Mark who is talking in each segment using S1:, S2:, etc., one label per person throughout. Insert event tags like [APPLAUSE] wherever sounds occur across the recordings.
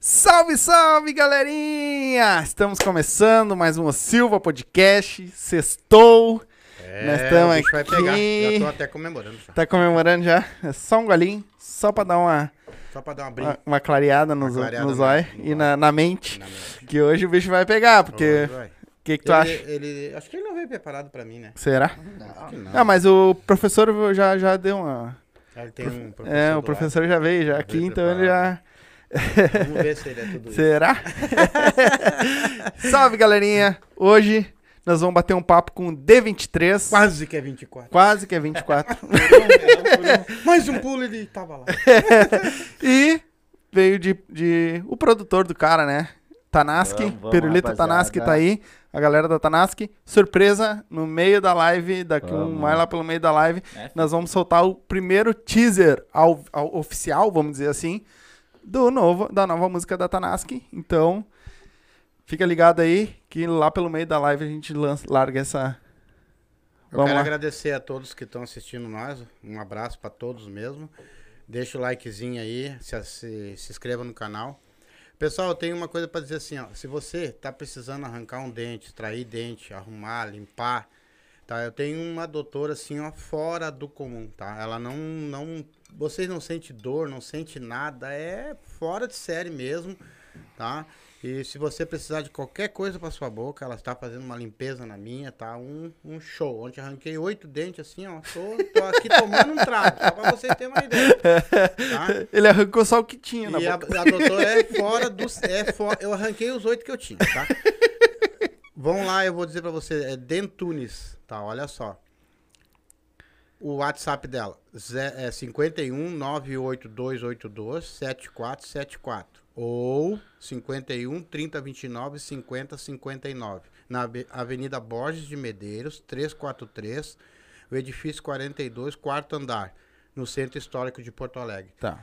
S1: Salve, salve, galerinha! Estamos começando mais um O Silva Podcast. Sextou.
S2: É,
S1: Nós tamo
S2: o bicho vai
S1: aqui.
S2: pegar. Já tô até comemorando já.
S1: Tá comemorando já? É só um golinho, só pra dar uma,
S2: Só pra dar uma
S1: uma,
S2: brinca.
S1: uma clareada nos
S2: Uma clareada
S1: nos
S2: no-
S1: olhos
S2: no
S1: e na, na mente.
S2: na mente.
S1: Que hoje o bicho vai pegar, Ah, porque.
S2: Vai, vai.
S1: O que, que tu
S2: ele,
S1: acha?
S2: ele- acho que ele não veio preparado pra mim, né?
S1: Será?
S2: Acho que não.
S1: Ah, mas o professor já, já deu uma.
S2: Ele tem um professor
S1: é,
S2: do
S1: o
S2: lado.
S1: professor já veio já aqui,
S2: veio
S1: então ele já.
S2: preparado. Vamos ver se ele é tudo isso. [LAUGHS]
S1: Será? Salve, galerinha! Hoje nós vamos bater um papo com o D23.
S2: Quase que é 24.
S1: Quase que é 24.
S2: Mais um pulo ele tava lá.
S1: [LAUGHS] e veio de, de. O produtor do cara, né? Tanaski.
S3: Vamos, vamos,
S1: Pirulito
S3: rapaziada.
S1: Tanaski tá aí. A galera da Tanaski. Surpresa no meio da live. Daqui um
S3: Vamos.
S1: mais lá pelo meio da live.
S3: É,
S1: Nós vamos soltar o primeiro teaser ao, ao oficial, vamos dizer assim, do novo, da nova música da Tanaski. Então, fica ligado aí que lá pelo meio da live a gente lança, larga essa.
S2: Eu
S1: Vamos
S2: quero
S1: lá.
S2: agradecer a todos que estão assistindo nós. Um abraço pra todos mesmo. Deixa o likezinho aí, se, se, se inscreva no canal. Pessoal, eu tenho uma coisa pra dizer assim, ó. Se você tá precisando arrancar um dente, extrair dente, arrumar, limpar, tá? Eu tenho uma doutora assim, ó, fora do comum, tá? Ela não não vocês não sente dor, não sente nada, é fora de série mesmo, tá? E se você precisar de qualquer coisa pra sua boca, ela está fazendo uma limpeza na minha, tá? Um, um show. Ontem arranquei oito dentes assim, ó. Tô, tô aqui tomando um trago, só pra vocês terem uma ideia. Tá?
S1: Ele arrancou só o que tinha na
S2: E a,
S1: boca.
S2: a doutora
S1: [LAUGHS]
S2: é fora do. É fo- eu arranquei os oito que eu tinha, tá? Vão lá, eu vou dizer pra você. É Dentunes, tá? Olha só. O WhatsApp dela ze- é 51 98282 7474 ou 51 3029 5059 na Ave- Avenida Borges de Medeiros 343, o edifício 42, quarto andar, no Centro Histórico de Porto Alegre.
S1: Tá.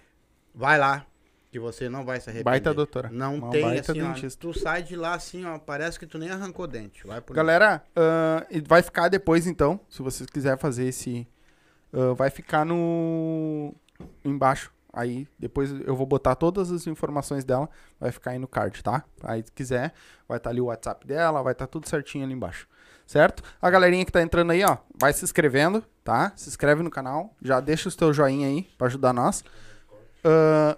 S2: Vai lá, que você não vai se arrepender.
S1: Baita doutora.
S2: Não
S1: Uma
S2: tem
S1: baita
S2: assim, ó,
S1: dentista.
S2: tu sai de lá assim, ó, parece que tu nem arrancou dente. Vai por
S1: Galera, ah, e vai ficar depois então, se vocês quiserem fazer esse. ah, vai ficar no. embaixo. Aí depois eu vou botar todas as informações dela, vai ficar aí no card, tá? Aí se quiser, vai estar ali o WhatsApp dela, vai estar tudo certinho ali embaixo. Certo? A galerinha que tá entrando aí, ó, vai se inscrevendo, tá? Se inscreve no canal, já deixa os teus joinha aí pra ajudar nós. Ah,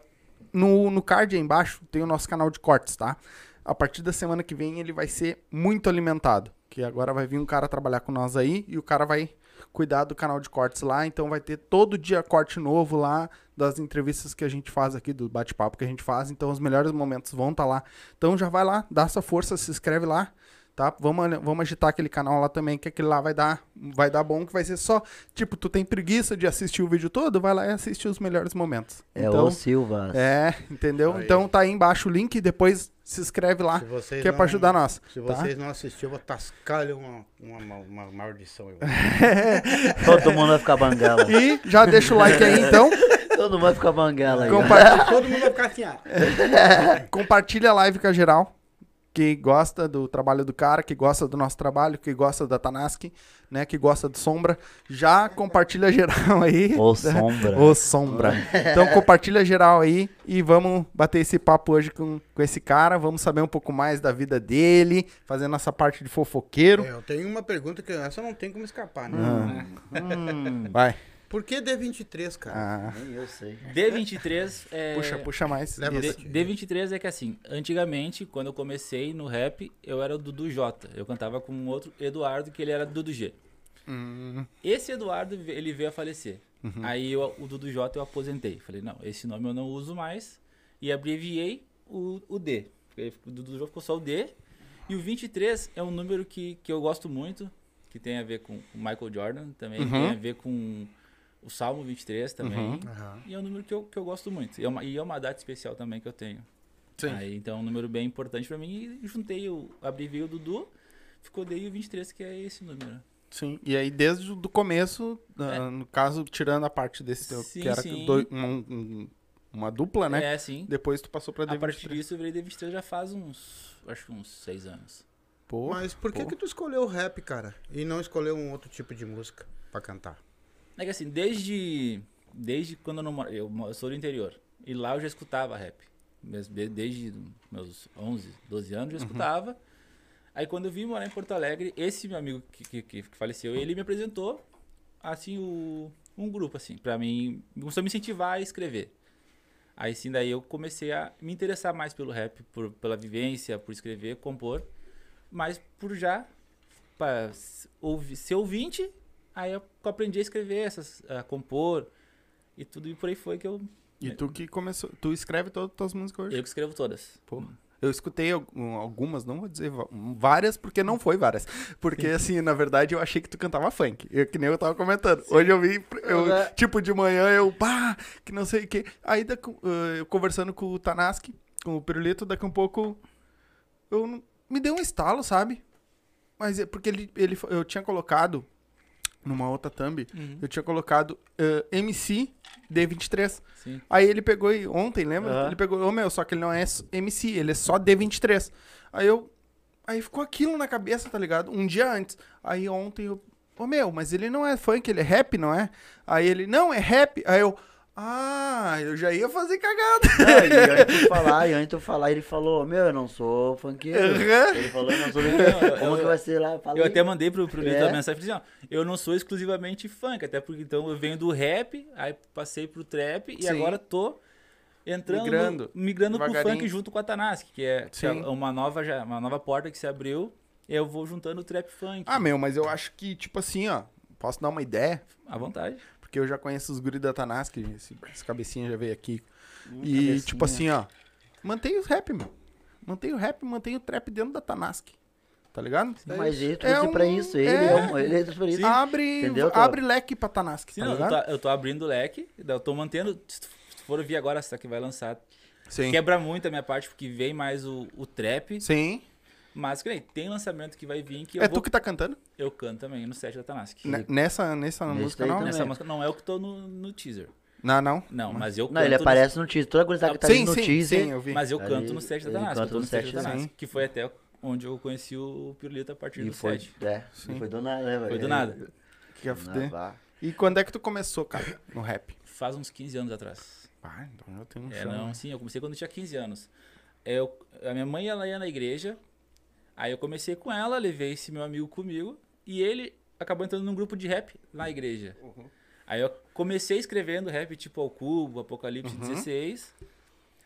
S1: no, no card aí embaixo tem o nosso canal de cortes, tá? A partir da semana que vem ele vai ser muito alimentado. Que agora vai vir um cara trabalhar com nós aí e o cara vai cuidar do canal de cortes lá. Então vai ter todo dia corte novo lá das entrevistas que a gente faz aqui, do bate-papo que a gente faz. Então os melhores momentos vão estar lá. Então já vai lá, dá sua força, se inscreve lá. Tá? Vamos, ali- vamos agitar aquele canal lá também, que aquele lá vai dar, vai dar bom, que vai ser só. Tipo, tu tem preguiça de assistir o vídeo todo? Vai lá e assiste os melhores momentos. Então,
S3: o É Silva.
S1: É, entendeu?
S2: Aí.
S1: Então tá aí embaixo o link, depois se inscreve lá,
S2: Se vocês
S1: que é
S2: não-
S1: pra ajudar nós.
S2: Se
S1: tá?
S2: vocês não assistiram, eu vou tascar-lhe uma, uma, mal- uma maldição. Eu.
S1: é,
S3: [LAUGHS] Todo mundo vai
S1: [LAUGHS]
S3: ficar banguela.
S1: E já deixa o like aí
S2: [LAUGHS]
S1: então,
S3: Todo mundo vai ficar banguela aí.
S1: compartilha,
S2: Todo mundo vai ficar assim, ah.
S1: compartilha a live com a geral, que gosta do trabalho do cara, que gosta do nosso trabalho, que gosta da Tanaski, né, que gosta do Sombra, já compartilha geral aí.
S3: Ô, sombra.
S1: Ô Sombra. Então compartilha geral aí e vamos bater esse papo hoje com, com esse cara, vamos saber um pouco mais da vida dele, fazer nossa parte de fofoqueiro.
S2: É, Eu tenho uma pergunta que essa não tem como escapar, né?
S1: Ah.
S3: Hum,
S1: Vai.
S2: Por que D23, cara?
S1: Ah.
S3: nem eu sei.
S4: D23 é.
S1: Puxa, puxa mais.
S2: Leva
S1: Isso.
S2: pra
S4: D- D23 é que assim, antigamente, quando eu comecei no rap, eu era o Dudu J. Eu cantava com um outro Eduardo, que ele era Dudu G.
S1: Hum.
S4: Esse Eduardo, ele veio a falecer.
S1: Uhum.
S4: Aí eu- o Dudu J eu aposentei. Falei, não, esse nome eu não uso mais. E abreviei o, o D. Porque O Dudu J ficou só o D. E o 23 é um número que, que eu gosto muito, que tem a ver com o Michael Jordan também,
S1: Uhum.
S4: tem a ver com o Salmo 23 também.
S1: Ah.
S2: Aham.
S4: E é um número que eu, que eu gosto muito. E é, uma, e é uma data especial também que eu tenho. Aí, então é um número bem importante pra mim. E juntei, o, abreviei o Dudu, ficou DI o 23, que é esse número.
S1: Sim, e aí desde o do começo, ah,
S4: É.
S1: no caso, tirando a parte desse teu,
S4: Sim,
S1: que era
S4: sim.
S1: doi- um- um- uma dupla, né?
S4: É, sim.
S1: Depois tu passou pra
S4: A
S1: D23.
S4: partir disso eu virei D23 já faz uns, acho que uns 6 anos.
S1: Pô,
S2: Mas por que
S1: pô.
S2: que tu escolheu o rap, cara? E não escolheu um outro tipo de música pra cantar?
S4: É que assim, desde, desde quando eu não moro, eu, mo- eu sou do interior, e lá eu já escutava rap. Mes- de- Desde meus 11, 12 anos eu escutava. Aí quando eu vim morar em Porto Alegre, esse meu amigo que, que, que faleceu, ele me apresentou, assim, o, um grupo, assim, pra mim, começou a me incentivar a escrever. Aí sim, daí eu comecei a me interessar mais pelo rap, por, pela vivência, por escrever, compor, mas por já pra, s- ouvi, ser ouvinte, aí eu aprendi a escrever, essas, a compor e tudo, e por aí foi que eu,
S1: E tu que começou. Tu escreve todas as tuas músicas hoje.
S4: eu que escrevo todas.
S1: Pô, Eu escutei al- um, algumas, não vou dizer va- um, várias, porque não foi várias. Porque, assim, na verdade, eu achei que tu cantava funk. Eu, que nem eu tava comentando. Hoje eu vi, eu,
S3: Né?
S1: tipo, de manhã eu, pá, que não sei o quê. Aí, daqui- eh, eu conversando com o Tanaski, com o Pirulito, daqui a um pouco, eu, não- me deu um estalo, sabe? Mas é porque ele, ele, fa- eu tinha colocado, numa outra thumb, eu tinha colocado eh, MC D23.
S4: Sim.
S1: Aí ele pegou e ontem, lembra?
S3: Aham.
S1: Ele pegou, ô meu, só que ele não é s- MC, ele é só D23. Aí eu. Aí ficou aquilo na cabeça, tá ligado? Um dia antes. Aí ontem eu. Ô meu, mas ele não é funk, ele é rap, não é? Aí ele, não, é rap. Aí eu. Ah, eu já ia fazer cagada. [LAUGHS]
S3: Não, e antes de eu falar, e antes de eu falar, ele falou, meu, eu não sou funkeiro.
S1: Aham.
S3: Ele falou, eu não sou funkeiro.
S4: eu-
S3: Como
S4: eu-
S3: que vai ser lá? Fala
S4: Eu
S3: aí.
S4: até mandei pro, pro Lito
S3: É?
S4: a mensagem e falei assim, ó, eu não sou exclusivamente funk, até porque então eu venho do rap, aí passei pro trap e
S1: Sim.
S4: agora tô entrando,
S1: Migrando,
S4: no, migrando pro
S1: devagarinho.
S4: funk junto com a Tanask, que é, que é
S1: Sim.
S4: uma, nova, já- uma nova porta que se abriu, e eu vou juntando o trap e funk,
S1: Ah, meu, mas eu acho que, tipo assim, ó. Posso dar uma ideia?
S4: à vontade.
S1: Porque eu já conheço os guris da Tanaski, esse, esse cabecinha já veio aqui.
S3: Hum,
S1: e,
S3: cabecinha.
S1: tipo assim, ó. Mantém o rap, meu. Mantém o rap, mantém o trap dentro da Tanaski. Tá ligado?
S3: Mas ele
S1: É
S3: trouxe pra
S1: um-
S3: isso, ele
S1: é. Ah,
S3: é, um, ele é trouxe pra isso.
S1: Abre,
S3: Entendeu, Tô?
S1: abre leque pra Tanaski,
S4: Sim,
S1: tá
S4: não, eu,
S1: ligado?
S4: tô, eu tô abrindo o leque, eu tô mantendo, se tu se tu for ouvir agora essa que vai lançar,
S1: Sim.
S4: quebra muito a minha parte, porque vem mais o, o trap,
S1: Sim.
S4: mas que nem, tem lançamento que vai vir que eu,
S1: É
S4: vou-
S1: tu que Né, tá cantando?
S4: eu canto também no set da Tanask.
S1: Ne- Nessa, nessa
S3: Nesse
S1: música,
S3: aí
S1: não? né?
S3: também.
S4: Nessa música não é o que tô no, no teaser.
S1: Não, não.
S4: Não, mas eu canto.
S3: Não, ele
S4: no-
S3: aparece no teaser. Toda gurizada que tá
S1: é sim,
S3: ali no
S1: sim,
S3: teaser.
S1: sim, eu vi.
S4: Mas eu
S3: Ali,
S4: canto no set da
S3: ele
S4: Tanask. Eu
S3: canta
S4: tô no
S3: no
S4: set
S3: set,
S4: da
S1: sim.
S4: Tanask. Que foi até onde eu conheci o Pirulito a partir
S3: E
S4: do
S3: foi,
S4: set.
S3: é, e foi do nada, né, velho?
S4: Foi do nada.
S1: Que ia fuder.
S3: Navá.
S1: E quando é que tu começou, cara, no rap?
S4: Faz uns 15 anos atrás.
S1: Ah, então eu tenho um
S4: É, não, sim, eu comecei quando eu tinha 15 anos. Eu, a minha mãe ela ia na igreja. Aí eu comecei com ela, levei esse meu amigo comigo. E ele acabou entrando num grupo de rap na igreja. Aí eu comecei escrevendo rap tipo ao cubo, Apocalipse 16.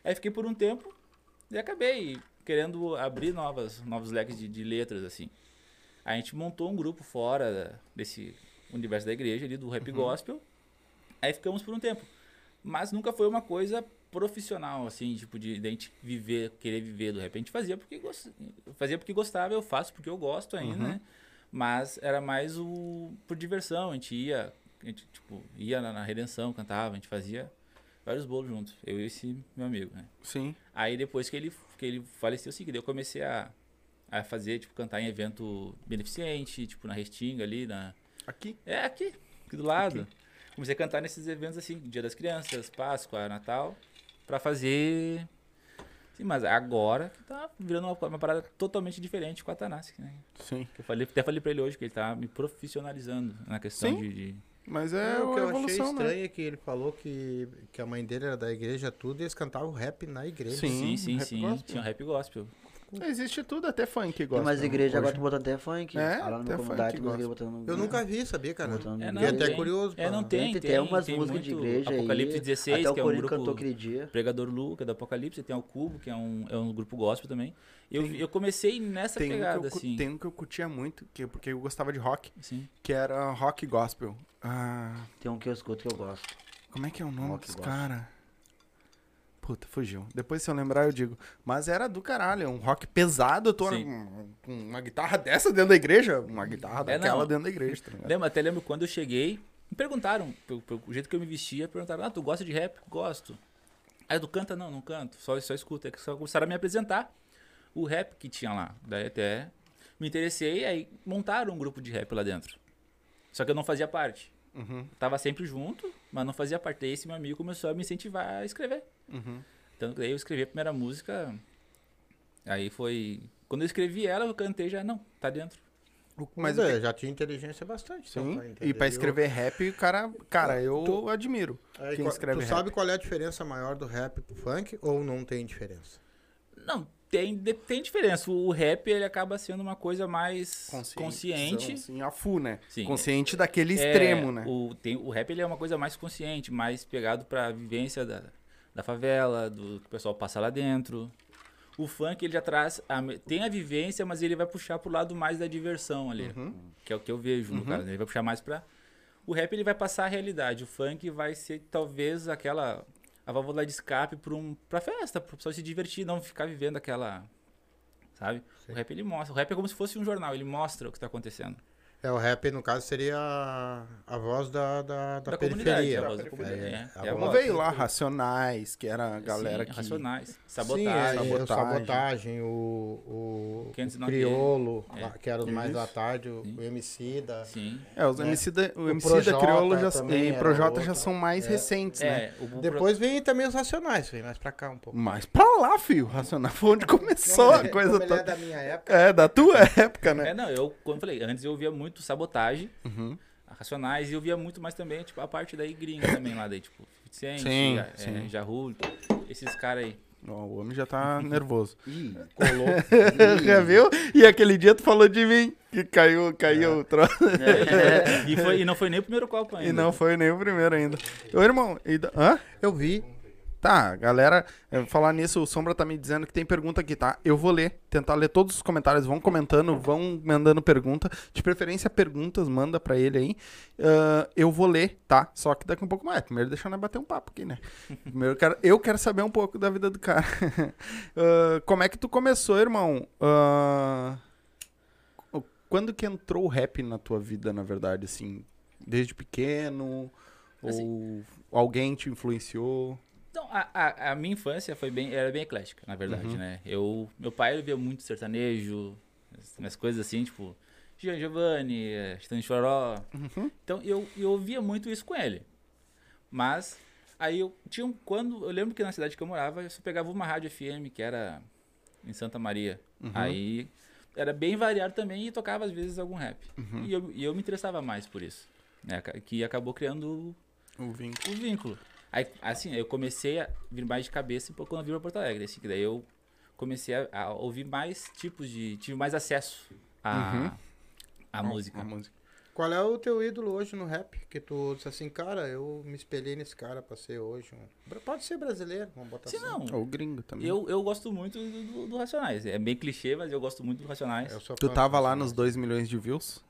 S4: Aí fiquei por um tempo e acabei querendo abrir novas, novos leques de, de letras, assim. Aí a gente montou um grupo fora da- desse universo da igreja ali, do rap gospel. Aí ficamos por um tempo. Mas nunca foi uma coisa profissional, assim, tipo, de, de a gente viver, querer viver do rap. A gente fazia porque, gos- fazia porque gostava, eu faço porque eu gosto ainda, né? Mas era mais o por diversão, a gente ia, a gente, tipo, ia na, na redenção, cantava, a gente fazia vários bolos juntos, eu e esse meu amigo, né?
S1: Sim.
S4: Aí depois que ele, que ele faleceu, assim, que daí eu comecei a, a fazer, tipo, cantar em evento beneficente, tipo, na Restinga ali, na...
S1: Aqui?
S4: É, aqui, aqui do lado. Comecei a cantar nesses eventos, assim, Dia das Crianças, Páscoa, Natal, pra fazer... Sim, mas agora que tá virando uma, uma parada totalmente diferente com a Tanassi, né?
S1: Sim.
S4: Eu falei, até falei pra ele hoje que ele tá me profissionalizando na questão
S1: Sim.
S4: de, de-
S1: Mas é,
S2: o que
S1: a
S2: eu achei
S1: evolução, né?
S2: estranho é que ele falou que, que a mãe dele era da igreja tudo e eles cantavam rap na igreja.
S1: Sim,
S4: Sim, sim,
S1: rap
S4: sim.
S1: gospel.
S4: Tinha um rap gospel.
S1: Existe tudo, até funk
S3: Tem
S1: gosta. né?
S3: umas igrejas agora
S1: hoje.
S3: tu botando até funk.
S1: É,
S3: Ah, lá na
S1: até
S3: minha
S1: funk
S3: comunidade, tem umas
S1: gosta.
S3: igrejas botando.
S2: Eu nunca vi, sabia, cara?
S3: Botando
S4: É,
S3: no
S4: não,
S2: Fiquei até
S4: tem.
S2: curioso.
S4: É,
S2: pá.
S4: não tem.
S3: Tem,
S4: Tem,
S3: tem umas
S4: tem
S3: músicas de
S4: muito.
S3: igreja aí.
S4: Apocalipse 16,
S3: Até o
S4: que é um
S3: Corinho
S4: grupo-
S3: cantou aquele dia.
S4: Pregador Luca, do Apocalipse, tem o Cubo, que é um, é um grupo gospel também. Eu, eu comecei nessa
S1: Tem um, que eu,
S4: pegada,
S1: cu-
S4: assim.
S1: tem um que eu curtia muito, que, porque eu gostava de rock,
S4: Sim.
S1: que era rock gospel. Ah,
S3: Tem um que eu escuto que eu gosto. [LAUGHS]
S1: Como é que é o nome
S3: Rock
S1: dos
S3: Boss.
S1: cara? Puta, fugiu. Depois se eu lembrar eu digo. Mas era do caralho, é um rock pesado. Eu tô
S4: Sim.
S1: com com uma guitarra dessa dentro da igreja, uma guitarra
S4: É,
S1: daquela
S4: não.
S1: dentro da igreja. Tá ligado?
S4: Lembra, até lembro quando eu cheguei, me perguntaram, pelo, pelo jeito que eu me vestia, perguntaram, ah, tu gosta de rap? Gosto. Aí tu canta? Não, não canto, só, só escuta. Aí só começaram a me apresentar o rap que tinha lá. Daí até me interessei, aí montaram um grupo de rap lá dentro. Só que eu não fazia parte.
S1: Uhum,
S4: Tava sempre junto, mas não fazia parte. Daí esse meu amigo começou a me incentivar a escrever.
S1: uhum.
S4: Tanto que daí eu escrevi a primeira música. Aí foi. Quando eu escrevi ela, eu cantei já, não, tá dentro.
S1: Mas
S2: Mas eu já tinha inteligência bastante. então,
S1: Sim. E pra escrever rap, o cara, cara, eu admiro quem escreve
S2: Tu
S1: rap.
S2: sabe É, qual é a diferença maior do rap pro funk ou não tem diferença?
S4: Não, tem, de- tem diferença. O rap, ele acaba sendo uma coisa mais consciente.
S1: Sim, a full, né?
S4: Sim.
S1: Consciente daquele
S4: É,
S1: extremo, né?
S4: O, tem, o rap, ele é uma coisa mais consciente, mais pegado pra vivência da, da favela, do que o pessoal passa lá dentro. O funk, ele já traz... a me- tem a vivência, mas ele vai puxar pro lado mais da diversão ali.
S1: Uhum.
S4: Que é o que eu vejo, no caso. Ele vai puxar mais pra... O rap, ele vai passar a realidade. O funk vai ser, talvez, aquela... A válvula de escape pra, um, pra festa, pro pessoal se divertir, não ficar vivendo aquela... Sabe? O rap, ele mostra. O rap é como se fosse um jornal. Ele mostra o que tá acontecendo.
S2: É, o rap, no caso, seria a, a voz da, da, da,
S4: Da comunidade,
S2: periferia.
S4: a voz da comunidade, é.
S2: a
S4: É a
S1: Como
S2: voz-
S1: veio lá, Racionais, que era a galera
S4: Sim,
S1: que...
S4: Racionais.
S2: Sim,
S4: Sabotagem.
S2: é, é,
S1: Sabotagem.
S2: o sabotagem, o, o, o
S4: 509,
S2: Criolo,
S4: é.
S2: lá, que era os mais
S1: Isso.
S2: da tarde, o,
S4: Sim.
S2: o MC da.
S4: Sim.
S1: É, os
S2: né?
S1: MC da, o
S2: O
S1: MC da
S2: Projota
S1: Criolo já,
S2: também
S1: e
S2: era
S1: Projota
S2: outro.
S1: já são mais
S2: É.
S1: recentes, né?
S4: É, o, o-
S2: Depois vem também os Racionais, vem mais pra cá um pouco.
S1: Mas pra lá, filho, Racional foi onde começou a coisa
S2: Como ele é
S1: toda.
S2: da minha época.
S1: É, da tua época, né?
S4: É, não, eu, como eu falei, antes eu via muito sabotagem,
S1: Uhum.
S4: racionais, e eu via muito mais também, tipo, a parte daí gringa também lá daí, tipo, 50 Cent,
S1: Sim,
S4: é,
S1: sim.
S4: Jahul, esses caras aí.
S1: Ó, o homem já tá nervoso.
S3: Ih,
S2: Colou.
S1: já viu? E aquele dia tu falou de mim, que caiu, caiu o troço.
S4: E, foi, e não foi nem o primeiro copo ainda.
S1: É.
S4: né?
S1: E não foi nem o primeiro ainda. Ô, irmão, e da- hã?
S2: Eu vi.
S1: Tá, galera, é, falar nisso, o Sombra tá me dizendo que tem pergunta aqui, tá? Eu vou ler, tentar ler todos os comentários, vão comentando, vão mandando pergunta. De preferência, perguntas, manda pra ele aí. Ah, eu vou ler, tá? Só que daqui um pouco mais. Primeiro deixa nós bater um papo aqui, né? Primeiro eu quero, eu quero saber um pouco da vida do cara. [LAUGHS] Ah, como é que tu começou, irmão? Ah, o- quando que entrou o rap na tua vida, na verdade, assim? Desde pequeno?
S4: Assim.
S1: Ou alguém te influenciou?
S4: Então, a, a- a minha infância foi bem, era bem eclética, na verdade, né? Eu, meu pai ele via muito sertanejo, as- umas coisas assim, tipo, Jean Giovanni, eh, Chitão Choró. Então, eu, eu ouvia muito isso com ele. Mas, aí eu tinha um, quando, eu lembro que na cidade que eu morava, eu só pegava uma rádio FM, que era em Santa Maria. Aí, era bem variado também e tocava, às vezes, algum rap. E, eu, e eu me interessava mais por isso, né? Ca- Que acabou criando
S1: O vínculo.
S4: o vínculo. Aí, assim, eu comecei a vir mais de cabeça quando eu vim pra Porto Alegre. Assim, que daí eu comecei a, a ouvir mais tipos de. Tive mais acesso à à música.
S2: [LAUGHS] Qual é o teu ídolo hoje no rap? Que tu disse assim, cara, eu me espelhei nesse cara pra ser hoje um... Bra- Pode ser brasileiro, vamos
S1: tá
S2: botar
S4: Se
S2: assim.
S4: não,
S1: Ou gringo também.
S4: eu, eu gosto muito do, do- do Racionais. É bem clichê, mas eu gosto muito do Racionais.
S2: Eu sou
S1: Tu
S2: fã
S1: tava
S2: do
S1: lá
S2: Racionais.
S1: nos 2 milhões de views?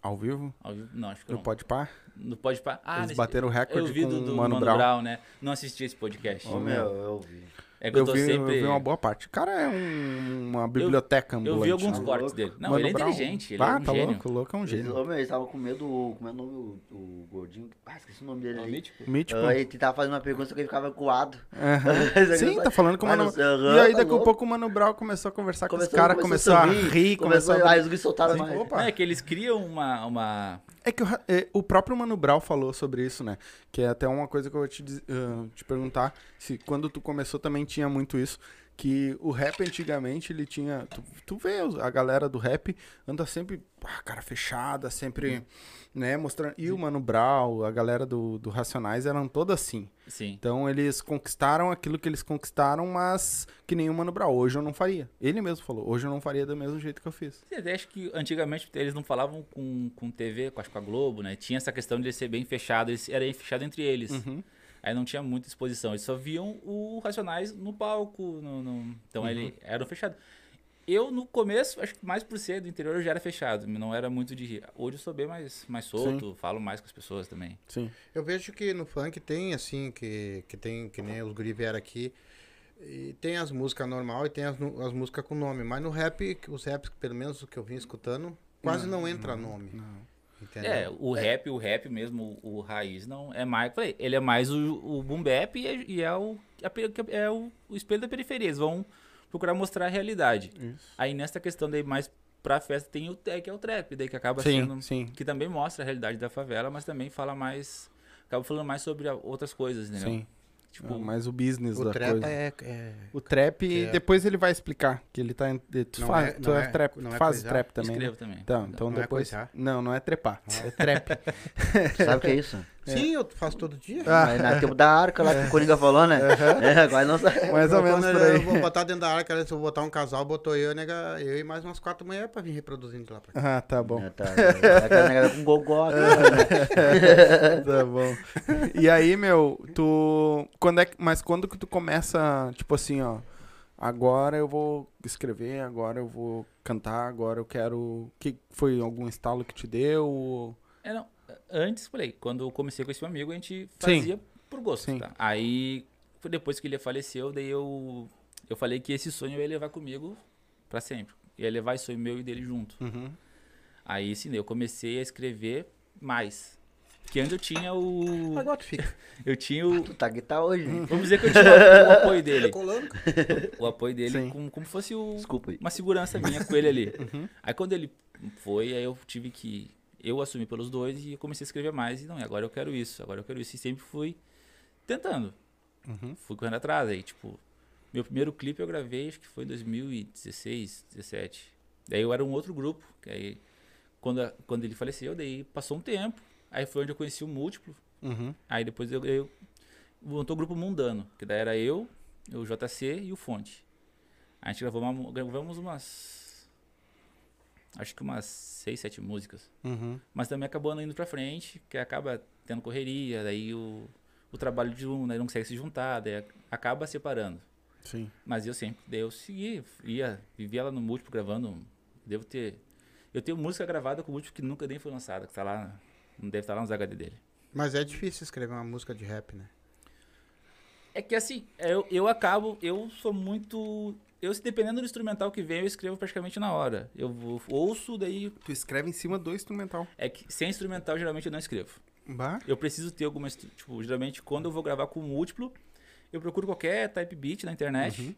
S1: Ao vivo?
S4: Ao vivo- Não, acho que
S1: No
S4: não.
S1: Pode Par?
S4: Não pode parar. Ah,
S1: Eles
S4: nesse-
S1: bateram o
S4: eu
S1: recorde
S4: vi
S1: com
S4: do, do
S1: o Mano, Brown.
S4: né? Não assisti esse podcast.
S1: Ô,
S3: meu, eu vi.
S4: é que eu,
S1: Eu,
S4: tô
S1: vi, eu
S4: sempre.
S1: vi uma boa parte. O cara é um- uma biblioteca ambulante.
S4: eu vi
S1: né?
S4: alguns
S3: Tá
S4: cortes
S3: louco.
S4: dele. Não,
S1: Mano
S4: ele é
S1: Brown.
S4: inteligente, ele
S1: ah,
S4: é um
S1: tá
S4: gênio.
S1: louco, o louco é um
S3: Eles,
S1: gênio.
S3: ô, meu, eles estavam com medo, o- como é o nome, o, o gordinho, ah, esqueci o nome dele ali.
S1: Mítico.
S3: Ah, ele tentava fazer uma pergunta, só que ele ficava coado.
S1: Tipo.
S3: [LAUGHS]
S1: Aham. Sim, tá falando com o
S3: Mas,
S1: Mano
S3: aham,
S1: E aí
S3: tá
S1: daqui a
S3: louco.
S1: pouco o Mano Brown começou a conversar com os caras, começou a rir, começou a...
S3: Aí os guris soltaram
S1: [LAUGHS]
S3: mais.
S1: Opa.
S4: É que eles criam uma. uma...
S1: É que o, Ra- é, o próprio Mano Brown falou sobre isso, né? Que é até uma coisa que eu vou te, diz- ah, te perguntar. Se quando tu começou também tinha muito isso. Que o rap antigamente ele tinha. Tu, tu vê os- a galera do rap anda sempre. Ah, cara fechada, sempre. Né? Mostrando. E o Mano Brown, a galera do, do Racionais eram toda assim.
S4: Sim.
S1: Então eles conquistaram aquilo que eles conquistaram, mas que nenhum Mano Brown. Hoje eu não faria. Ele mesmo falou. Hoje eu não faria do mesmo jeito que eu fiz.
S4: Você acha que antigamente eles não falavam com, com TV, com, acho que com a Globo, né? Tinha essa questão de ele ser bem fechado, eles era fechado entre eles.
S1: Uhum.
S4: Aí não tinha muita exposição, eles só viam o Racionais no palco. no- no- Então ele era fechado. Eu, no começo, acho que mais por ser do interior, eu já era fechado, não era muito de rir. Hoje eu sou bem mais, mais solto, falo mais com as pessoas também.
S1: Sim.
S2: Eu vejo que no funk tem, assim, que, que tem, que nem os guri vieram aqui, e tem as músicas normal e tem as, nu- as músicas com nome, mas no rap, os raps, pelo menos o que eu vim escutando, quase não, entra nome. Entendeu?
S4: É, o rap, o rap mesmo, o, o raiz não é mais. Falei, ele é mais o, o boom bap e é, e é o, a pe- é o, o espelho da periferia. Eles vão procurar mostrar a realidade. Aí nessa questão daí mais pra festa tem o te- que é o trap, daí que acaba
S1: Sim,
S4: sendo.
S1: sim.
S4: Que também mostra a realidade da favela, mas também fala mais. Acaba falando mais sobre a- outras coisas, entendeu?
S1: Sim.
S4: Tipo,
S1: Mas o business
S2: O
S1: da
S2: treta
S1: coisa.
S2: é, é-
S1: O trap,
S2: Que é-
S1: depois ele vai explicar que ele tá. em- de- Tu
S2: Não
S1: faz,
S2: é-
S1: tu
S2: não
S1: é
S2: é-
S1: trap,
S2: não
S1: tu
S2: é
S1: faz
S2: coisar.
S1: trap também. né?
S4: escrevo também.
S1: Então, então
S2: Não é
S1: depois.
S2: coisar. Ah.
S1: não, não é trepar. É trap.
S3: Sabe o que é Ah, isso?
S2: Sim, eu faço todo dia.
S3: Mas na tempo da arca lá que o Coringa falou, né? É, agora não sabe.
S1: Mais ou
S2: Eu-
S1: menos
S2: quando
S1: por
S2: eu-
S1: aí.
S2: Eu vou botar dentro da arca, se eu vou botar um casal, botou eu, nega, eu e mais umas quatro mulheres pra vir reproduzindo de lá pra cá.
S1: Ah, tá bom. É.
S3: É, tá, tá, tá, né,
S1: [LAUGHS]
S3: com gogó, cara, né?
S2: É.
S1: Tá bom. E aí, meu, tu. Quando é que... Mas quando que tu começa, tipo assim, ó. Agora eu vou escrever, agora eu vou cantar, agora eu quero. Que foi algum estalo que te deu? ou-
S4: É, não. Antes, falei, quando eu comecei com esse meu amigo, a gente
S1: Sim.
S4: fazia por gosto,
S1: Sim.
S4: tá? Aí, foi depois que ele faleceu, daí eu, eu falei que esse sonho eu ia levar comigo pra sempre. Eu Ia levar esse sonho meu e dele junto.
S1: Uhum.
S4: Aí, sim, eu comecei a escrever mais. Porque antes eu tinha o...
S2: Agora tu fica.
S4: Eu tinha o...
S3: Tu tá que tá hoje. né?
S4: Vamos dizer que eu tinha o o apoio
S1: [LAUGHS]
S2: Tá
S4: dele.
S2: colando, cara.
S4: O apoio
S1: Sim.
S4: dele como, como fosse o,
S3: Desculpa aí.
S4: uma segurança minha com ele ali. Aí quando ele foi, aí eu tive que. Eu assumi pelos dois e comecei a escrever mais. E não, e agora eu quero isso, agora eu quero isso. E sempre fui tentando. Fui correndo atrás. Aí, tipo, meu primeiro clipe eu gravei, acho que foi em 2016, 17. Daí eu era um outro grupo. Que aí, quando, a- quando ele faleceu, daí passou um tempo. Aí foi onde eu conheci o múltiplo.
S1: Uhum.
S4: Aí depois eu, eu montou o grupo Mundano, que daí era eu, o JC e o Fonte. A gente gravou uma, mu- gravamos umas. Acho que umas seis, sete músicas.
S1: Uhum.
S4: Mas também acabou não indo pra frente, que acaba tendo correria, daí o, o trabalho de um, daí não consegue se juntar, daí a- acaba separando.
S1: Sim.
S4: Mas eu sempre, daí eu segui, ia, vivia lá no múltiplo gravando. Devo ter. Eu tenho música gravada com o múltiplo que nunca nem foi lançada, que tá lá. Não deve estar lá nos HD dele.
S2: Mas é difícil escrever uma música de rap, né?
S4: É que assim, eu, eu acabo, eu sou muito. Eu, se dependendo do instrumental que vem, eu escrevo praticamente na hora. Eu vou- ouço, daí.
S1: Tu escreve em cima do instrumental.
S4: É que sem instrumental, geralmente eu não escrevo.
S1: Bah.
S4: Eu preciso ter alguma. instru- Tipo, geralmente quando eu vou gravar com um múltiplo, eu procuro qualquer type beat na internet,
S1: Uhum.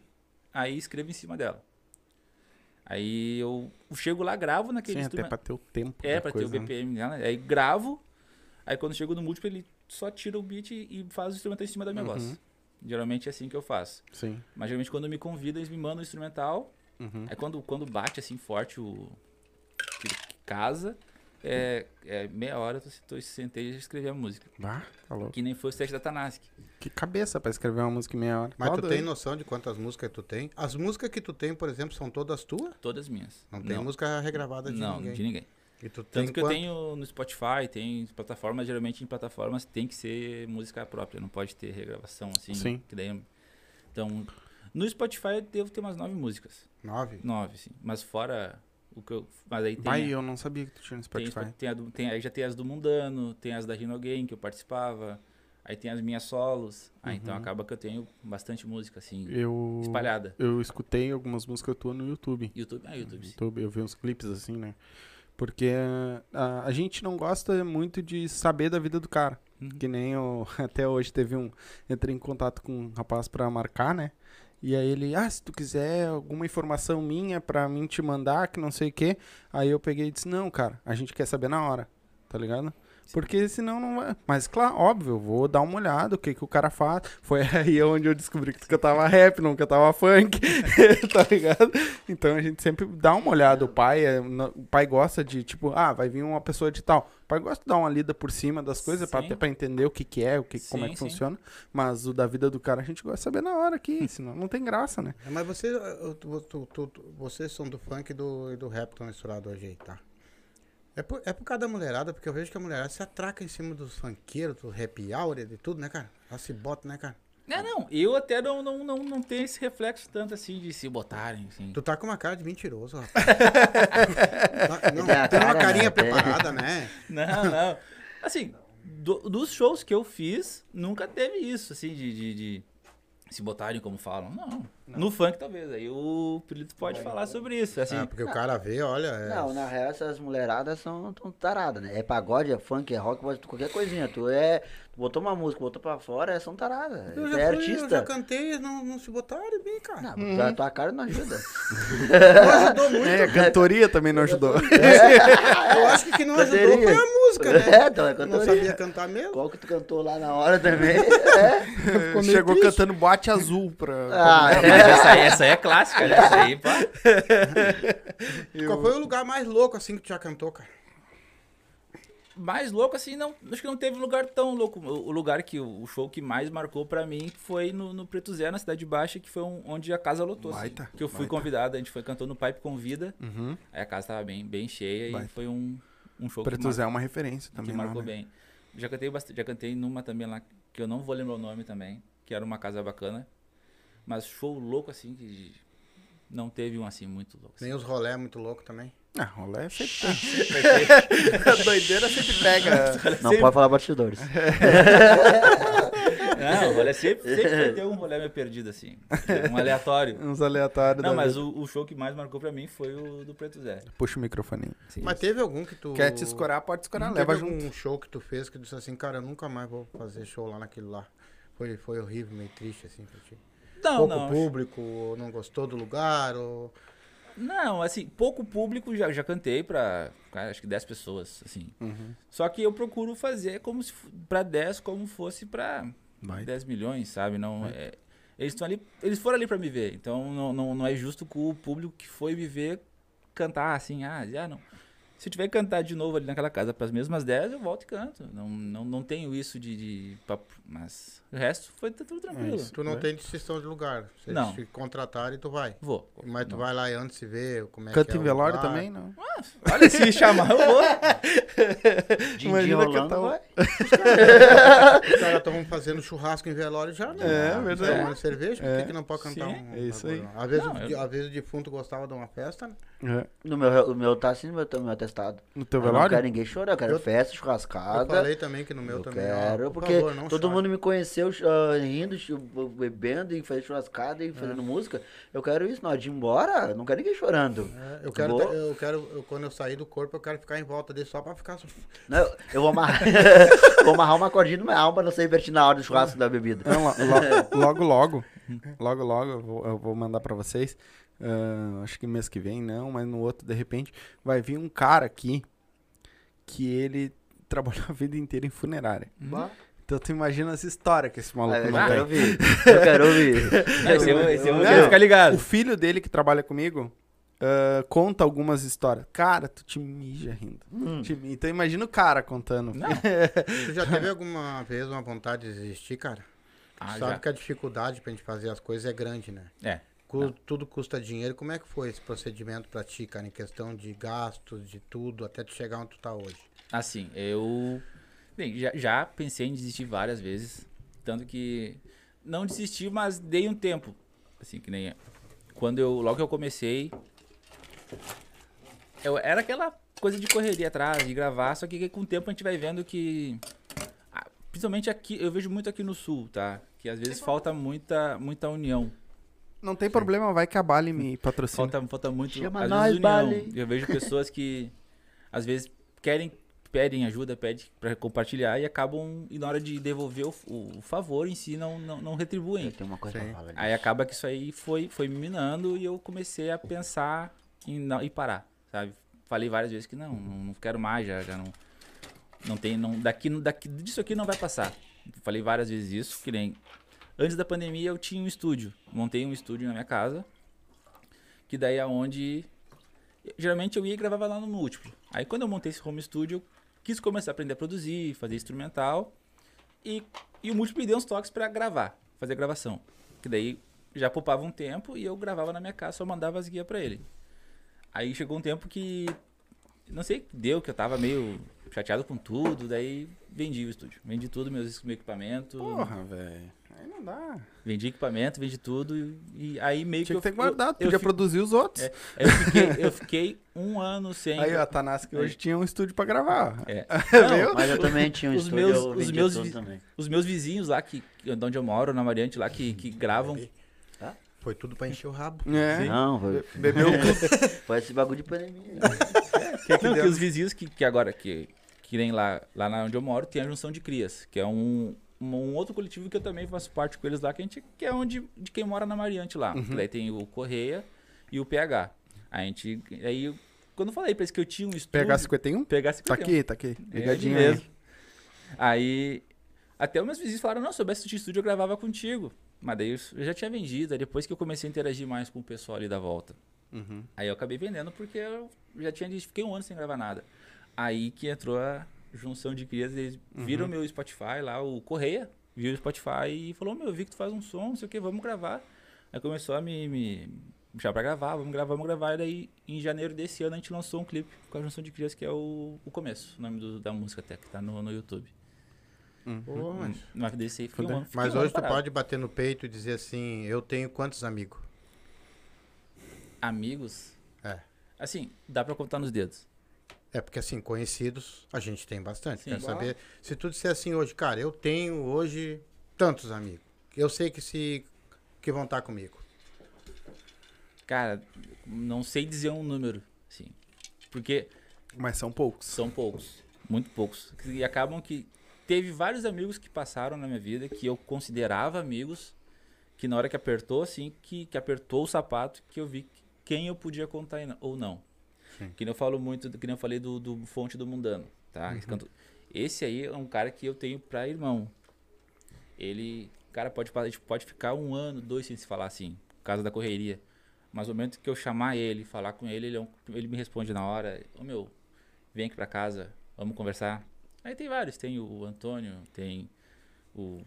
S4: aí escrevo em cima dela. Aí eu chego lá, gravo naquele
S1: Sim, até
S4: instrumento.
S1: pra ter o tempo.
S4: É,
S1: da
S4: pra
S1: coisa,
S4: ter o
S1: né?
S4: BPM dela. Aí gravo, aí quando chego no múltiplo, ele só tira o beat e faz o instrumental em cima da
S1: Uhum.
S4: minha voz. Geralmente é assim que eu faço.
S1: Sim.
S4: Mas geralmente quando me convidam, eles me mandam o instrumental.
S1: Uhum.
S4: Aí quando, quando bate assim forte o. que casa, é, é meia hora eu tô- sentei e já escrevi a música.
S1: Bah, tá louco.
S4: Que nem foi o set da Tanask.
S1: Que cabeça pra escrever uma música em meia hora.
S2: Mas
S1: Tá
S2: tu
S1: doido.
S2: tem noção de quantas músicas tu tem? As músicas que tu tem, por exemplo, são todas tuas?
S4: Todas minhas.
S2: Não tem música regravada de
S4: Não,
S2: ninguém.
S4: de ninguém.
S2: E tu tem
S4: Tanto que eu
S2: quanto?
S4: tenho no Spotify, tem plataformas, geralmente em plataformas tem que ser música própria, não pode ter regravação assim.
S1: Sim.
S4: que daí- então, no Spotify eu devo ter umas nove músicas.
S2: Nove?
S4: Nove, sim. Mas fora o que eu. Mas aí tem.
S1: Bah, e eu não sabia que tu tinha no
S4: Tem,
S1: Spotify.
S4: tem a do- tem- aí já tem as do Mundano, tem as da Rino Game que eu participava, aí tem as minhas solos. Ah, então acaba que eu tenho bastante música, assim,
S1: Eu.
S4: espalhada.
S1: Eu escutei algumas músicas tuas no YouTube.
S4: YouTube, ah, YouTube, sim.
S1: YouTube, eu vi uns clipes assim, né? Porque ah, a, a gente não gosta muito de saber da vida do cara.
S4: Uhum.
S1: Que nem eu, [LAUGHS] até hoje teve um. Entrei em contato com um rapaz pra marcar, né? E aí ele, ah, se tu quiser alguma informação minha pra mim te mandar, que não sei o quê. Aí eu peguei e disse, não, cara, a gente quer saber na hora, tá ligado? Porque senão não vai. Mas, claro, óbvio, eu vou dar uma olhada, o que, que o cara faz. Foi [LAUGHS] aí onde eu descobri que tu cantava rap, não cantava
S4: [LAUGHS]
S1: funk, [LAUGHS] tá ligado? Então a gente sempre dá uma olhada. O pai, é, no- o pai gosta de, tipo, ah, vai vir uma pessoa de tal. O pai gosta de dar uma lida por cima das coisas, pra,
S4: Sim.
S1: até pra entender o que, que é, o que, como é que
S4: Sim, sim.
S1: funciona. Mas o da vida do cara a gente gosta de saber na hora aqui, senão não tem graça, né?
S2: É, Mas você, eu- tu- tu- tu- tu- vocês são do funk e do, e do rap tão misturado hoje aí, tá? É por, é por causa da mulherada, porque eu vejo que a mulherada se atraca em cima dos funkeiros, do rap áurea, de tudo, né, cara? Ela se bota, né, cara?
S4: Não, Ah, não, eu até não, não, não, não tenho esse reflexo tanto assim de se botarem, assim.
S2: Tu tá com uma cara de mentiroso,
S3: [LAUGHS]
S2: rapaz. Tá- não,
S3: Tem a
S2: tem uma
S3: cara, né?
S2: carinha
S3: Tem.
S2: preparada, né?
S4: [LAUGHS] Não, não. Assim, do- dos shows que eu fiz, nunca teve isso, assim, de, de, de se botarem como falam. Não. No funk, talvez. Aí o Pirulito pode falar sobre isso. Assim,
S2: Ah, porque o cara vê, olha. é-
S3: Não, na real essas mulheradas são tão taradas, né? É pagode, é funk, é rock, mas qualquer coisinha. Tu é. Tu botou uma música, botou pra fora, é, são taradas.
S2: Eu
S3: Tu
S2: já,
S3: é
S2: fui, eu já
S3: artista.
S2: cantei, não, não se botaram bem, cara.
S3: Não, tua, tua cara
S2: [LAUGHS]
S3: não ajuda.
S2: Não ajudou muito.
S3: [LAUGHS]
S4: [LAUGHS]
S1: É, a cantoria também não ajudou.
S2: Eu acho que quem não ajudou
S3: Bateria.
S2: foi a música, né?
S3: [LAUGHS] É, então, é
S2: não
S3: cantoria.
S2: sabia cantar mesmo.
S3: Qual que tu cantou lá na hora também? [LAUGHS] É.
S2: Ficou meio
S1: Chegou
S2: triste.
S1: cantando boate azul pra.
S3: Ah,
S4: Mas
S3: é.
S4: essa aí, essa aí é clássica, né? Essa aí, pá.
S2: Qual foi o lugar mais louco assim que tu já cantou, cara?
S4: mais louco assim, não, acho que não teve lugar tão louco. O o lugar que o show que mais marcou pra mim foi no, no Preto Zé, na Cidade Baixa, que foi um- onde a casa lotou, assim,
S1: Baita,
S4: que eu fui
S1: baita.
S4: convidado, a gente foi cantou no Pipe Convida.
S1: Uhum.
S4: Aí a casa tava bem, bem cheia
S1: Baita.
S4: e foi um, um show que,
S1: Preto
S4: mar-
S1: Zé é uma referência
S4: que
S1: também. lá,
S4: marcou
S1: né?
S4: bem. Já cantei bastante, já cantei numa também lá que eu não vou lembrar o nome também, que era uma casa bacana. Mas show louco assim que não teve um assim muito louco. assim.
S2: Nem os rolé é muito louco também.
S1: Ah, rolê é sempre tem. [LAUGHS]
S2: Doideira sempre pega.
S4: [LAUGHS]
S3: Não pode falar bastidores.
S4: Não, olha, sempre, sempre vai ter um rolê meio perdido
S1: [LAUGHS]
S4: assim, um aleatório.
S1: É. Uns aleatórios.
S4: Não,
S1: da
S4: mas
S1: vida.
S4: o, o show que mais marcou pra mim foi o do Preto Zé.
S1: Puxa o microfone. aí.
S2: Mas teve algum que tu.
S1: Quer te escorar, pode escorar.
S2: Teve
S1: Leva
S2: algum
S1: junto.
S2: show que tu fez que tu disse assim, cara, eu nunca mais vou fazer show lá naquele lá. Foi, foi horrível, meio triste assim pra ti.
S4: Não,
S2: Pouco
S4: não.
S2: público, ou não gostou do lugar, ou.
S4: Não, assim, pouco público já, já cantei pra, cara, acho que 10 pessoas, assim.
S2: Uhum.
S4: Só que eu procuro fazer como se f- pra 10 como fosse pra
S1: Vai.
S4: 10 milhões, sabe? Não é- eles estão ali, eles foram ali pra me ver. Então não, não, não é justo com o público que foi me ver cantar assim, ah, ah, não. Se eu tiver que cantar de novo ali naquela casa pras mesmas 10, eu volto e canto. Não, não, não tenho isso de, de papo, mas o resto foi tudo tranquilo.
S1: isso.
S2: Tu não
S1: Né?
S2: tem distinção de lugar. Se
S4: Não.
S2: eles te contratarem, tu vai.
S4: Vou.
S2: Mas tu
S4: Não.
S2: vai lá antes e vê como é
S1: Canta
S2: que é.
S1: em
S2: o
S1: velório
S2: lugar.
S1: também, não?
S4: Ah, Olha, se me chamar, eu vou.
S3: Din
S1: Imagina
S3: rolando,
S1: cantar um-
S3: vai.
S2: Os caras estavam fazendo churrasco em velório já, né?
S1: É,
S2: Ah,
S1: verdade.
S2: Tomando cerveja, por
S1: É.
S2: que, que não pode cantar
S4: Sim,
S2: um.
S1: é isso aí.
S2: bagulho? Às vezes,
S4: Não,
S2: o,
S4: eu-
S2: às vezes o defunto gostava de uma festa, né?
S1: É.
S3: No meu, o meu tá assim, no meu, no meu atestado.
S1: No teu
S3: Eu não quero
S1: velório?
S3: ninguém chorar, eu quero
S2: Eu-
S3: festa,
S2: Eu
S3: churrascada.
S2: falei também que no meu
S3: Eu
S2: também. ó,
S3: quero,
S2: por
S3: porque
S2: favor, não
S3: todo
S2: chore.
S3: mundo me conheceu ah, rindo, chu- bebendo e fazendo churrascada e fazendo música. Eu quero isso, na hora de ir embora, eu não quero ninguém chorando.
S2: É, Eu quero,
S3: Boa.
S2: tá- eu quero eu- quando eu sair do corpo, eu quero ficar em volta dele só pra ficar.
S3: Não, Né, eu- eu vou amarrar, [LAUGHS] vou amarrar uma cordinha na minha alma pra não ser invertir na hora do churrasco da bebida.
S1: Não, É um
S3: [LAUGHS] É.
S1: lo- lo- logo, logo. Logo, logo eu vou, eu vou mandar pra vocês. Ah, acho que mês que vem não, mas no outro, de repente, vai vir um cara aqui que ele [LAUGHS] trabalhou a vida inteira em funerária.
S3: Bah.
S1: Então tu imagina essa história que esse maluco
S4: É,
S3: Ah, eu
S1: não
S3: quero
S1: tem.
S3: ouvir, eu quero ouvir.
S4: Não, É, esse eu, esse eu,
S1: Não.
S4: quero ficar ligado.
S1: O filho dele que trabalha comigo ah, conta algumas histórias. Cara, tu te mija rindo. Te- Então imagina o cara contando.
S4: Hum. Não.
S2: Tu já
S4: [LAUGHS]
S2: teve alguma vez uma vontade de desistir, cara?
S4: Ah,
S2: Sabe
S4: já.
S2: que a dificuldade pra gente fazer as coisas é grande, né?
S4: É.
S2: Cu- Tudo custa dinheiro. Como é que foi esse procedimento pra ti, cara? Em questão de gastos, de tudo, até tu chegar onde tu tá hoje.
S4: Assim, eu. Bem, já, já pensei em desistir várias vezes. Tanto que. Não desisti, mas dei um tempo. Assim, que nem. é. Quando eu. Logo que eu comecei. Eu, era aquela coisa de correria atrás, de gravar, só que com o tempo a gente vai vendo que. ah, Principalmente aqui, eu vejo muito aqui no sul, tá? Que às vezes falta muita, muita união.
S1: Não tem problema, vai que a Bali me patrocina.
S4: Falta, falta muito.
S3: Chama
S4: às
S3: nós,
S4: vezes,
S3: Bali.
S4: união. Eu vejo pessoas que, às vezes, querem, pedem ajuda, pedem pra compartilhar e acabam, e na hora de devolver o, o favor em si, não, não, não retribuem.
S3: Tem uma coisa
S2: Sim.
S3: pra falar disso.
S4: Aí acaba que isso aí foi, foi me minando e eu comecei a pensar em, não, em parar, sabe? Falei várias vezes que não, não, não quero mais, já, já não. Não tem, não, daqui, daqui, disso aqui não vai passar. Falei várias vezes isso, que nem. Antes da pandemia eu tinha um estúdio, montei um estúdio na minha casa, que daí é onde. Geralmente eu ia e gravava lá no múltiplo. Aí quando eu montei esse home studio, eu quis começar a aprender a produzir, fazer instrumental. E, e o múltiplo me deu uns toques pra gravar, fazer a gravação. Que daí já poupava um tempo e eu gravava na minha casa, só mandava as guias pra ele. Aí chegou um tempo que. Não sei o que deu, que eu tava meio chateado com tudo, daí vendi o estúdio. Vendi tudo, meus, meu equipamento.
S1: Porra, velho. Aí não dá.
S4: Vendi equipamento, vendi tudo. E, e aí meio
S1: Tinha que
S4: que.
S1: ter
S4: eu, eu,
S1: guardado,
S4: eu,
S1: podia
S4: fi-
S1: produzir os outros.
S4: É, eu fiquei, eu fiquei um ano sem.
S1: Aí o Atanás que hoje tinha um estúdio pra gravar.
S4: É.
S1: Viu?
S3: Mas eu também tinha um
S4: Os
S3: estúdio,
S4: meus-
S3: eu
S4: os
S3: vendi
S4: meus
S3: tudo
S4: vi-
S3: também.
S4: Os meus vizinhos lá, que, que- onde eu moro, na Mariante, lá, que, que gravam.
S2: Foi tudo pra encher o rabo.
S4: Uhum.
S1: É.
S3: Não, foi, [LAUGHS]
S1: Bebeu tudo.
S3: foi esse bagulho de pandemia.
S4: não, que os vizinhos que, que agora, que, que nem lá, lá na onde eu moro, tem a Junção de Crias, que é um, um, um outro coletivo que eu também faço parte com eles lá, que, a gente, que é onde de quem mora na Mariante lá. Que Daí tem o Correia e o PH. A gente. Aí Quando eu falei pra eles que eu tinha um estúdio...
S1: Pegar 51?
S4: Pegar 51.
S1: Tá aqui, tá aqui.
S4: É,
S1: Ligadinho
S4: ele
S1: aí.
S4: mesmo. Aí, até os meus vizinhos falaram, não, se eu soubesse que tu tinha estúdio, eu gravava contigo. Mas daí eu eu já tinha vendido, aí depois que eu comecei a interagir mais com o pessoal ali da volta. Aí eu acabei vendendo porque eu já tinha, fiquei um ano sem gravar nada. Aí que entrou a junção de crianças, eles viram meu Spotify lá, o Correia, viu o Spotify e falou, meu, eu vi que tu faz um som, não sei o que, vamos gravar. Aí começou a me, me puxar pra gravar, vamos gravar, vamos gravar. E daí, em janeiro desse ano, a gente lançou um clipe com a junção de crianças, que é o, o Começo, o nome do- da música até, que tá no, no YouTube. Hum,
S2: Pô, mas é?
S4: Mas desse aí fiquei um ano- fiquei
S2: mas
S4: um ano
S2: hoje tu
S4: parado.
S2: pode bater no peito e dizer assim, eu tenho quantos amigos?
S4: Amigos?
S2: É.
S4: Assim, dá pra contar nos dedos.
S2: É porque assim, conhecidos a gente tem bastante.
S4: Sim.
S2: Quero saber. Se tu disser assim hoje, cara, eu tenho hoje tantos amigos. Eu sei que se. que vão estar comigo.
S4: Cara, não sei dizer um número, sim. Porque
S1: Mas são poucos.
S4: são poucos, muito poucos. E acabam que teve vários amigos que passaram na minha vida que eu considerava amigos, que na hora que apertou assim, que, que apertou o sapato, que eu vi que- quem eu podia contar e não- ou não. Que nem eu falo muito, do- que nem eu falei do, do Fonte do Mundano, tá? Esse canto- Esse aí é um cara que eu tenho pra irmão. Ele, cara, pode, pa- a gente pode ficar um ano, dois sem se falar assim, por causa da correria. Mas no momento que eu chamar ele, falar com ele, ele, é um- ele me responde na hora, ô meu, vem aqui pra casa, vamos conversar. Aí tem vários, tem o Antônio, tem o...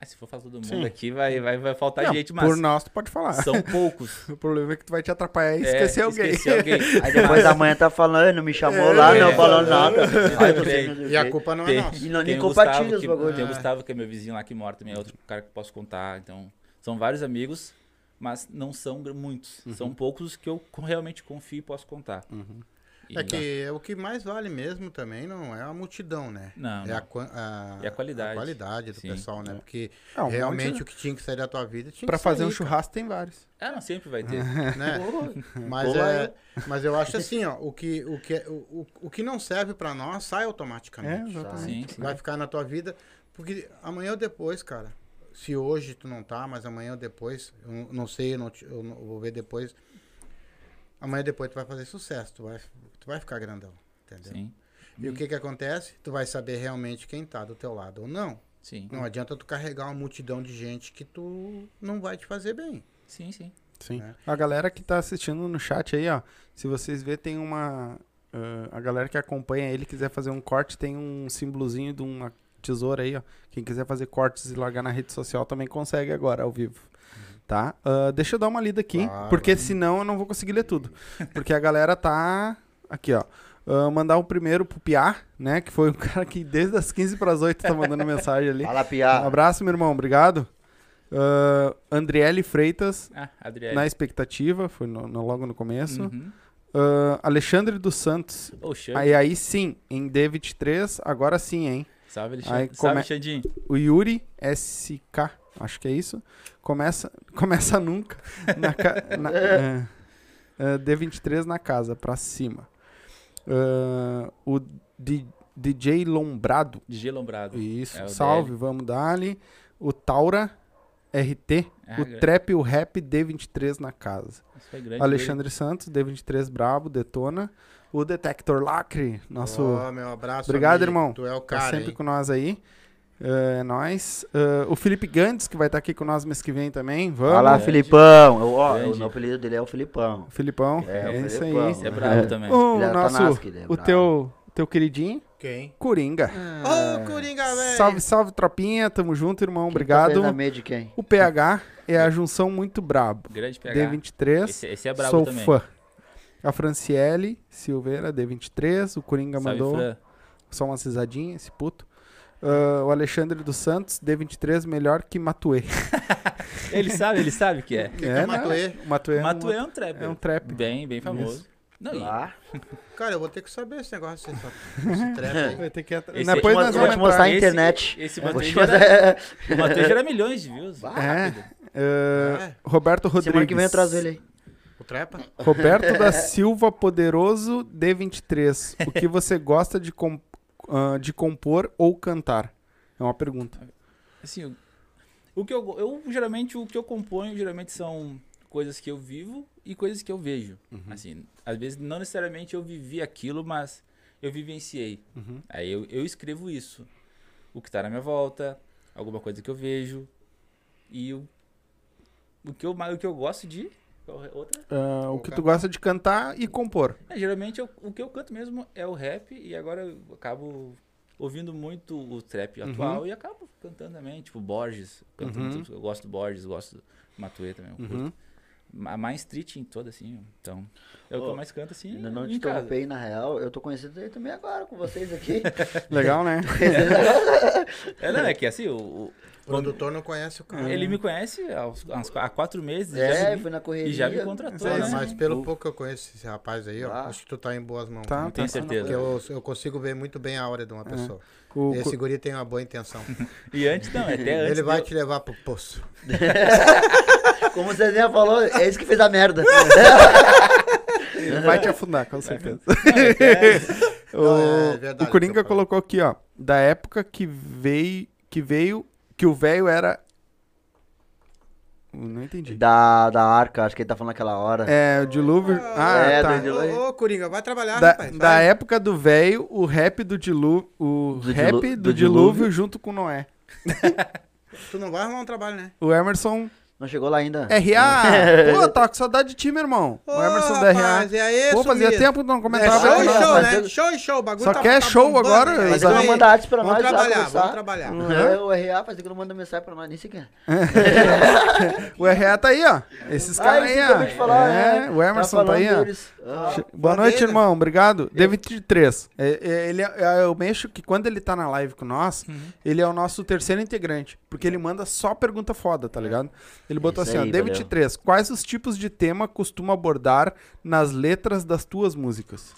S4: Ah, se for falar todo mundo
S2: Sim.
S4: aqui, vai, vai, vai faltar
S1: Não,
S4: gente, mas
S1: por nós, tu pode falar.
S4: são poucos.
S1: [LAUGHS] O problema é que tu vai te atrapalhar e
S4: É,
S1: esquecer alguém. [LAUGHS]
S4: Esquecer alguém.
S3: Aí depois da manhã tá falando, "Ei, não me chamou lá,
S4: é,
S3: não
S4: é.
S3: falou
S4: [LAUGHS]
S3: nada. Aí você não sei o
S2: E a
S3: quê.
S2: culpa não é
S4: Tem-
S2: nossa.
S3: E não, nem
S4: o
S3: compartilha
S4: Gustavo
S3: os
S4: que-
S3: bagulhos.
S4: Tem o Gustavo, que é meu vizinho lá que mora também, é outro cara que eu posso contar. Então, são vários amigos, mas não são gr- muitos.
S1: Uhum.
S4: São poucos que eu co- realmente confio e posso contar. E-
S2: É que é o que mais vale mesmo também não é a multidão, né?
S4: Não,
S2: é a,
S4: não.
S2: quan- a,
S4: É a qualidade.
S2: a qualidade do
S4: Sim.
S2: pessoal, né? Porque
S1: É, um monte,
S2: realmente
S1: né?
S2: o que tinha que sair da tua vida tinha
S1: Pra
S2: que sair,
S1: fazer um churrasco tem vários.
S4: Ah, não, sempre vai
S1: [LAUGHS]
S4: ter.
S2: né? Mas,
S3: Boa
S2: é, mas eu acho assim, ó, o que, o que, o, o, o que não serve pra nós sai
S1: É,
S2: automaticamente.
S1: exatamente.
S4: sim, sim.
S2: Vai ficar na tua vida, porque amanhã ou depois, cara. Se hoje tu não tá, mas amanhã ou depois, eu n- não sei, eu, não, te- eu não- eu vou ver depois. Amanhã ou depois tu vai fazer sucesso, tu vai, tu vai ficar grandão, entendeu?
S4: Sim,
S2: E o que que acontece? Tu vai saber realmente quem tá do teu lado ou não.
S4: sim.
S1: Uhum.
S2: Não adianta tu carregar uma multidão de gente que tu não vai te fazer bem.
S4: Sim, sim.
S1: Sim.
S2: né?
S1: A galera que tá assistindo no chat aí, ó. Se vocês verem, tem uma. ah, a galera que acompanha ele quiser fazer um corte, tem um símbolozinho de uma tesoura aí, ó. Quem quiser fazer cortes e largar na rede social também consegue agora, ao vivo. Tá? Ah, deixa eu dar uma lida aqui,
S2: Claro.
S1: porque senão eu não vou conseguir ler tudo. Porque a galera tá. Aqui, ó. Ah, mandar o primeiro pro Piá, né? Que foi o [LAUGHS] cara que desde as 15 para as 8 tá mandando mensagem ali.
S3: Fala,
S1: Um
S3: piá.
S1: abraço, meu irmão. Obrigado. Ah, Andriele Freitas,
S4: Ah, Adriele.
S1: na expectativa, foi no- no- logo no começo.
S4: Uhum.
S1: Ah, Alexandre dos Santos.
S4: Ô, Xande.
S1: Aí, aí sim, em D23, agora sim, hein?
S4: Salve,
S1: aí
S4: Alexandre.
S1: come-
S4: Salve, Xandinho.
S1: O Yuri SK, acho que é isso. Começa, [LAUGHS] começa nunca. Na ca- na- é, é, D23 na casa, pra cima. Ah, o D- DJ Lombrado.
S4: DJ Lombrado.
S1: Isso,
S4: É o
S1: salve,
S4: dele.
S1: vamos dali. O Taura RT,
S4: Ah,
S1: o
S4: gra-
S1: Trap e o Rap D23 na casa.
S4: Isso foi grande.
S1: Alexandre Santos, D23 Brabo, Detona. O Detector Lacre, nosso.
S2: Ó, meu abraço.
S1: Obrigado,
S2: amigo.
S1: irmão.
S2: Tu é o
S1: tá
S2: cara.
S1: sempre
S2: hein?
S1: com nós aí. É nós. É, o Felipe Gandes, que vai estar aqui com nós mês que vem também. Vamos.
S3: Fala,
S4: Grande.
S3: Filipão. Eu, ó,
S4: Grande.
S3: o meu apelido dele é o Filipão.
S1: Filipão.
S3: É,
S1: É,
S3: o
S1: isso
S3: Felipão.
S1: aí.
S4: Esse é brabo
S3: É.
S4: também.
S1: O
S3: Ele é
S1: nosso.
S3: Tanasco, ele é
S1: o
S3: brabo.
S1: teu, teu queridinho,
S2: Quem?
S1: Coringa.
S2: Ô, Ah, Coringa, velho!
S1: É. Salve, salve, tropinha. Tamo junto, irmão.
S3: Quem tá
S1: Obrigado.
S3: vendo a meia de quem?
S1: O PH é a junção muito brabo.
S4: Grande PH.
S1: D23.
S4: Esse, esse é brabo
S1: Sou
S4: também.
S1: fã. A Franciele Silveira, D23. O Coringa
S4: Salve,
S1: mandou
S4: Fran.
S1: só uma cisadinha, esse puto. Ah, o Alexandre dos Santos, D23, melhor que Matuê. [LAUGHS]
S4: Ele sabe, ele sabe que é.
S2: O que que é Matuê?
S1: O Matuê, é um-
S4: Matuê é um trap.
S1: é um trap.
S4: Bem, bem famoso. Não, e-
S3: Lá.
S2: Cara, eu vou ter que saber esse negócio,
S1: [LAUGHS]
S2: esse, esse trap aí.
S1: Vai ter que atra-
S4: Esse aí- é
S1: Depois
S4: Vou-
S1: nós
S4: vou
S1: vamos
S3: te
S1: entrar.
S3: mostrar. na internet.
S4: Esse
S3: Vou
S4: Matuê
S3: te
S4: gera,
S3: [LAUGHS] fazer-
S4: o Matuê gera milhões de views.
S1: É.
S4: Rápido.
S2: É.
S1: Ah, Roberto Rodrigues.
S3: Semana que vem eu trazo ele aí.
S2: O trepa?
S1: [LAUGHS] Roberto
S3: [LAUGHS]
S1: da Silva Poderoso, D23. O que
S4: [LAUGHS]
S1: você gosta de, com- ah, de compor ou cantar? É uma pergunta.
S4: Assim, o, o que eu, go- eu geralmente o que eu componho geralmente são coisas que eu vivo e coisas que eu vejo. Assim, às vezes não necessariamente eu vivi aquilo, mas eu vivenciei. Aí eu, eu escrevo isso. O que tá na minha volta, alguma coisa que eu vejo. E o, o, que, eu, ma- o que eu gosto de. qual é a Outra?
S1: Ah, o que tu gosta de cantar e compor.
S4: É, geralmente eu- o que eu canto mesmo é o rap e agora eu acabo ouvindo muito o trap
S3: Uhum.
S4: atual e acabo cantando também, tipo Borges, canto
S1: Uhum.
S4: muito, eu gosto do Borges, gosto do Matuê também, eu curto.
S1: Uhum.
S4: A mais street em toda assim, então é o que
S3: Ô,
S4: eu mais canto assim.
S3: Ainda não te um
S4: em casa.
S3: interrompei, na real. Eu tô conhecendo ele também agora com vocês aqui.
S1: Legal, [LAUGHS] né?
S4: É, não, é que assim, o, o-
S2: O produtor não conhece o
S1: É.
S2: cara.
S4: ele me conhece há, uns- há uns qu- há quatro meses e [LAUGHS] já
S3: é,
S4: me-
S3: fui na correria.
S4: e já me contratou,
S2: Olha,
S4: né?
S2: mas pelo pouco que eu conheço esse rapaz aí, ó,
S3: Ah.
S2: acho que tu tá em boas mãos.
S1: Tá, tá.
S4: Tenho certeza.
S2: Porque eu, eu consigo ver muito bem a aura de uma pessoa.
S1: O-
S2: E Esse guri tem uma
S1: [LAUGHS]
S2: boa intenção.
S4: E antes não, até antes.
S2: Ele vai
S4: de eu-
S2: te levar pro poço.
S3: Como o Cezinha falou, é isso que fez a
S1: [LAUGHS]
S3: merda. [LAUGHS]
S1: Ele vai te afundar, com certeza.
S4: não,
S3: É,
S4: até-
S2: Não,
S1: [LAUGHS]
S2: é
S1: o,
S2: verdade
S1: o Coringa
S2: que eu falei.
S1: colocou aqui, ó. Da época que veio. Que veio. Que o velho era. Não entendi.
S3: da, da arca, acho que ele tá falando naquela hora.
S1: É, o dilúvio. Ah,
S3: é,
S1: tá.
S3: do dilúvio.
S2: Ô, ô, Coringa, vai trabalhar,
S1: Da,
S2: Ah, rapaz.
S1: da
S2: vai.
S1: época do velho, o rap do dilúvio. O
S3: Do
S1: rap do,
S3: dilu- do
S1: dilúvio,
S3: dilúvio.
S1: junto com Noé.
S2: Tu não vai arrumar um trabalho, né?
S1: O Emerson
S3: Não chegou lá ainda. [LAUGHS]
S1: RA. Pô, tá com saudade de ti, meu irmão. O
S2: Ô,
S1: Emerson da
S2: rapaz,
S1: RA.
S2: e aí,
S1: Pô, fazia
S2: sumido?
S1: tempo que não
S2: É
S1: comentava.
S2: show e
S3: Não,
S2: show,
S3: mas
S2: né?
S3: eu-
S2: Show e show. O bagulho
S1: Só
S2: tá,
S1: quer
S2: tá
S1: show
S2: bombando,
S1: agora,
S2: hein? É
S1: mas
S2: isso
S3: Faz que
S1: aí.
S3: não manda arte pra
S2: Vamos
S3: nós lá
S2: trabalhar,
S3: conversar.
S2: vamos trabalhar.
S3: Não é o RA, faz que não manda mensagem pra nós, nem sequer.
S1: O RA tá aí, ó. Esses
S3: Ah,
S1: caras
S3: isso
S1: aí,
S3: que eu acabei de
S1: ó.
S3: falar,
S1: É,
S3: né?
S1: o Emerson
S3: falando
S1: tá aí, ó.
S3: deles. Ah,
S1: Che- Boa noite,
S2: Bandeira.
S1: irmão. Obrigado. David 3. ele é, é- eu mexo que quando ele tá na live com nós,
S3: Uhum.
S1: ele é o nosso terceiro integrante. Porque ele manda só pergunta foda, tá ligado? Ele botou
S3: É. Isso
S1: assim,
S3: aí,
S1: ó, David
S3: valeu.
S1: 3, quais os tipos de tema costuma abordar nas letras das tuas músicas?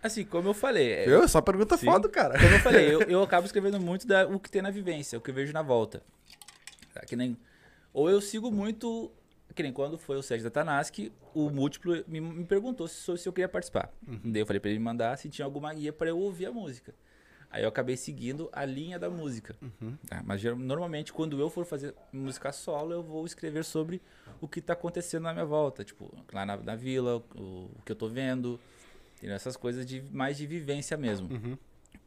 S4: assim, como eu falei, é-
S1: Eu? Só pergunta
S4: Sim.
S1: foda, cara.
S4: Como É eu falei, eu, eu acabo escrevendo muito da, o que tem na vivência, o que eu vejo na volta. Tá, Que nem, ou eu sigo muito, que nem quando foi o Sérgio da Tanaski, o múltiplo me, me perguntou se, se eu queria participar. Daí eu falei pra ele me mandar se tinha alguma guia pra eu ouvir a música. Aí eu acabei seguindo a linha da música. Tá, mas geral- normalmente quando eu for fazer música solo, eu vou escrever sobre o que tá acontecendo na minha volta. Tipo, lá na, na vila, o, o que eu tô vendo. entendeu? Essas coisas de mais de vivência mesmo.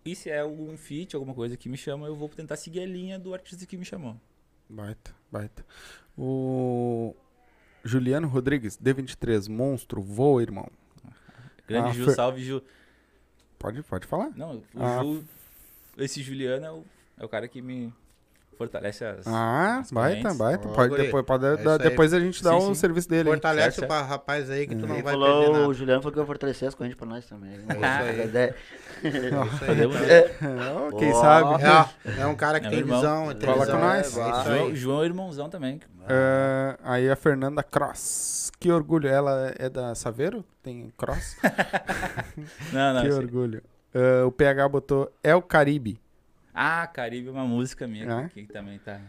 S4: E se é algum feat, alguma coisa que me chama, eu vou tentar seguir a linha do artista que me chamou.
S1: Baita, baita. O Juliano Rodrigues, D23, monstro, voa, irmão.
S4: Grande
S1: Ah,
S4: Ju,
S1: Fer-
S4: salve Ju.
S1: Pode, pode falar.
S4: Não, o
S1: Ah,
S4: Ju, esse Juliano é o, é o cara que me fortalece as.
S1: Ah,
S4: as
S1: baita,
S4: correntes.
S1: baita.
S2: Ó,
S1: Pode,
S2: guri.
S1: depois, pode
S2: É
S1: dar-
S2: isso aí.
S1: depois a gente dá
S4: Sim,
S1: o
S4: sim.
S1: serviço dele. hein?
S2: Fortalece
S4: Certo,
S2: o pa- rapaz aí que tu não
S3: Ele
S2: vai perder
S3: falou, o
S2: nada.
S3: Juliano falou que eu fortalecer as correntes pra nós também.
S2: aí.
S3: É,
S2: Isso aí,
S4: Podemos-
S2: tá?
S1: [LAUGHS] É, ó, quem
S3: Ó.
S1: sabe?
S2: [LAUGHS] É, é um cara que
S4: É
S2: tem
S4: meu irmão.
S2: visão, tem
S1: Fala
S2: visão.
S1: com nós.
S2: É isso
S4: João,
S2: aí.
S4: João é o irmãozão também.
S1: É, aí a Fernanda Cross. Que orgulho. Ela é da Saveiro? Tem Cross?
S4: [LAUGHS] Não, assim, não.
S1: que
S4: esse-
S1: orgulho. É, o PH botou É o Caribe.
S4: Ah, Caribe é uma música minha
S1: Ah.
S4: que, que também tá.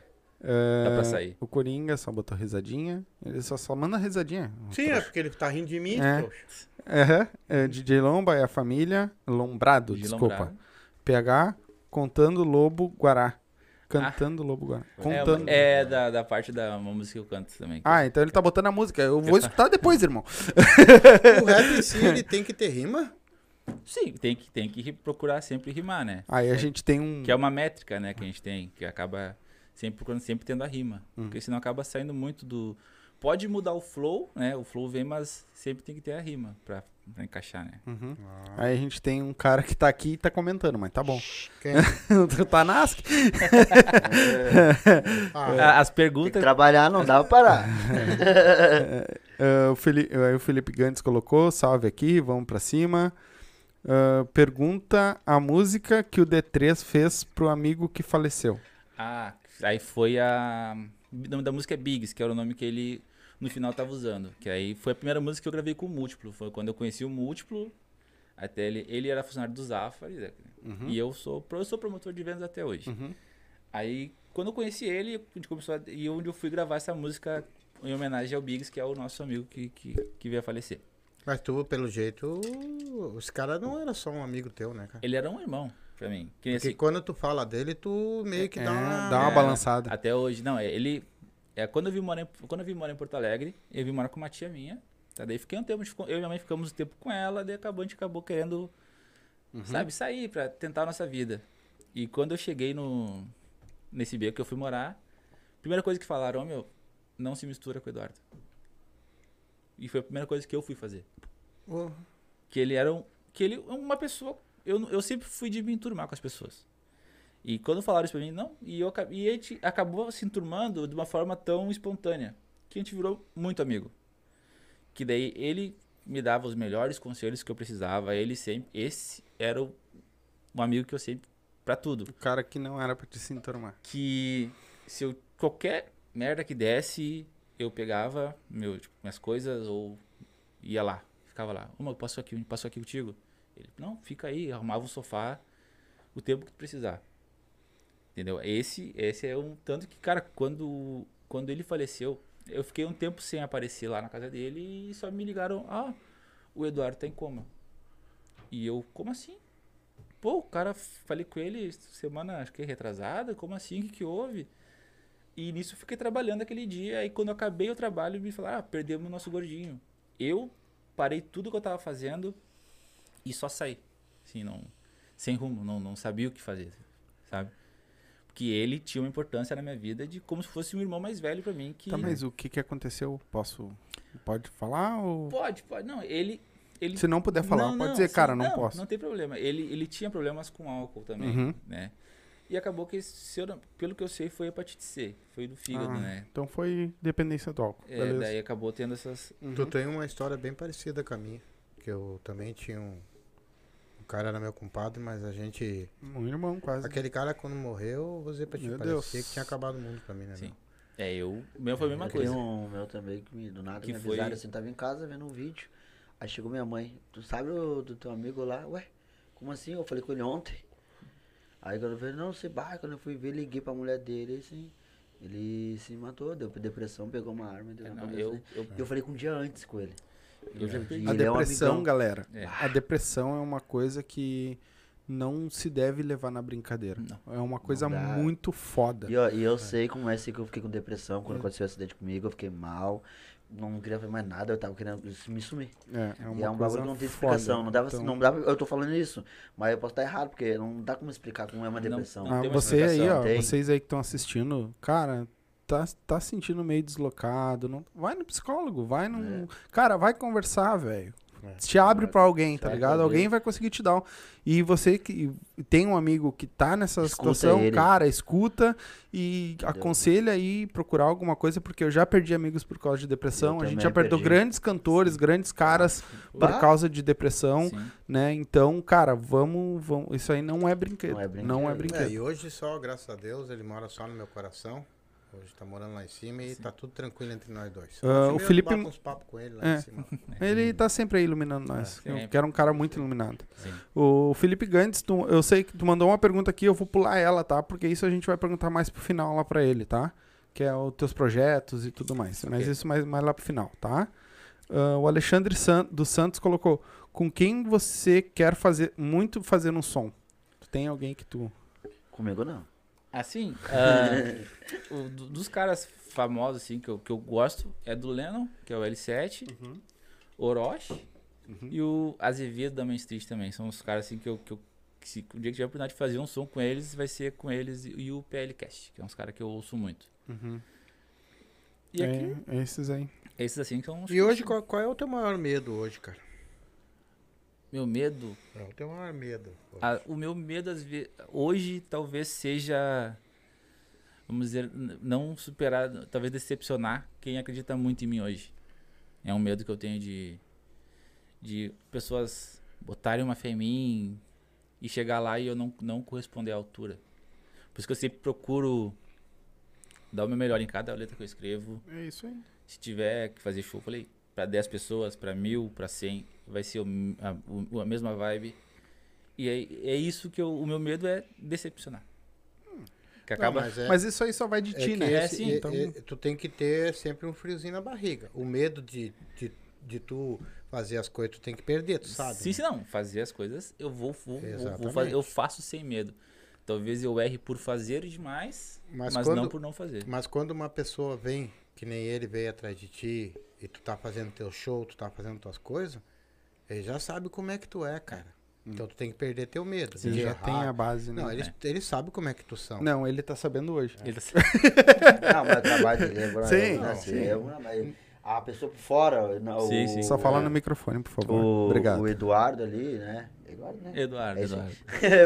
S1: É,
S4: Dá pra sair.
S1: O Coringa só botou risadinha. Ele só, só manda risadinha.
S2: Sim, é porque ele tá rindo de mim,
S1: É.
S2: poxa.
S1: [LAUGHS] Aham. É, DJ Lomba é a família. Lombrado,
S4: de
S1: desculpa.
S4: lombrar.
S1: PH contando Lobo Guará. Cantando Lobo Guará.
S4: Ah. É,
S1: Contando.
S4: é da, da parte da uma música que eu canto também. que-
S1: Ah, então ele tá botando a música. Eu
S4: tá-
S1: vou escutar depois, irmão.
S2: O rap em si, ele tem que ter rima?
S1: é?
S4: Sim, tem que, tem que ri- procurar sempre rimar, né?
S1: Aí a gente tem um.
S4: Que
S3: Uhum.
S4: é uma métrica, né, que a gente tem, que acaba sempre procurando, sempre tendo a rima.
S3: Uhum.
S4: Porque senão acaba saindo muito do. Pode mudar o flow, né? O flow vem, mas sempre tem que ter a rima pra, pra encaixar, né?
S1: Uhum. Aí a gente tem um cara que tá aqui e tá comentando, mas
S4: [LAUGHS]
S1: tá bom.
S2: Quem?
S1: o Tanask.
S2: Ah,
S1: É.
S4: A- As
S3: tem que
S4: perguntas.
S3: é, trabalhar, não dá pra parar.
S1: Ah, o, Fili- aí o Felipe Gantes colocou, salve aqui, vamos pra cima. Ah, pergunta a música que o D3 fez pro amigo que faleceu.
S4: Ah, aí foi a. O nome da música é Biggs, que era o nome que ele no final tava usando. Que aí foi a primeira música que eu gravei com o múltiplo. Foi quando eu conheci o múltiplo. Até ele, ele era funcionário do Zafari, né? E eu sou, pro- eu sou promotor de vendas até hoje. Aí, quando eu conheci ele, a gente começou a, E onde eu fui gravar essa música em homenagem ao Biggs, que é o nosso amigo que, que, que veio a falecer.
S2: Mas tu, pelo jeito, esse cara não era só um amigo teu, né, cara?
S4: Ele era um irmão pra mim. Que nem
S2: Porque
S4: assim,
S2: quando tu fala dele, tu meio que
S1: É,
S2: dá uma...
S1: dá uma balançada.
S4: até hoje, não, é, ele. É, quando eu vim morar em, quando eu vim morar em Porto Alegre, eu vim morar com uma tia minha. Tá? Daí fiquei um tempo, a gente ficou- eu e minha mãe ficamos um tempo com ela, daí acabou, a gente acabou querendo, sabe, sair pra tentar a nossa vida. E quando eu cheguei no nesse beco que eu fui morar, primeira coisa que falaram, ó, meu, não se mistura com o Eduardo. E foi a primeira coisa que eu fui fazer. Que ele era um, que ele é uma pessoa, eu, eu sempre fui de me enturmar com as pessoas. E quando falaram isso pra mim, não, e, eu, aca- e a gente acabou se enturmando de uma forma tão espontânea, que a gente virou muito amigo. Que daí ele me dava os melhores conselhos que eu precisava, ele sempre, esse era o, um amigo que eu sempre, pra tudo
S1: O cara que não era pra te se enturmar.
S4: que se eu qualquer merda que desse, eu pegava meu, tipo, minhas coisas ou ia lá, ficava lá. Ô, meu, posso aqui, posso aqui contigo? Ele, não, fica aí, arrumava um sofá o tempo que tu precisar. Entendeu? Esse, esse é um tanto que, cara, quando quando ele faleceu, eu fiquei um tempo sem aparecer lá na casa dele e só me ligaram, ah, o Eduardo tá em coma. E eu, como assim? Pô, o cara, falei com ele semana, acho que retrasada, como assim? O que, que houve? E nisso eu fiquei trabalhando aquele dia. Aí quando eu acabei o trabalho, me falaram, ah, perdemos o nosso gordinho. Eu parei tudo que eu tava fazendo e só saí. Assim, não, sem rumo, não, não sabia o que fazer, sabe? Porque ele tinha uma importância na minha vida de como se fosse um irmão mais velho pra mim. Que... é.
S1: Tá, mas o que que aconteceu? Posso... Pode falar ou...
S4: Pode, pode. Não, ele... ele
S1: Se não puder falar,
S4: Não,
S1: pode
S4: não,
S1: dizer,
S4: sim,
S1: cara, não, posso.
S4: Não tem problema. Ele, ele tinha problemas com álcool também,
S1: Uhum.
S4: né? E acabou que, se eu não- pelo que eu sei, foi hepatite C. Foi do fígado,
S1: Ah,
S4: né?
S1: Então foi dependência do álcool.
S4: É,
S1: beleza.
S4: daí acabou tendo essas...
S1: Uhum.
S2: Tu tem uma história bem parecida com a minha. Que eu também tinha um. O cara era meu compadre, mas a gente.
S1: Um irmão, quase.
S2: Aquele cara, quando morreu, eu vou dizer pra ti,
S1: Meu
S2: parecia
S1: Deus.
S2: que tinha acabado o mundo pra mim, né?
S4: Sim.
S2: meu?
S4: É, eu... O meu foi a mesma
S3: Eu
S4: coisa.
S3: tenho um meu também que me, do nada
S4: Que
S3: me
S4: foi-
S3: avisaram assim, tava em casa vendo um vídeo. Aí chegou minha mãe, tu sabe o, do teu amigo lá? Ué, como assim? Eu falei com ele ontem. Aí quando eu falei, não, sei barra, quando eu fui ver, liguei pra mulher dele, assim, ele se matou, deu depressão, pegou uma arma, deu
S4: É,
S3: na
S4: não,
S3: cabeça.
S4: eu-
S3: né?
S4: eu-
S3: E eu falei com um dia antes com ele.
S4: Eu já perdi.
S3: E
S1: A
S3: ele é um
S1: depressão,
S3: amigão.
S1: galera.
S4: É.
S1: A depressão é uma coisa que não se deve levar na brincadeira. É uma coisa
S3: dá.
S1: muito foda.
S3: E, ó, e eu sei como é assim que eu fiquei com depressão,
S4: Hum.
S3: quando aconteceu o acidente comigo, eu fiquei mal, não queria fazer mais nada, eu tava querendo me sumir.
S1: É, é
S3: E
S1: uma
S3: é
S1: coisa
S3: um bagulho que não tem
S1: foda.
S3: explicação. Não dava,
S1: Então-
S3: não dava, eu tô falando isso, mas eu posso estar errado, porque não dá como explicar como é uma
S4: Não-
S3: depressão.
S4: não
S1: Ah,
S4: tem uma
S1: você aí,
S4: explicação,
S1: ó,
S3: tem.
S1: vocês aí que estão assistindo, cara, tá, tá sentindo meio deslocado. Não... Vai no psicólogo, vai num. Cara, vai conversar, velho.
S2: É.
S1: Te abre pra alguém, tá
S3: Vai
S1: ligado?
S3: fazer.
S1: Alguém vai conseguir te dar um. E você que tem um amigo que tá nessa
S3: Escuta
S1: situação,
S3: ele.
S1: cara, escuta e aconselha aí procurar alguma coisa, porque eu já perdi amigos por causa de depressão.
S3: Eu
S1: A gente
S3: também
S1: já perdeu
S3: perdi.
S1: grandes cantores, grandes caras por
S3: Bah.
S1: causa de depressão,
S4: Sim.
S1: né? Então, cara, vamos, vamos. Isso aí não é brinquedo.
S3: Não é
S1: Não é
S3: brinquedo.
S1: brinquedo.
S2: É, e hoje só, graças a Deus, ele mora só no meu coração. Hoje tá morando lá em cima e tá tudo tranquilo entre nós dois.
S1: Ah,
S2: Assim
S1: o
S2: mesmo,
S1: Felipe-
S2: bato uns papos com ele lá
S1: É. [LAUGHS]
S2: em cima.
S1: Ele tá sempre aí iluminando nós.
S4: Uhum. É,
S1: eu
S4: sempre.
S1: quero um cara muito iluminado.
S4: Sim.
S1: O Felipe Gantes, tu- eu sei que tu mandou uma pergunta aqui, eu vou pular ela, tá? Porque isso a gente vai perguntar mais pro final lá pra ele, tá? Que é os teus projetos e tudo mais. Mas
S4: Ok.
S1: isso mais, mais lá pro final, tá? Ah, o Alexandre San, dos Santos colocou: Com quem você quer fazer muito fazer um som? Tu tem alguém que tu.
S3: Comigo não.
S4: Assim, ah, o do- dos caras famosos, assim, que eu, que eu gosto, é do Lennon, que é o L7, Orochi e o Azevedo da Main Street também. São os caras, assim, que eu... Que eu que se o dia que tiver a oportunidade de fazer um som com eles, vai ser com eles e, e o PLCast, que é uns caras que eu ouço muito. E aqui,
S1: É, esses aí.
S4: esses assim que são... os-
S2: E hoje, qual, qual é o teu maior medo hoje, cara?
S4: Meu medo...
S2: É o teu maior medo.
S4: a- o meu medo, às vezes... Hoje, talvez seja... Vamos dizer, n- não superar... Talvez decepcionar quem acredita muito em mim hoje. É um medo que eu tenho de, de pessoas botarem uma fé em mim e chegar lá e eu não, não corresponder à altura. Por isso que eu sempre procuro dar o meu melhor em cada letra que eu escrevo.
S1: É isso aí.
S4: Se tiver que fazer show, eu falei, pra 10 pessoas, pra mil, pra 100, vai ser o m- a, o- a mesma vibe. E é, é isso que eu, o meu medo é decepcionar. Que acaba.
S2: mas é,
S1: Mas isso aí só vai de
S2: é
S1: ti,
S2: que
S1: né?
S4: É,
S2: esse-
S4: sim.
S2: é-
S1: Então-
S2: é- tu tem que ter sempre um friozinho na barriga. O medo de, de, de tu fazer as coisas, tu tem que perder, tu sabe?
S4: Sim,
S2: né?
S4: se não, fazer as coisas, eu vou, vou, vou- vou
S2: Exatamente.
S4: fazer, eu faço sem medo. Talvez eu erre por fazer demais,
S2: Mas
S4: mas,
S2: quando-
S4: não por não fazer.
S2: Mas quando uma pessoa vem, que nem ele veio atrás de ti, e tu tá fazendo teu show, tu tá fazendo tuas coisas, ele já sabe como é que tu é, cara. Então tu tem que perder teu medo.
S1: Você
S2: de
S1: já
S2: errar.
S1: tem a base, né?
S2: é ah, Não, ele, ele sabe como é que tu são.
S1: Não, ele tá sabendo hoje.
S4: Ele-
S3: Não, Ah, mas trabalho de lembrar.
S1: Sim,
S3: não,
S2: sim.
S3: se lembra, mas a pessoa por fora. Não,
S4: Sim,
S3: o, É.
S4: sim.
S1: Só falar no microfone, por favor.
S3: o,
S1: Obrigado.
S3: o Eduardo ali, né? Eduardo, né? [LAUGHS]
S4: Eduardo,
S3: É isso.
S4: Eduardo.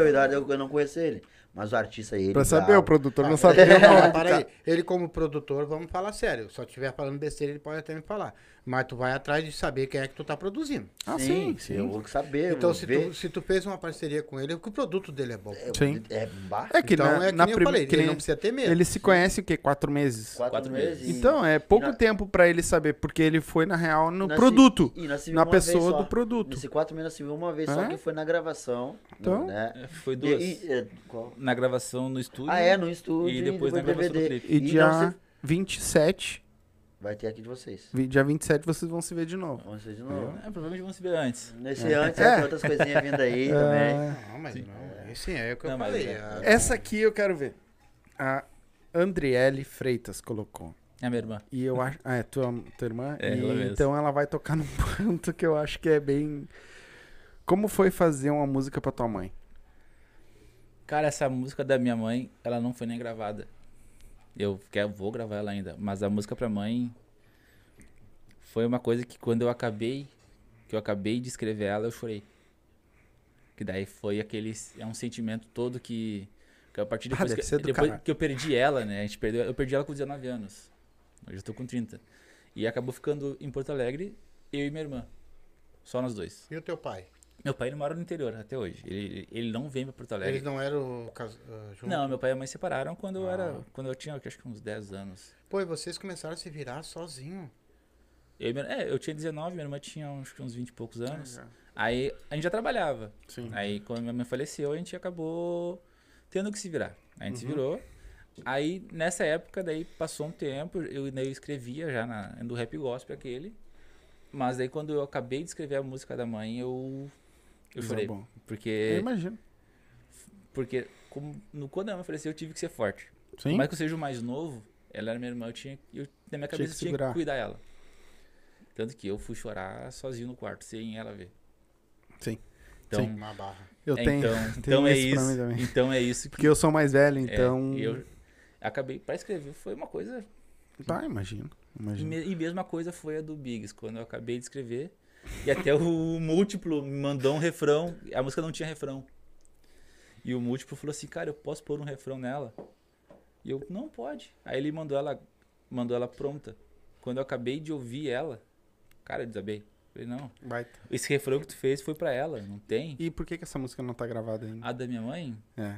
S3: o Eduardo, eu, eu não conheço ele. Mas o artista aí. ele
S1: Pra saber,
S3: dá- um-
S1: o produtor não [LAUGHS]
S2: Ah,
S1: sabia
S3: [LAUGHS]
S1: o
S2: não,
S1: nome.
S2: para aí.
S1: cara.
S2: Ele como produtor, vamos falar sério. Se eu estiver falando besteira, ele pode até me falar. Mas tu vai atrás de saber quem é que tu tá produzindo.
S1: Ah,
S3: sim,
S1: sim,
S3: sim,
S1: sim.
S3: Eu vou saber. eu
S2: Então
S3: vou
S2: se
S3: ver.
S2: tu, se tu fez uma parceria com ele, é porque o produto dele é bom.
S3: É,
S1: Sim.
S3: É bar.
S1: É que
S2: então
S1: na,
S2: é que
S1: na
S2: nem eu
S1: prim-
S2: falei,
S1: que
S2: ele
S1: nem-
S2: não precisa ter medo.
S1: Ele se conhece o quê? Quatro meses.
S3: Quatro,
S4: Quatro
S3: meses.
S4: meses.
S3: e-
S1: Então, é pouco
S3: na-
S1: tempo pra ele saber, porque ele foi, na real, no
S3: e nós se-
S1: produto.
S3: e nós se
S1: na
S3: vimos uma vez
S1: pessoa
S3: só.
S1: do produto.
S3: Nesse quatro meses nós se vimos uma vez, só
S1: É?
S3: que foi na gravação.
S1: Então?
S3: Né?
S4: É, Foi duas.
S3: E- e- é, qual?
S4: Na gravação no estúdio.
S3: Ah, é, no estúdio.
S4: E depois na gravação do clipe.
S1: E,
S3: não
S1: dia
S3: se-
S1: 27,
S3: Vai ter aqui de vocês.
S1: vi- dia 27 vocês vão se ver de novo.
S3: Vamos ver de novo. né?
S4: É, provavelmente vamos se ver antes.
S3: Nesse antes, tem outras coisinhas
S1: É.
S3: vindo aí também.
S2: Não, mas não. é- Sim, é o que eu
S4: Não, mas
S2: falei.
S4: é-
S2: a-
S1: Essa aqui eu quero ver. A Andriele Freitas colocou.
S4: É a minha irmã.
S1: E eu acho. Ah, é tua, tua irmã?
S4: É,
S1: E
S4: ela mesma.
S1: então ela vai tocar num [LAUGHS] ponto que eu acho que é bem. Como foi fazer uma música pra tua mãe?
S4: Cara, essa música da minha mãe, ela não foi nem gravada. Eu quero, vou gravar ela ainda, mas a música pra mãe foi uma coisa que quando eu acabei, que eu acabei de escrever ela, eu chorei. Que daí foi aquele, é um sentimento todo que, que a partir
S1: Ah,
S4: depois,
S1: deve ser
S4: que,
S1: do
S4: depois
S1: caralho.
S4: que eu perdi ela, né? A gente perdeu, eu perdi ela com 19 anos. Hoje eu tô com 30. E acabou ficando em Porto Alegre, eu e minha irmã. Só nós dois.
S2: E o teu pai?
S4: Meu pai ele mora no interior até hoje. Ele, ele não vem pra Porto Alegre.
S2: Eles não eram cas... ah, juntos?
S4: Não, meu pai e minha mãe separaram quando eu
S1: Ah.
S4: era. Quando eu tinha, acho que uns 10 anos.
S2: Pô, e vocês começaram a se virar sozinho.
S4: Eu, e minha- é, eu tinha 19, minha irmã tinha acho que uns 20 e poucos anos. Aí a gente já trabalhava.
S1: É. Sim.
S4: Aí quando minha mãe faleceu, a gente acabou tendo que se virar. A gente
S1: Uhum.
S4: se virou. Aí nessa época, daí passou um tempo, eu, daí eu escrevia já na, do rap gospel aquele. Mas daí quando eu acabei de escrever a música da mãe, eu. Eu
S1: Isso é
S4: chorei.
S1: bom. Eu
S4: Porque.
S1: imagino.
S4: Porque como, no, quando a minha mãe faleceu, eu tive que ser forte.
S1: Sim.
S4: Por mais que eu seja o mais novo, ela era minha irmã, eu tinha, eu, na minha
S1: que
S4: cabeça eu tinha
S1: segurar.
S4: que cuidar ela. Tanto que eu fui chorar sozinho no quarto, sem ela ver.
S1: Sim.
S4: Então,
S1: Sim.
S2: Uma barra.
S1: Eu
S4: é,
S1: tenho. [LAUGHS]
S4: então,
S1: tenho
S4: então é
S1: isso pra mim
S4: isso.
S1: também.
S4: Então é isso que
S1: Porque eu sou mais velho,
S4: é,
S1: então.
S4: eu acabei para escrever foi uma coisa
S1: Tá, imagino.
S4: e
S1: Imagino.
S4: me- e mesma coisa foi a do Biggs quando eu acabei de escrever e até o [LAUGHS] múltiplo me mandou um refrão, a música não tinha refrão. E o múltiplo falou assim: "Cara, eu posso pôr um refrão nela?" E eu: "Não pode". Aí ele mandou ela mandou ela pronta. Quando eu acabei de ouvir ela, cara, eu desabei. Falei: "Não,
S1: Baita.
S4: esse refrão que tu fez foi pra ela, não tem".
S1: E por que, que essa música não tá gravada ainda?
S4: A da minha mãe?
S1: É.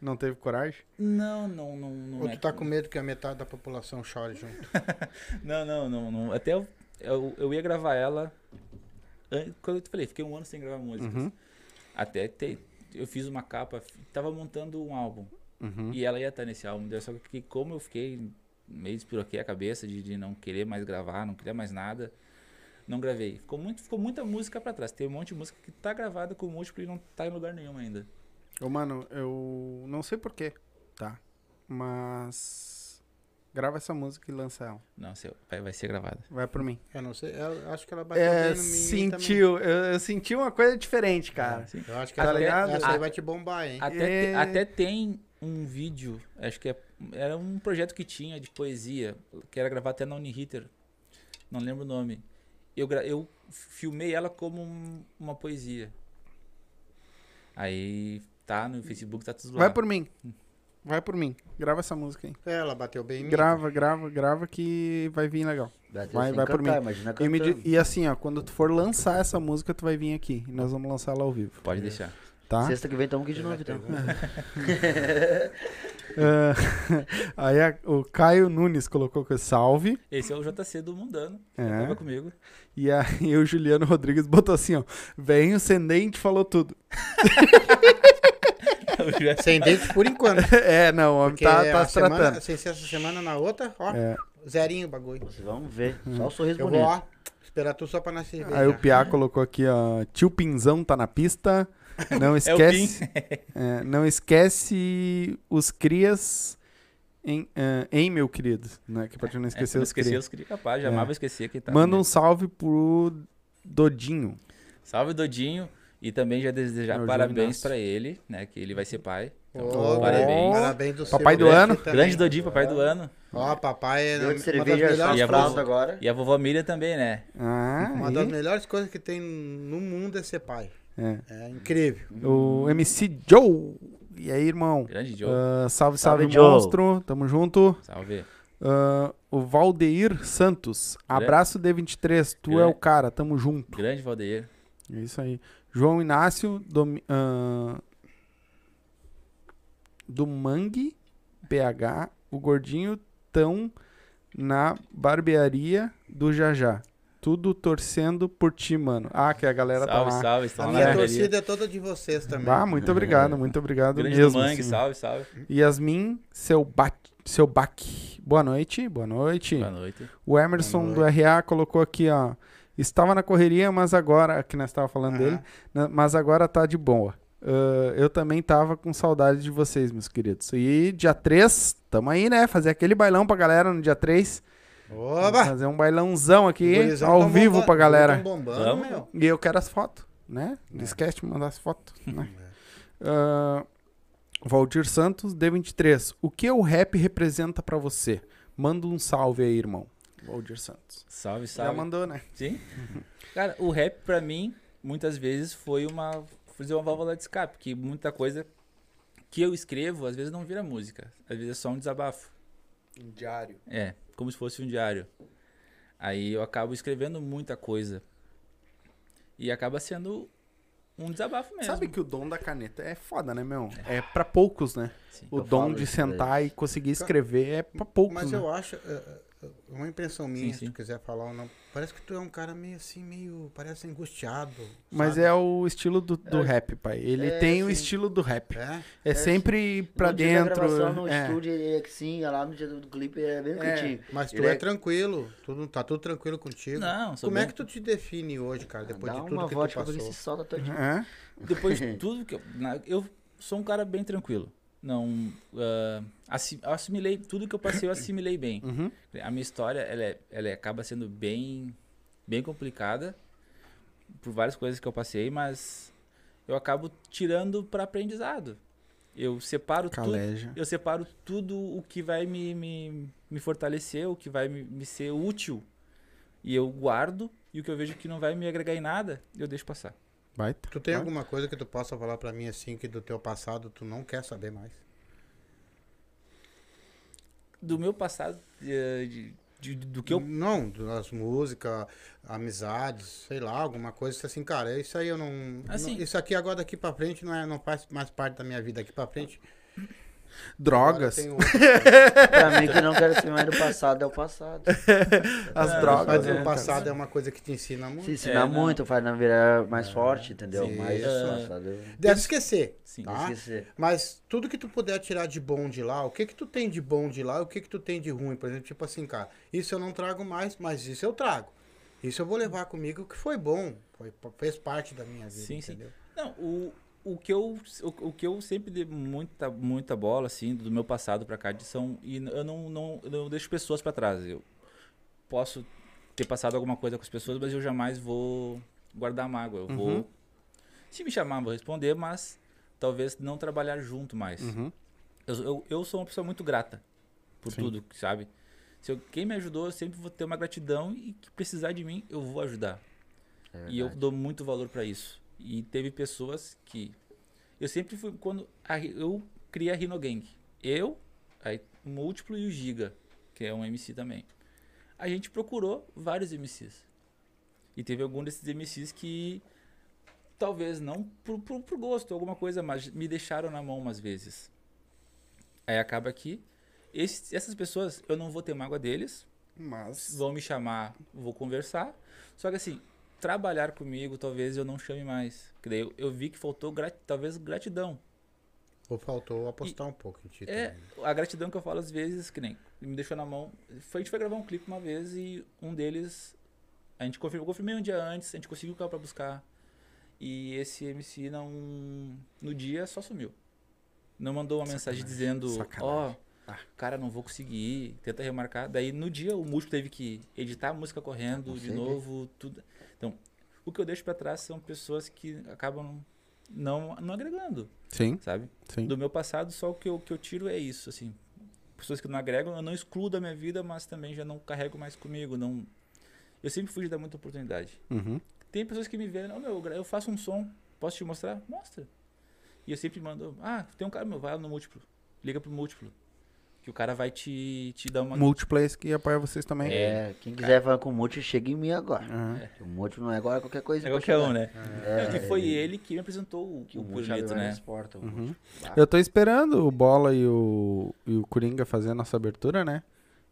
S1: Não teve coragem?
S4: Não, não, não, não
S2: Ou
S4: é-
S2: tu tá com medo que a metade da população chore junto?
S4: Não, não, não, não. Até eu, eu, eu ia gravar ela. an- Quando eu te falei, fiquei um ano sem gravar músicas.
S1: Uhum.
S4: Até te- eu fiz uma capa, f- tava montando um álbum.
S1: Uhum.
S4: E ela ia estar nesse álbum. daí Só que como eu fiquei meio despiroquei a cabeça de, de não querer mais gravar, não querer mais nada, não gravei. Ficou, muito, ficou muita música pra trás. Tem um monte de música que tá gravada com múltiplo e não tá em lugar nenhum ainda.
S1: Ô, mano, eu não sei porquê, tá? Mas. Grava essa música e lança ela.
S4: Não, sei, vai, vai ser gravada.
S1: Vai por mim.
S2: Eu não sei. Eu acho que ela bateu
S1: É,
S2: bem no mim
S1: sentiu. Eu, eu senti uma coisa diferente, cara.
S4: Sim.
S2: também. Eu acho que
S1: Tá
S2: ela,
S1: ligado?
S2: essa aí
S4: Ah.
S2: vai te bombar, hein?
S4: Até, te-
S1: É.
S4: até tem um vídeo, acho que é- era um projeto que tinha de poesia, que era gravar até na Uniriter, não lembro o nome. Eu, gra- eu filmei ela como um- uma poesia. Aí tá no Facebook, tá tudo lá.
S1: Vai por mim. Vai por mim. Grava essa música aí.
S2: É, Ela bateu bem em mim.
S1: Grava, grava, grava que vai vir legal.
S3: Bateu
S1: Vai-
S3: sem
S1: vai por
S3: assim, cantar,
S1: mim.
S3: Imagina
S1: E, me di-
S3: Tá cantando.
S1: e assim, ó, quando tu for lançar essa música, tu vai vir aqui. E nós vamos lançar ela ao vivo,
S4: Pode deixar.
S1: tá?
S3: Sexta que vem tá um aqui de novo, então.
S1: Ah, [LAUGHS] aí a- o Caio Nunes colocou que salve.
S4: Esse é o JC do Mundano,
S1: É. [LAUGHS]
S4: tava comigo.
S1: E aí o Juliano Rodrigues botou assim, ó. Vem o Sendente falou tudo. [LAUGHS]
S2: Sem dente por enquanto.
S1: é, não, [LAUGHS] o homem
S2: Porque
S1: tá, tá
S2: a
S1: se
S2: semana-
S1: tratando.
S2: sem ser essa semana, na outra, ó,
S1: É.
S2: zerinho o bagulho.
S3: Vocês vão ver. Só o sorriso
S2: Eu vou,
S3: bonito.
S2: ó, esperar tu só pra nascer.
S1: Aí o Piá colocou aqui, ó. Tio Pinzão tá na pista. Não
S4: É o
S1: esquece. é, não esquece os crias em, ah, em meu querido. Né? Que pra gente não esquecer
S4: eu
S1: os
S4: esqueci, eu
S1: crias.
S4: esqueci, capaz,
S1: É.
S4: já amava esquecer que tá.
S1: Manda um salve pro Dodinho.
S4: Salve Dodinho e também já desejar
S1: Meu
S4: parabéns
S1: Jovinasco.
S4: pra ele, né, que ele vai ser pai. Então,
S2: Ô,
S4: parabéns.
S2: Parabéns do
S1: Papai
S2: seu
S1: do
S2: Beto
S1: ano.
S2: também.
S4: Grande Dodinho, papai do ano.
S2: Ó, papai é uma
S3: Eu de
S2: das
S3: cerveja só
S4: melhores
S3: de
S4: coisas.
S3: fralda agora.
S4: E a vovó Miriam também, né?
S1: Ah,
S2: Uma
S1: aí.
S2: das melhores coisas que tem no mundo é ser pai.
S1: É.
S2: É incrível.
S1: O MC Joe. E aí, irmão?
S4: Grande Joe.
S1: Ah, salve, salve,
S3: Salve, Joe.
S1: monstro. Tamo junto.
S4: Salve.
S1: Ah, o Valdeir Santos. Abraço D23. Tu é
S4: Grande.
S1: o cara. Tamo junto.
S4: Grande Valdeir.
S1: É isso aí. João Inácio Domi- ahn, do Mangue, PH, o Gordinho tão na barbearia do Jajá. Tudo torcendo por ti, mano. Ah, que a galera
S4: salve,
S1: tá lá.
S4: salve.
S2: A
S4: Estão lá
S2: minha
S4: na galeria.
S2: torcida é toda de vocês também.
S1: Ah, muito
S4: [LAUGHS]
S1: obrigado, muito obrigado
S4: Grande do
S1: mesmo.
S4: Mangue,
S1: assim.
S4: salve, salve.
S1: Yasmin, seu ba- seu baque. Boa noite, boa noite.
S4: Boa noite.
S1: O Emerson
S2: Boa
S1: do RA colocou aqui, ó. Estava na correria, mas agora. Que nós estava falando
S2: Aham.
S1: dele. né, Mas agora tá de boa. Ah, eu também tava com saudade de vocês, meus queridos. E dia 3, tamo aí, né? Fazer aquele bailão pra galera no dia 3.
S2: Oba!
S1: Fazer um bailãozão aqui,
S2: Gurizão tá
S1: ao
S2: tão
S1: vivo
S2: bomba-
S1: pra galera.
S2: tão bombando,
S4: Vamos.
S2: meu.
S1: E eu quero as fotos, né?
S2: É.
S1: Não esquece de mandar as fotos,
S2: Hum,
S1: né? Ah, Valdir Santos, D23. O que o rap representa pra você? Manda um salve aí, irmão. Valdir Santos.
S4: Salve,
S1: Já
S4: salve.
S1: mandou, né?
S4: Sim. Cara, o rap pra mim, muitas vezes, foi uma. Fazer uma válvula de escape, que muita coisa que eu escrevo, às vezes não vira música. Às vezes é só um desabafo.
S1: Diário.
S4: É, como se fosse um diário. Aí eu acabo escrevendo muita coisa. E acaba sendo um desabafo mesmo.
S1: Sabe que o dom da caneta é foda, né, meu? É pra poucos, né?
S4: Sim.
S1: O
S3: Eu
S1: dom
S3: falo
S1: de
S3: isso pra
S1: sentar e conseguir escrever é pra poucos,
S2: Mas
S1: né?
S2: eu acho, é, é, uma impressão minha,
S4: Sim,
S2: se
S4: sim.
S2: tu quiser falar ou não, parece que tu é um cara meio assim, meio, parece angustiado.
S1: Mas
S2: sabe?
S1: é o estilo do, do rap, pai. Ele
S3: É,
S1: tem o
S3: sim.
S1: estilo do rap. É,
S2: É?
S1: sempre pra
S3: Quando tiver
S1: dentro.
S3: gravação no
S1: é.
S3: estúdio, ele é que sim, é lá no dia do clipe é bem
S1: É,
S3: quietinho.
S2: Mas tu
S3: Ele
S2: é,
S3: é-
S2: tranquilo, tu não tá tudo tranquilo contigo.
S4: Não, sou
S2: Como é
S4: bem- Ah,
S2: que tu te define hoje, cara, depois
S3: Dá
S2: de
S3: uma
S2: tudo que tu
S3: vodka pra ele
S2: passou?
S3: se solta todinho.
S1: Hã?
S4: Depois de tudo que eu. na- eu sou um cara bem tranquilo. Não. ah, assi- eu assimilei. Tudo que eu passei, eu assimilei bem.
S1: Uhum.
S4: A minha história, ela, é- ela é- acaba sendo bem, bem complicada por várias coisas que eu passei, mas eu acabo tirando para aprendizado. Eu separo tudo,
S1: Caleja.
S4: eu separo tudo o que vai me, me, me fortalecer, o que vai me, me ser útil, e eu guardo. E o que eu vejo que não vai me agregar em nada, eu deixo passar.
S1: Baita.
S2: Tu tem
S1: Vai.
S2: alguma coisa que tu possa falar pra mim assim, que do teu passado tu não quer saber mais?
S4: Do meu passado, eh, de, de- do que eu
S2: Não, das músicas, amizades, sei lá, alguma coisa que assim, cara, isso aí eu não.
S4: Assim.
S2: não- isso aqui agora daqui pra frente não, é, não faz mais parte da minha vida daqui pra frente. Agora
S1: Drogas.
S2: tem outro.
S3: pra mim, que não quero ser mais do passado, é o passado.
S1: As [LAUGHS]
S4: É,
S1: drogas.
S2: Mas
S1: né,
S2: o
S1: cara?
S2: passado é uma coisa que te ensina muito.
S3: Se ensinar
S4: É, não.
S3: muito, faz na virar mais forte, entendeu?
S2: Sim.
S3: Mas
S2: É.
S3: o passado eu
S2: Deve esquecer.
S4: Sim.
S2: tá?
S3: esquecer.
S2: Mas tudo que tu puder tirar de bom de lá, o que que tu tem de bom de lá, o que que tu tem de ruim, por exemplo, tipo assim, cara, isso eu não trago mais, mas isso eu trago. Isso eu vou levar comigo que foi bom, foi, fez parte da minha vida,
S4: Sim, sim.
S2: entendeu?
S4: Não, o, o, que eu, o, o que eu sempre dei muita, muita bola, assim, do meu passado pra cá, de são. E n- eu não, não, eu não deixo pessoas pra trás. Eu posso ter passado alguma coisa com as pessoas, mas eu jamais vou guardar mágoa. Eu vou. Se me chamar, vou responder, mas talvez não trabalhar junto mais.
S1: Uhum.
S4: Eu, eu, eu sou uma pessoa muito grata por tudo, sabe? Se eu- quem me ajudou, eu sempre vou ter uma gratidão e que precisar de mim, eu vou ajudar.
S3: é
S4: e eu dou muito valor pra isso. E teve pessoas que. Eu sempre fui. Quando a Ri- eu criei a Rhino Gang. Eu, aí, o Múltiplo e o Giga, que é um MC também. A gente procurou vários MCs. E teve algum desses MCs que. Talvez não por, por, por gosto, alguma coisa, mas me deixaram na mão umas vezes. Aí acaba que esses- essas pessoas, eu não vou ter mágoa deles,
S1: Mas.
S4: vão me chamar, vou conversar. Só que assim, trabalhar comigo, talvez eu não chame mais. Que daí eu, eu vi que faltou, grati- talvez, gratidão.
S2: Ou faltou apostar um pouco em ti
S4: É,
S2: também.
S4: a gratidão que eu falo às vezes, que nem me deixou na mão. Foi, a gente foi gravar um clipe uma vez e um deles. A gente confirmou, eu confirmei um dia antes, a gente conseguiu o carro pra buscar. E esse MC não. No dia só sumiu. Não mandou uma mensagem dizendo, ó,
S1: sacanagem. Ah.
S4: cara, não vou conseguir ir, tenta remarcar. Daí no dia o músico teve que editar a música correndo de
S2: consegue.
S4: novo, tudo. Então, o que eu deixo pra trás são pessoas que acabam não, não agregando,
S1: Sim,
S4: sabe?
S1: sim.
S4: Do meu passado, só o que eu, que eu tiro é isso, assim. Pessoas que não agregam, eu não excluo da minha vida, mas também já não carrego mais comigo, não... Eu sempre fui de dar muita oportunidade.
S1: Uhum.
S4: Tem pessoas que me veem, não, meu, eu gra- eu faço um som, posso te mostrar? Mostra. E eu sempre mando, ah, tem um cara, meu, vai lá no múltiplo. Liga pro múltiplo. Que o cara vai te, te dar uma.
S1: Multiplays que apoia vocês também.
S3: É, quem quiser falar com o Multi, chega em mim agora.
S1: Aham.
S3: O Multi não é agora qualquer coisa.
S4: É
S3: pra
S4: qualquer um,
S3: chegar.
S4: né?
S3: É,
S4: e foi ele que me apresentou o,
S3: Que
S4: o
S3: o Multi abre
S4: bonito, né?
S3: várias portas. o Multi.
S1: Eu tô esperando o Bola e o, e o Coringa fazer a nossa abertura, né?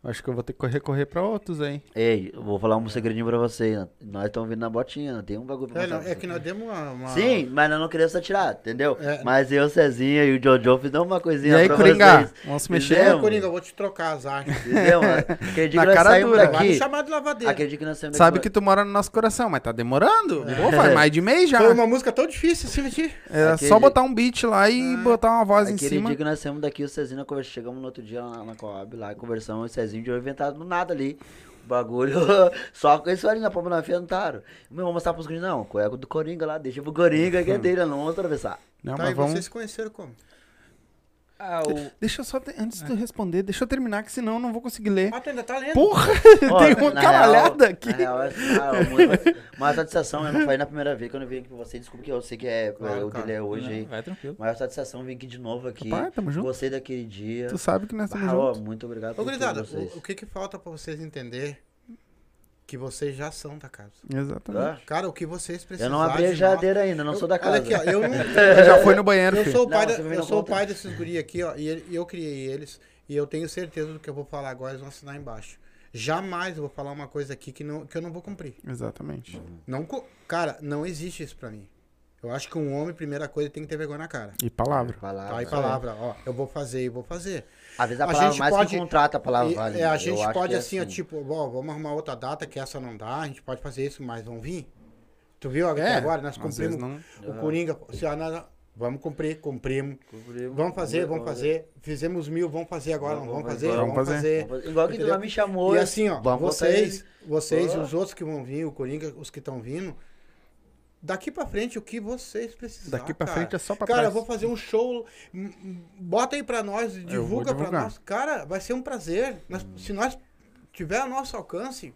S1: Acho que eu vou ter que recorrer pra outros aí.
S3: Ei, eu vou falar um segredinho pra vocês. né? Nós estamos vindo na botinha, tem um bagulho pra
S2: É,
S3: mostrar
S2: não,
S3: pra
S2: é que
S3: vocês.
S2: nós demos uma. uma-
S3: Sim, mas nós não queríamos tirar, entendeu?
S2: É.
S3: Mas eu, Cezinha e o Jojo fizemos uma
S1: E
S3: coisinha
S1: aí,
S3: pra
S1: Coringa,
S3: vocês.
S1: vamos se
S2: É,
S1: mexer?
S3: Fizemos.
S2: Coringa, eu vou te trocar as artes.
S3: Entendeu? Acredito
S1: Na
S3: que nós
S1: cara
S3: saímos
S1: dura.
S2: Vai me
S3: daqui.
S2: chamar de lavadeira.
S3: Acredito que nós saímos daqui.
S1: Sabe que tu mora no nosso coração, mas tá demorando. Pô, faz mais de mês já.
S2: Foi uma música tão difícil assim, de-
S1: É
S3: Aquele-
S1: só botar um beat lá e botar uma voz em
S3: Aquele
S1: cima.
S3: dia que nós saímos daqui, o Cezinho conversou, chegamos no outro dia lá na, na Coab lá, e conversamos, o Cezinho de inventado do nada ali. O bagulho, [LAUGHS] só com isso ali na palma da fia, não taram. Meu, vou mostrar pros gringos, não, cueca do Coringa lá, deixa pro Coringa que é dele, eu não vamos atravessar.
S1: Não,
S2: Tá,
S1: mas
S2: e
S1: vamos...
S2: vocês se conheceram como?
S4: Ah,
S1: [LAUGHS]
S4: o-
S1: Deixa eu só, te- antes de eu responder, deixa eu terminar, que senão eu não vou conseguir ler.
S2: Ah, tu ainda tá lendo?
S1: Porra,
S3: Ó,
S1: [LAUGHS] tem uma
S3: na
S1: caralhada
S3: real-
S1: aqui.
S3: Na real, essa- ah, uma- uma satisfação, eu não falei na primeira vez quando eu vim aqui com você, desculpa que eu sei que é
S2: Claro, Uhum.
S3: é o
S2: cara.
S3: dele é hoje
S4: não,
S3: aí.
S4: vai tranquilo.
S3: Maior satisfação vir aqui de novo aqui.
S1: Opa, tamo junto.
S3: Gostei daquele dia.
S1: Tu sabe que nós estamos
S3: Ah, ó,
S1: juntos.
S3: muito obrigado
S2: Ô,
S3: por
S2: gurizada, o,
S3: tudo vocês.
S2: o que que falta pra vocês entender que vocês já são da casa?
S1: Exatamente.
S3: Tá?
S2: Cara, o que vocês precisam.
S3: Eu não abri a geladeira ainda, não sou da casa.
S2: Olha aqui, ó, eu
S3: [LAUGHS]
S2: não...
S1: Já foi no banheiro,
S2: Eu
S1: filho.
S2: sou o pai,
S3: Não,
S2: da-
S3: você me
S2: eu
S3: dá
S2: sou o
S3: conta.
S2: pai desses guri aqui, ó, e ele- e eu criei eles, e eu tenho certeza do que eu vou falar agora, eles vão assinar embaixo. Jamais eu vou falar uma coisa aqui que, não, que eu não vou cumprir.
S1: Exatamente.
S2: Não, cu- cara, não existe isso pra mim. Eu acho que um homem, primeira coisa, ele tem que ter vergonha na cara.
S1: E palavra.
S3: Palavra. É.
S2: Tá aí palavra, ó, eu vou fazer, eu vou fazer.
S3: Às vezes a,
S2: A
S3: palavra
S2: gente
S3: mais
S2: pode-
S3: que contrata a palavra
S2: E,
S3: vale.
S2: é, a
S3: Eu
S2: gente
S3: acho
S2: pode
S3: que é
S2: assim, ó, tipo, bom, vamos arrumar outra data que essa não dá, a gente pode fazer isso, mas vão vir. Tu viu até
S1: É,
S2: agora? Nós
S1: às vezes
S2: cumprimos
S1: não-
S2: o Coringa. Se, ah, nós- vamos cumprir, cumprimos. tipo, Vamos fazer, vamos fazer. Fizemos mil, vamos fazer agora, não
S3: Vamos-
S2: vamos
S3: vamos
S2: fazer,
S3: fazer.
S2: vamos
S1: Vamos
S2: fazer.
S3: Vamos fazer. Igual que tu lá me chamou,
S2: E
S3: né? eu-
S2: assim, ó,
S3: vamos botar
S2: vocês, vocês,
S3: Boa.
S2: os outros que vão vir, o Coringa, os que estão vindo, daqui pra frente o que vocês precisam.
S1: Daqui pra
S2: cara.
S1: frente é só pra
S2: Cara,
S1: trás.
S2: eu vou fazer um show. m- m- Bota aí pra nós,
S1: vou
S2: divulga pra
S1: divulgar. Hum.
S2: nós. Cara, vai ser um prazer. Nós- Se nós tiver ao nosso alcance,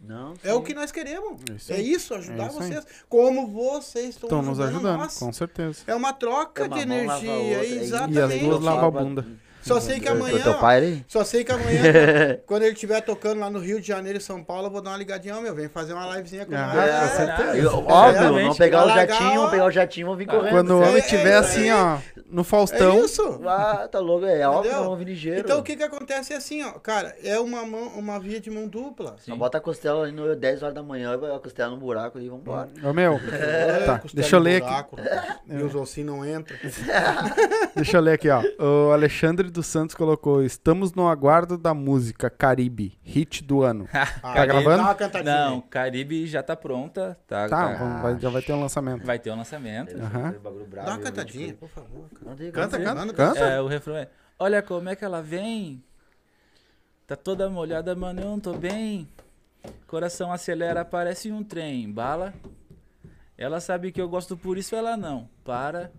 S3: Não,
S2: é o que nós queremos.
S1: É
S2: É
S1: isso
S2: isso,
S1: aí.
S2: ajudar
S1: É isso aí.
S2: vocês. Como vocês estão
S1: Estão nos ajudando,
S2: nós.
S1: com certeza.
S2: É uma troca
S3: É uma
S2: de
S3: mão lava a
S2: energia,
S3: outra, é isso.
S2: exatamente.
S1: E as duas lavam a bunda.
S2: Só sei que amanhã. Ah,
S3: O teu pai ele-
S2: Só sei que
S3: [LAUGHS]
S2: amanhã, quando ele estiver tocando lá no Rio de Janeiro e São Paulo, eu vou dar uma ligadinha, ó, meu, vem fazer uma livezinha com
S1: Ah,
S2: nós.
S1: com
S2: É,
S1: certeza.
S3: Eu- Óbvio, vamos
S4: Exatamente.
S3: pegar o
S2: Vai largar,
S3: jatinho,
S2: ó.
S3: vamos pegar o jatinho, vamos vir correndo.
S1: Quando o
S2: é-
S1: homem
S2: é
S1: tiver
S2: isso
S1: assim,
S2: aí.
S1: ó, no
S2: é
S4: então
S1: Faustão.
S2: isso.
S3: Ah, tá louco, é óbvio,
S2: Entendeu?
S3: vamos vir ligeiro.
S2: Então o que que acontece é assim, ó, cara, é uma mão, uma via de mão dupla.
S3: Só bota a costela ali no 10 horas da manhã, vai a costela no buraco ali, vambora.
S1: Ô meu,
S4: É.
S2: É,
S1: tá, deixa eu ler aqui.
S2: aqui. tá? E os ossinhos
S1: [LAUGHS]
S2: não entram.
S1: Deixa eu ler aqui, ó. O Alexandre dos Santos colocou: Estamos no aguardo da música Caribe, hit do ano.
S2: Ah,
S1: Tá gravando?
S2: Dá uma cantadinha.
S4: Não,
S2: Não.
S4: Caribe já tá pronta. Tá,
S1: Tá,
S4: tá-
S1: vamos- vai- já vai ter um lançamento.
S4: vai ter um lançamento.
S1: Aham.
S2: Dá uma cantadinha, por favor. cara.
S1: Canta,
S4: Vamos ver.
S1: canta,
S2: Manda
S1: canta.
S4: É, o refrão é: Olha como é que ela vem. Tá toda molhada, mano, eu não tô bem. Coração acelera, parece um trem. Bala. Ela sabe que eu gosto, por isso ela não. Para.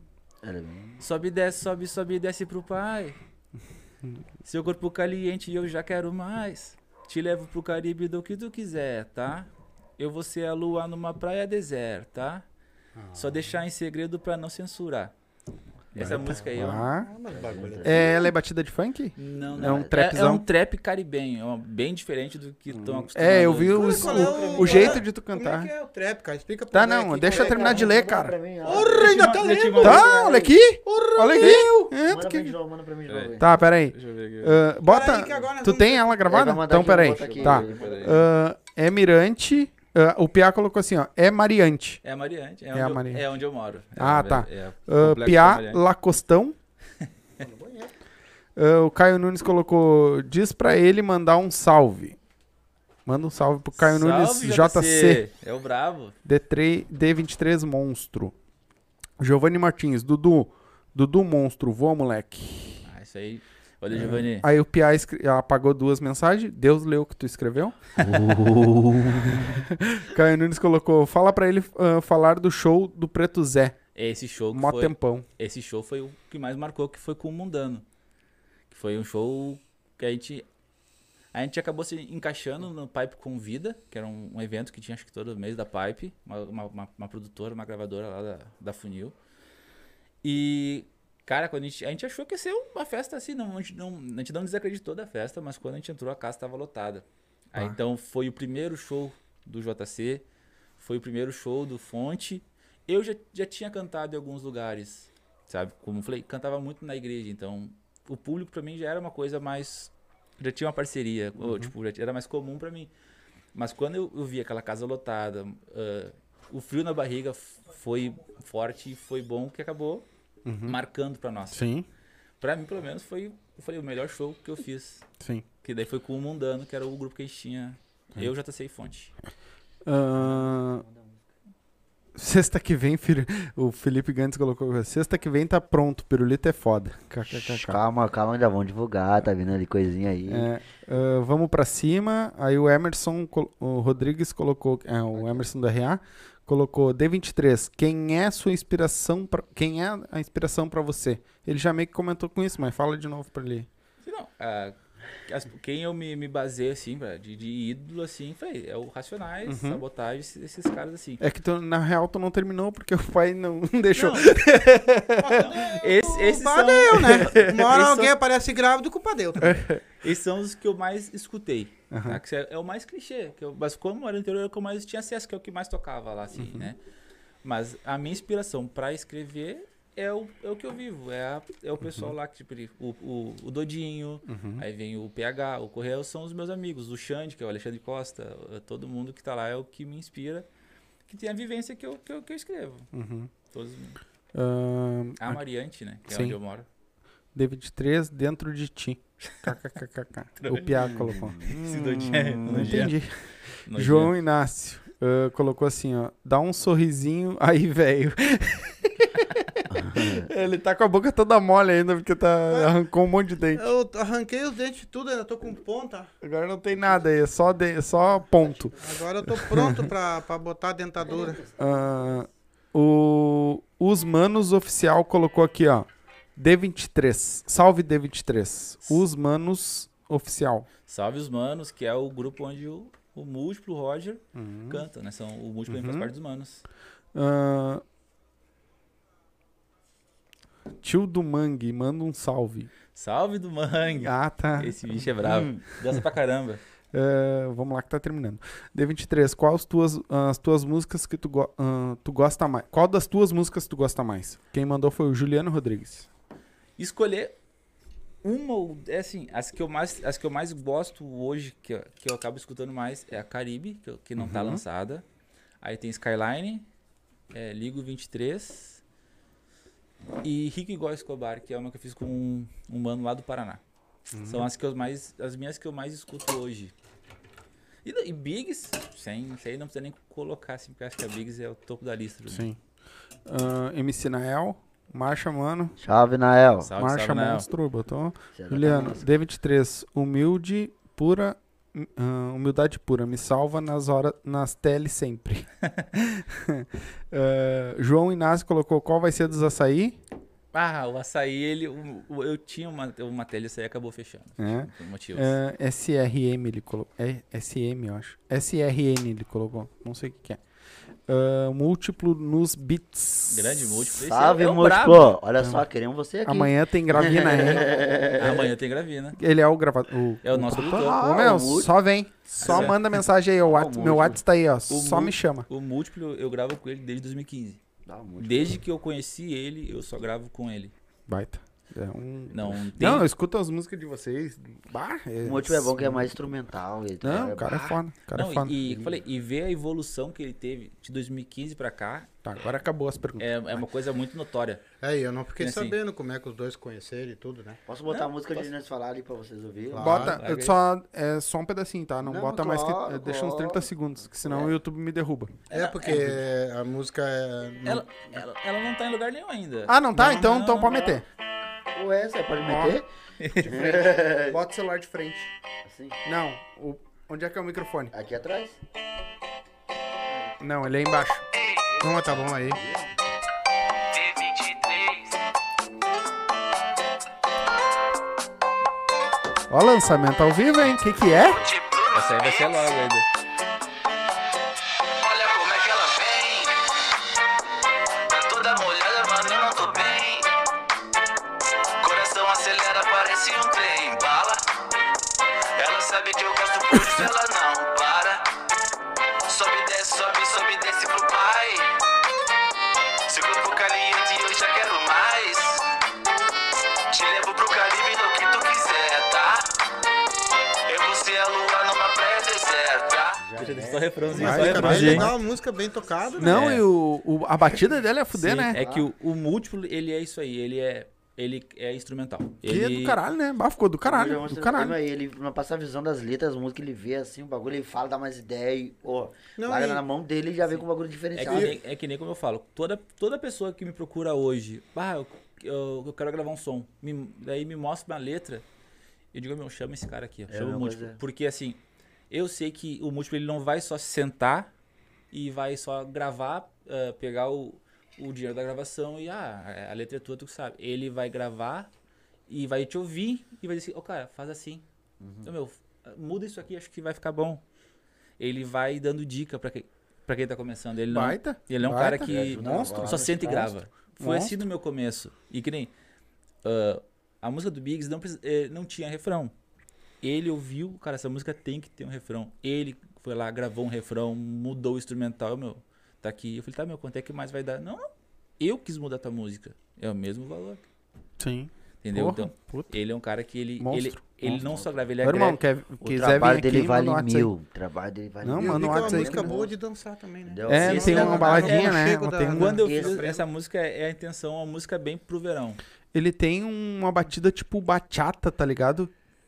S4: Sobe, desce, sobe, sobe, desce pro pai. Seu corpo caliente eu já quero mais. Te levo pro Caribe do que tu quiser, tá? Eu vou ser a lua numa praia deserta. Só deixar em segredo pra não censurar. Essa música aí, ó.
S1: Ah.
S2: Ah, mas o bagulho
S1: É,
S2: é-
S1: ela é batida de funk?
S4: Não,
S1: É um
S4: não.
S1: trapzão.
S4: É, um trap caribenho, ó, bem diferente do que estão acostumados.
S1: É, eu vi
S2: Cara,
S1: os-
S2: qual é
S1: o, o jeito de tu
S2: Como é
S1: cantar.
S2: que é o trap, cara? Explica pra
S1: Tá,
S2: nós
S1: não,
S2: aqui
S1: deixa eu
S2: como é que
S1: terminar de ler, cara.
S2: Porra, ainda tá
S4: Eu te
S2: lendo.
S4: mando-
S1: Tá, olha aqui. Olha aqui. É,
S3: Manda
S1: tu
S3: pra mim de
S1: que-
S3: novo, manda pra mim de
S4: Peraí.
S3: novo. aí.
S1: Tá, peraí.
S4: Deixa eu ver aqui.
S1: Ah,
S2: Peraí
S1: bota.
S2: que agora nós
S1: Tu
S2: vamos-
S1: tem ela
S3: Ele vai
S1: gravada?
S3: É, mandar
S1: Então,
S3: aqui, eu
S1: peraí.
S3: boto aqui,
S1: Tá.
S3: ele manda aqui.
S1: Ah, é Mirante. ah, o Piá colocou assim, ó. É Mariante.
S4: É a Mariante, é,
S1: a
S4: onde, eu-
S1: Mariante.
S4: é onde eu moro. É
S1: Ah,
S4: a-
S1: tá.
S4: é a-
S1: Ah,
S4: complexo da
S1: Piá
S4: Mariante. [LAUGHS]
S1: Lacostão. Ah, o Caio Nunes colocou: diz pra ele mandar um salve. Manda um salve pro Caio
S4: Salve,
S1: Nunes, JC.
S4: É o brabo.
S1: D3, D23 Monstro. Giovanni Martins, Dudu. Dudu Monstro, voa moleque.
S4: Ah, isso aí. Olha, Giovanni.
S1: Aí o Pia escre- apagou duas mensagens. Deus leu o que tu escreveu. Uh. [LAUGHS] Caio Nunes colocou: fala pra ele ah, falar do show do Preto Zé.
S4: Esse show que
S1: Mó
S4: foi,
S1: tempão.
S4: esse show foi o que mais marcou, que foi com o Mundano. Que foi um show que a gente a gente acabou se encaixando no Pipe Convida, que era um, um evento que tinha acho que todo mês da Pipe, uma, uma, uma- uma produtora, uma gravadora lá da, da Funil. E, cara, quando a gente, a gente achou que ia ser uma festa assim, não, a, gente não, a gente não desacreditou da festa, mas quando a gente entrou a casa estava lotada. Aí, então foi o primeiro show do JC, foi o primeiro show do Fonte. Eu já, já tinha cantado em alguns lugares, sabe? Como eu falei, cantava muito na igreja, então o público pra mim já era uma coisa mais. Já tinha uma parceria, ou, tipo, já t- era mais comum pra mim. Mas quando eu, eu vi aquela casa lotada, ah, o frio na barriga f- foi forte e foi bom que acabou marcando pra nós.
S1: Sim,
S4: Pra mim, pelo menos, foi eu falei, o melhor show que eu fiz.
S1: sim.
S4: Que daí foi com o Mundano, que era o grupo que a gente tinha. Eu, JC e Fonte.
S1: Ah, Sexta que vem, filho, o Felipe Gantes colocou. Sexta que vem tá pronto, pirulito é foda. KKKK.
S3: Calma, calma, ainda vão divulgar, tá vindo ali coisinha aí.
S1: É, ah, vamos pra cima. Aí o Emerson, col- o Rodrigues colocou, é, o Emerson do RA colocou D23. Quem é sua inspiração? Pra, quem é a inspiração pra você? Ele já meio que comentou com isso, mas fala de novo pra ele.
S4: Se não, ah, as- quem eu me, me baseio, assim, pra- de, de ídolo, assim, foi, é o Racionais, Sabotagem, esses, esses caras, assim.
S1: É que tu- na real tu não terminou porque o pai não [LAUGHS] deixou.
S4: [LAUGHS] Não. Esse, esses, são,
S2: Culpado
S4: [LAUGHS]
S2: é eu, né? Uma hora
S4: Eles são-
S2: alguém aparece grávido,
S1: [LAUGHS]
S2: culpa deu.
S1: É.
S4: esses são os que eu mais escutei. tá? Que é, é o mais clichê. Que eu, mas como era anterior, é o que eu mais tinha acesso, que é o que mais tocava lá,
S1: Uhum.
S4: assim, né? Mas a minha inspiração pra escrever é o, é o que eu vivo. É, a- é o
S1: Uhum.
S4: pessoal lá que, tipo, ele- o, o, o Dodinho, aí vem o PH, o Correio, são os meus amigos. O Xande, que é o Alexandre Costa, eh, todo mundo que tá lá é o que me inspira, que tem a vivência que eu, que eu, que eu escrevo. Todos,
S1: Ahn,
S4: a Mariante, né? Que é
S1: Uhum. Ah. Sim.
S4: onde eu moro.
S1: D23 dentro de ti. KKKKK. [LAUGHS] o Piá colocou.
S4: Esse Dodinho é
S1: Não
S4: nojento,
S1: Hum, entendi.
S4: nojento.
S1: João Inácio ah, colocou assim, ó. Dá um sorrisinho aí, [LAUGHS] velho. Ele tá com a boca toda mole ainda, porque [LAUGHS] tá, arrancou um monte de dente.
S2: Eu arranquei os dentes tudo, ainda tô com ponta.
S1: Agora não tem nada aí, é só, de, é só ponto.
S2: Agora eu tô pronto pra, pra botar a dentadura.
S1: Ah, o Os Manos Oficial colocou aqui, ó. D23. Salve D23. Os Manos Oficial.
S4: Salve os Manos, que é o grupo onde o, o múltiplo Roger canta, né? São, o múltiplo uhum. faz parte dos Manos.
S1: Ah, tio do Mangue, manda um salve.
S4: Salve do Mangue!
S1: Ah, tá.
S4: Esse bicho é bravo. Dança pra caramba.
S1: É, vamos lá que tá terminando. D23, qual as tuas, as tuas músicas que tu, go- ahn, tu gosta mais? Qual das tuas músicas tu gosta mais? Quem mandou foi o Juliano Rodrigues.
S4: Escolher uma ou. É assim, as que eu mais, as que eu mais gosto hoje, que, eu- que eu acabo escutando mais, é a Caribe, que, eu- que não tá lançada. Aí tem Skyline, é, Ligo 23. E Rico Igual Escobar, que é uma que eu fiz com um, um mano lá do Paraná. São as que eu mais. As minhas que eu mais escuto hoje. E, não- e Biggs, sem, sem não precisa nem colocar, assim, porque eu acho que a Biggs é o topo da lista. né?
S1: Sim. Ahn, MC Ah, Nael, Marcha Mano,
S3: Salve, Nael.
S4: Salve,
S1: Marcha
S4: salve, Nael.
S1: Monstro, botou.
S3: Você já tá
S1: Juliano,
S3: na-
S1: D23, humilde, pura, hum, ahn, humildade pura, me salva nas horas, nas teles sempre. [LAUGHS] Ah, João Inácio colocou qual vai ser dos açaí?
S4: Ah, o açaí, ele. o- o- eu tinha uma, uma telha, isso aí acabou fechando.
S1: É.
S4: Por motivos.
S1: É, SRM ele colocou. É, SM, eu acho. SRN ele colocou. Não sei o que, que é. Ah, múltiplo nos bits.
S4: Grande múltiplo. Esse
S3: Salve,
S4: é, o brabo.
S3: múltiplo. Olha só, queremos você aqui.
S1: Amanhã tem gravina,
S3: [LAUGHS]
S1: hein?
S4: é, Amanhã tem né? gravina.
S1: Ele é o gravador.
S4: É o nosso produtor.
S1: Ô, meu,
S3: o múltiplo.
S1: só vem. Só
S4: É.
S1: manda mensagem aí. O Whats-
S3: múltiplo.
S1: meu WhatsApp tá aí, ó. Só
S4: mu-
S1: me chama.
S4: O múltiplo eu gravo com ele desde 2015.
S3: Dá um monte.
S4: Desde que eu conheci ele, eu só gravo com ele.
S1: Baita. É um...
S4: Não tem. Um
S1: Não, eu escuto as músicas de vocês. Bah, é...
S3: O motivo é bom que é mais instrumental. e tal,
S1: Não, o cara é
S3: bah.
S1: foda. o cara é
S4: Não,
S1: foda.
S4: e, e eu falei, e ver a evolução que ele teve de 2015 pra cá
S1: Tá, agora acabou as perguntas.
S4: é, é uma coisa muito notória.
S2: É, e eu não fiquei
S4: Assim.
S2: sabendo como é que os dois conheceram e tudo, né?
S3: Posso botar a música de nós falar ali pra vocês ouvirem?
S2: Claro.
S1: Bota,
S4: larga aí.
S1: só, é só um pedacinho, tá? Não,
S3: Não,
S1: bota mais que.
S3: claro,
S1: Deixa uns 30
S3: claro.
S1: segundos, que senão o YouTube me derruba.
S2: É, porque a música é. não-
S4: Ela, ela, ela não tá em lugar nenhum ainda.
S1: Ah, não tá?
S4: Não,
S1: então
S4: não,
S1: então
S4: não,
S1: pode
S4: não.
S1: meter.
S3: Ah, Ué, você pode meter?
S1: Bota o celular de frente.
S3: Assim.
S1: Não, o- onde é que é o microfone?
S3: Aqui atrás?
S1: Não, ele é embaixo.
S2: Não, tá bom aí.
S1: Ó, lançamento ao vivo, hein? Que que é?
S4: Essa aí vai ser logo ainda.
S5: Olha como é que ela vem. Tá toda molhada, mano, eu não tô bem. Coração acelera, parece um trem. Bala. Ela sabe que eu gosto por isso, ela não para. Sobe, e desce, sobe, sobe, e desce pro pai. Seu corpo caliente, eu já quero mais. Te levo pro Caribe no que tu quiser, tá? Eu vou ser a lua numa praia deserta.
S4: Deixa eu só refrãozinho,
S2: Mas
S3: é
S4: só
S2: fica é bem
S1: né?
S4: refrãozinho.
S2: legal, a música bem tocada, né?
S1: Não, e o, o- a batida dele é fuder,
S4: É. Sim,
S1: né?
S4: É que o, o múltiplo, ele é isso aí, ele é, ele é instrumental.
S1: Que é
S4: ele...
S1: do caralho, né? Bah, ficou do
S3: Ele vai
S1: caralho, do
S3: mostrando
S1: caralho.
S3: pra ele, Ele não passa a visão das letras, as músicas, ele vê assim, o bagulho, ele fala, dá mais ideia e, ó,
S2: Não,
S3: larga
S2: e-
S3: na mão dele e já vem com o bagulho
S4: É
S3: diferenciado.
S4: que, nem, é que nem como eu falo, toda, toda pessoa que me procura hoje, ah, eu, eu, eu quero gravar um som, me- daí me mostra uma letra, eu digo, meu, chama esse cara aqui, ó,
S3: a
S4: chama o
S3: mesma
S4: múltiplo.
S3: coisa.
S4: Porque assim, eu sei que o múltiplo ele não vai só sentar e vai só gravar, ah, pegar o, o dinheiro da gravação e ah, a letra é tua, tu que sabe. Ele vai gravar e vai te ouvir e vai dizer, assim, ô cara, faz assim. Então, meu, muda isso aqui, acho que vai ficar bom. Ele vai dando dica pra quem, pra quem tá começando. Ele não,
S1: Baita,
S4: ele é um
S1: baita.
S3: tá
S4: cara que
S3: ajuda na
S1: Monstro.
S3: voz,
S4: só senta e
S3: monstro.
S4: grava. Foi assim no meu começo. E que nem ah, a música do Biggs não, precis- eh, não tinha refrão. Ele ouviu, cara, essa música tem que ter um refrão. Ele foi lá, gravou um refrão, mudou o instrumental, meu, tá aqui. Eu falei, tá, meu, quanto é que mais vai dar? Não, não. eu quis mudar tua música. É o mesmo valor.
S1: Sim.
S4: Entendeu?
S1: Porra,
S4: então,
S1: puta.
S4: ele é um cara que ele.
S1: Monstro,
S4: ele, ele não só grava, ele
S1: Meu irmão,
S4: agrega.
S1: quer,
S3: é O
S1: quiser vir
S3: trabalho
S1: aqui,
S3: dele vale
S1: manda um WhatsApp.
S3: mil. O trabalho dele vale
S1: Não,
S2: E eu
S3: mil.
S1: mano,
S2: vi que é uma
S1: WhatsApp aí
S2: música
S1: que
S2: boa de dançar também, né?
S3: Entendeu?
S1: É,
S3: Esse
S1: tem
S3: cara
S1: uma
S3: não-
S1: baladinha,
S2: não
S1: né?
S2: chego da-
S1: Tem um-
S4: Quando eu
S3: Esse-
S4: fiz essa música, é a intenção, é uma música bem pro verão.
S1: Ele tem uma batida tipo bachata, tá ligado?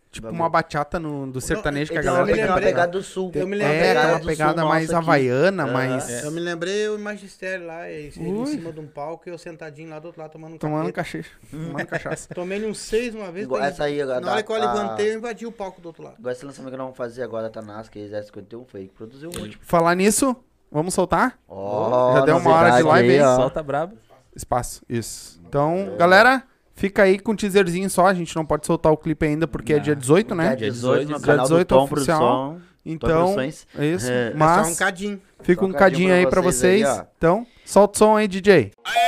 S1: Tipo
S3: Bagulho.
S1: uma bachata no, do sertanejo que a
S3: Ele
S1: galera
S3: tem
S2: eu me
S1: pega
S3: uma
S1: pra
S2: lembrei-
S1: pegar.
S3: pegada do sul.
S2: eu me lembrei
S1: É, aquela
S2: do
S1: pegada mais
S3: É.
S1: havaiana, mais
S2: Eu me lembrei o magistério lá, ele em
S1: Ui.
S2: cima de um palco e eu sentadinho lá do outro lado tomando um
S1: tomando
S2: capeta.
S1: cachaça.
S3: [LAUGHS]
S1: Tomando cachaça.
S2: Tomei-lhe uns seis uma vez.
S3: Igual
S2: daí-
S3: essa aí, a
S2: na
S3: da-
S2: hora que eu
S3: a-
S2: levantei, eu invadi o palco do outro lado.
S3: Igual esse lançamento que nós vamos fazer agora, da Tanás, que é S51, foi ele que produziu o último.
S1: Falar nisso, vamos soltar?
S3: Ó,
S1: Já deu uma hora de
S3: novidade
S1: live,
S3: aí,
S1: hein?
S3: ó.
S4: Solta brabo.
S1: Espaço, isso. Então, galera, fica aí com o teaserzinho só. A gente não pode soltar o clipe ainda porque é dia 18, né?
S3: Dia 18, no
S4: Dia
S3: canal
S1: 18
S3: do Tom
S1: oficial.
S3: Produção. Tom
S1: Então,
S3: Produções.
S1: é isso.
S3: É, é só
S2: Só um
S1: Mas
S2: cadinho.
S1: fica
S3: só
S1: um
S3: um
S1: cadinho
S3: cadinho
S1: aí
S3: pra
S1: pra vocês.
S3: vocês aí, ó.
S1: Então, solta o som aí, DJ.
S5: Aê!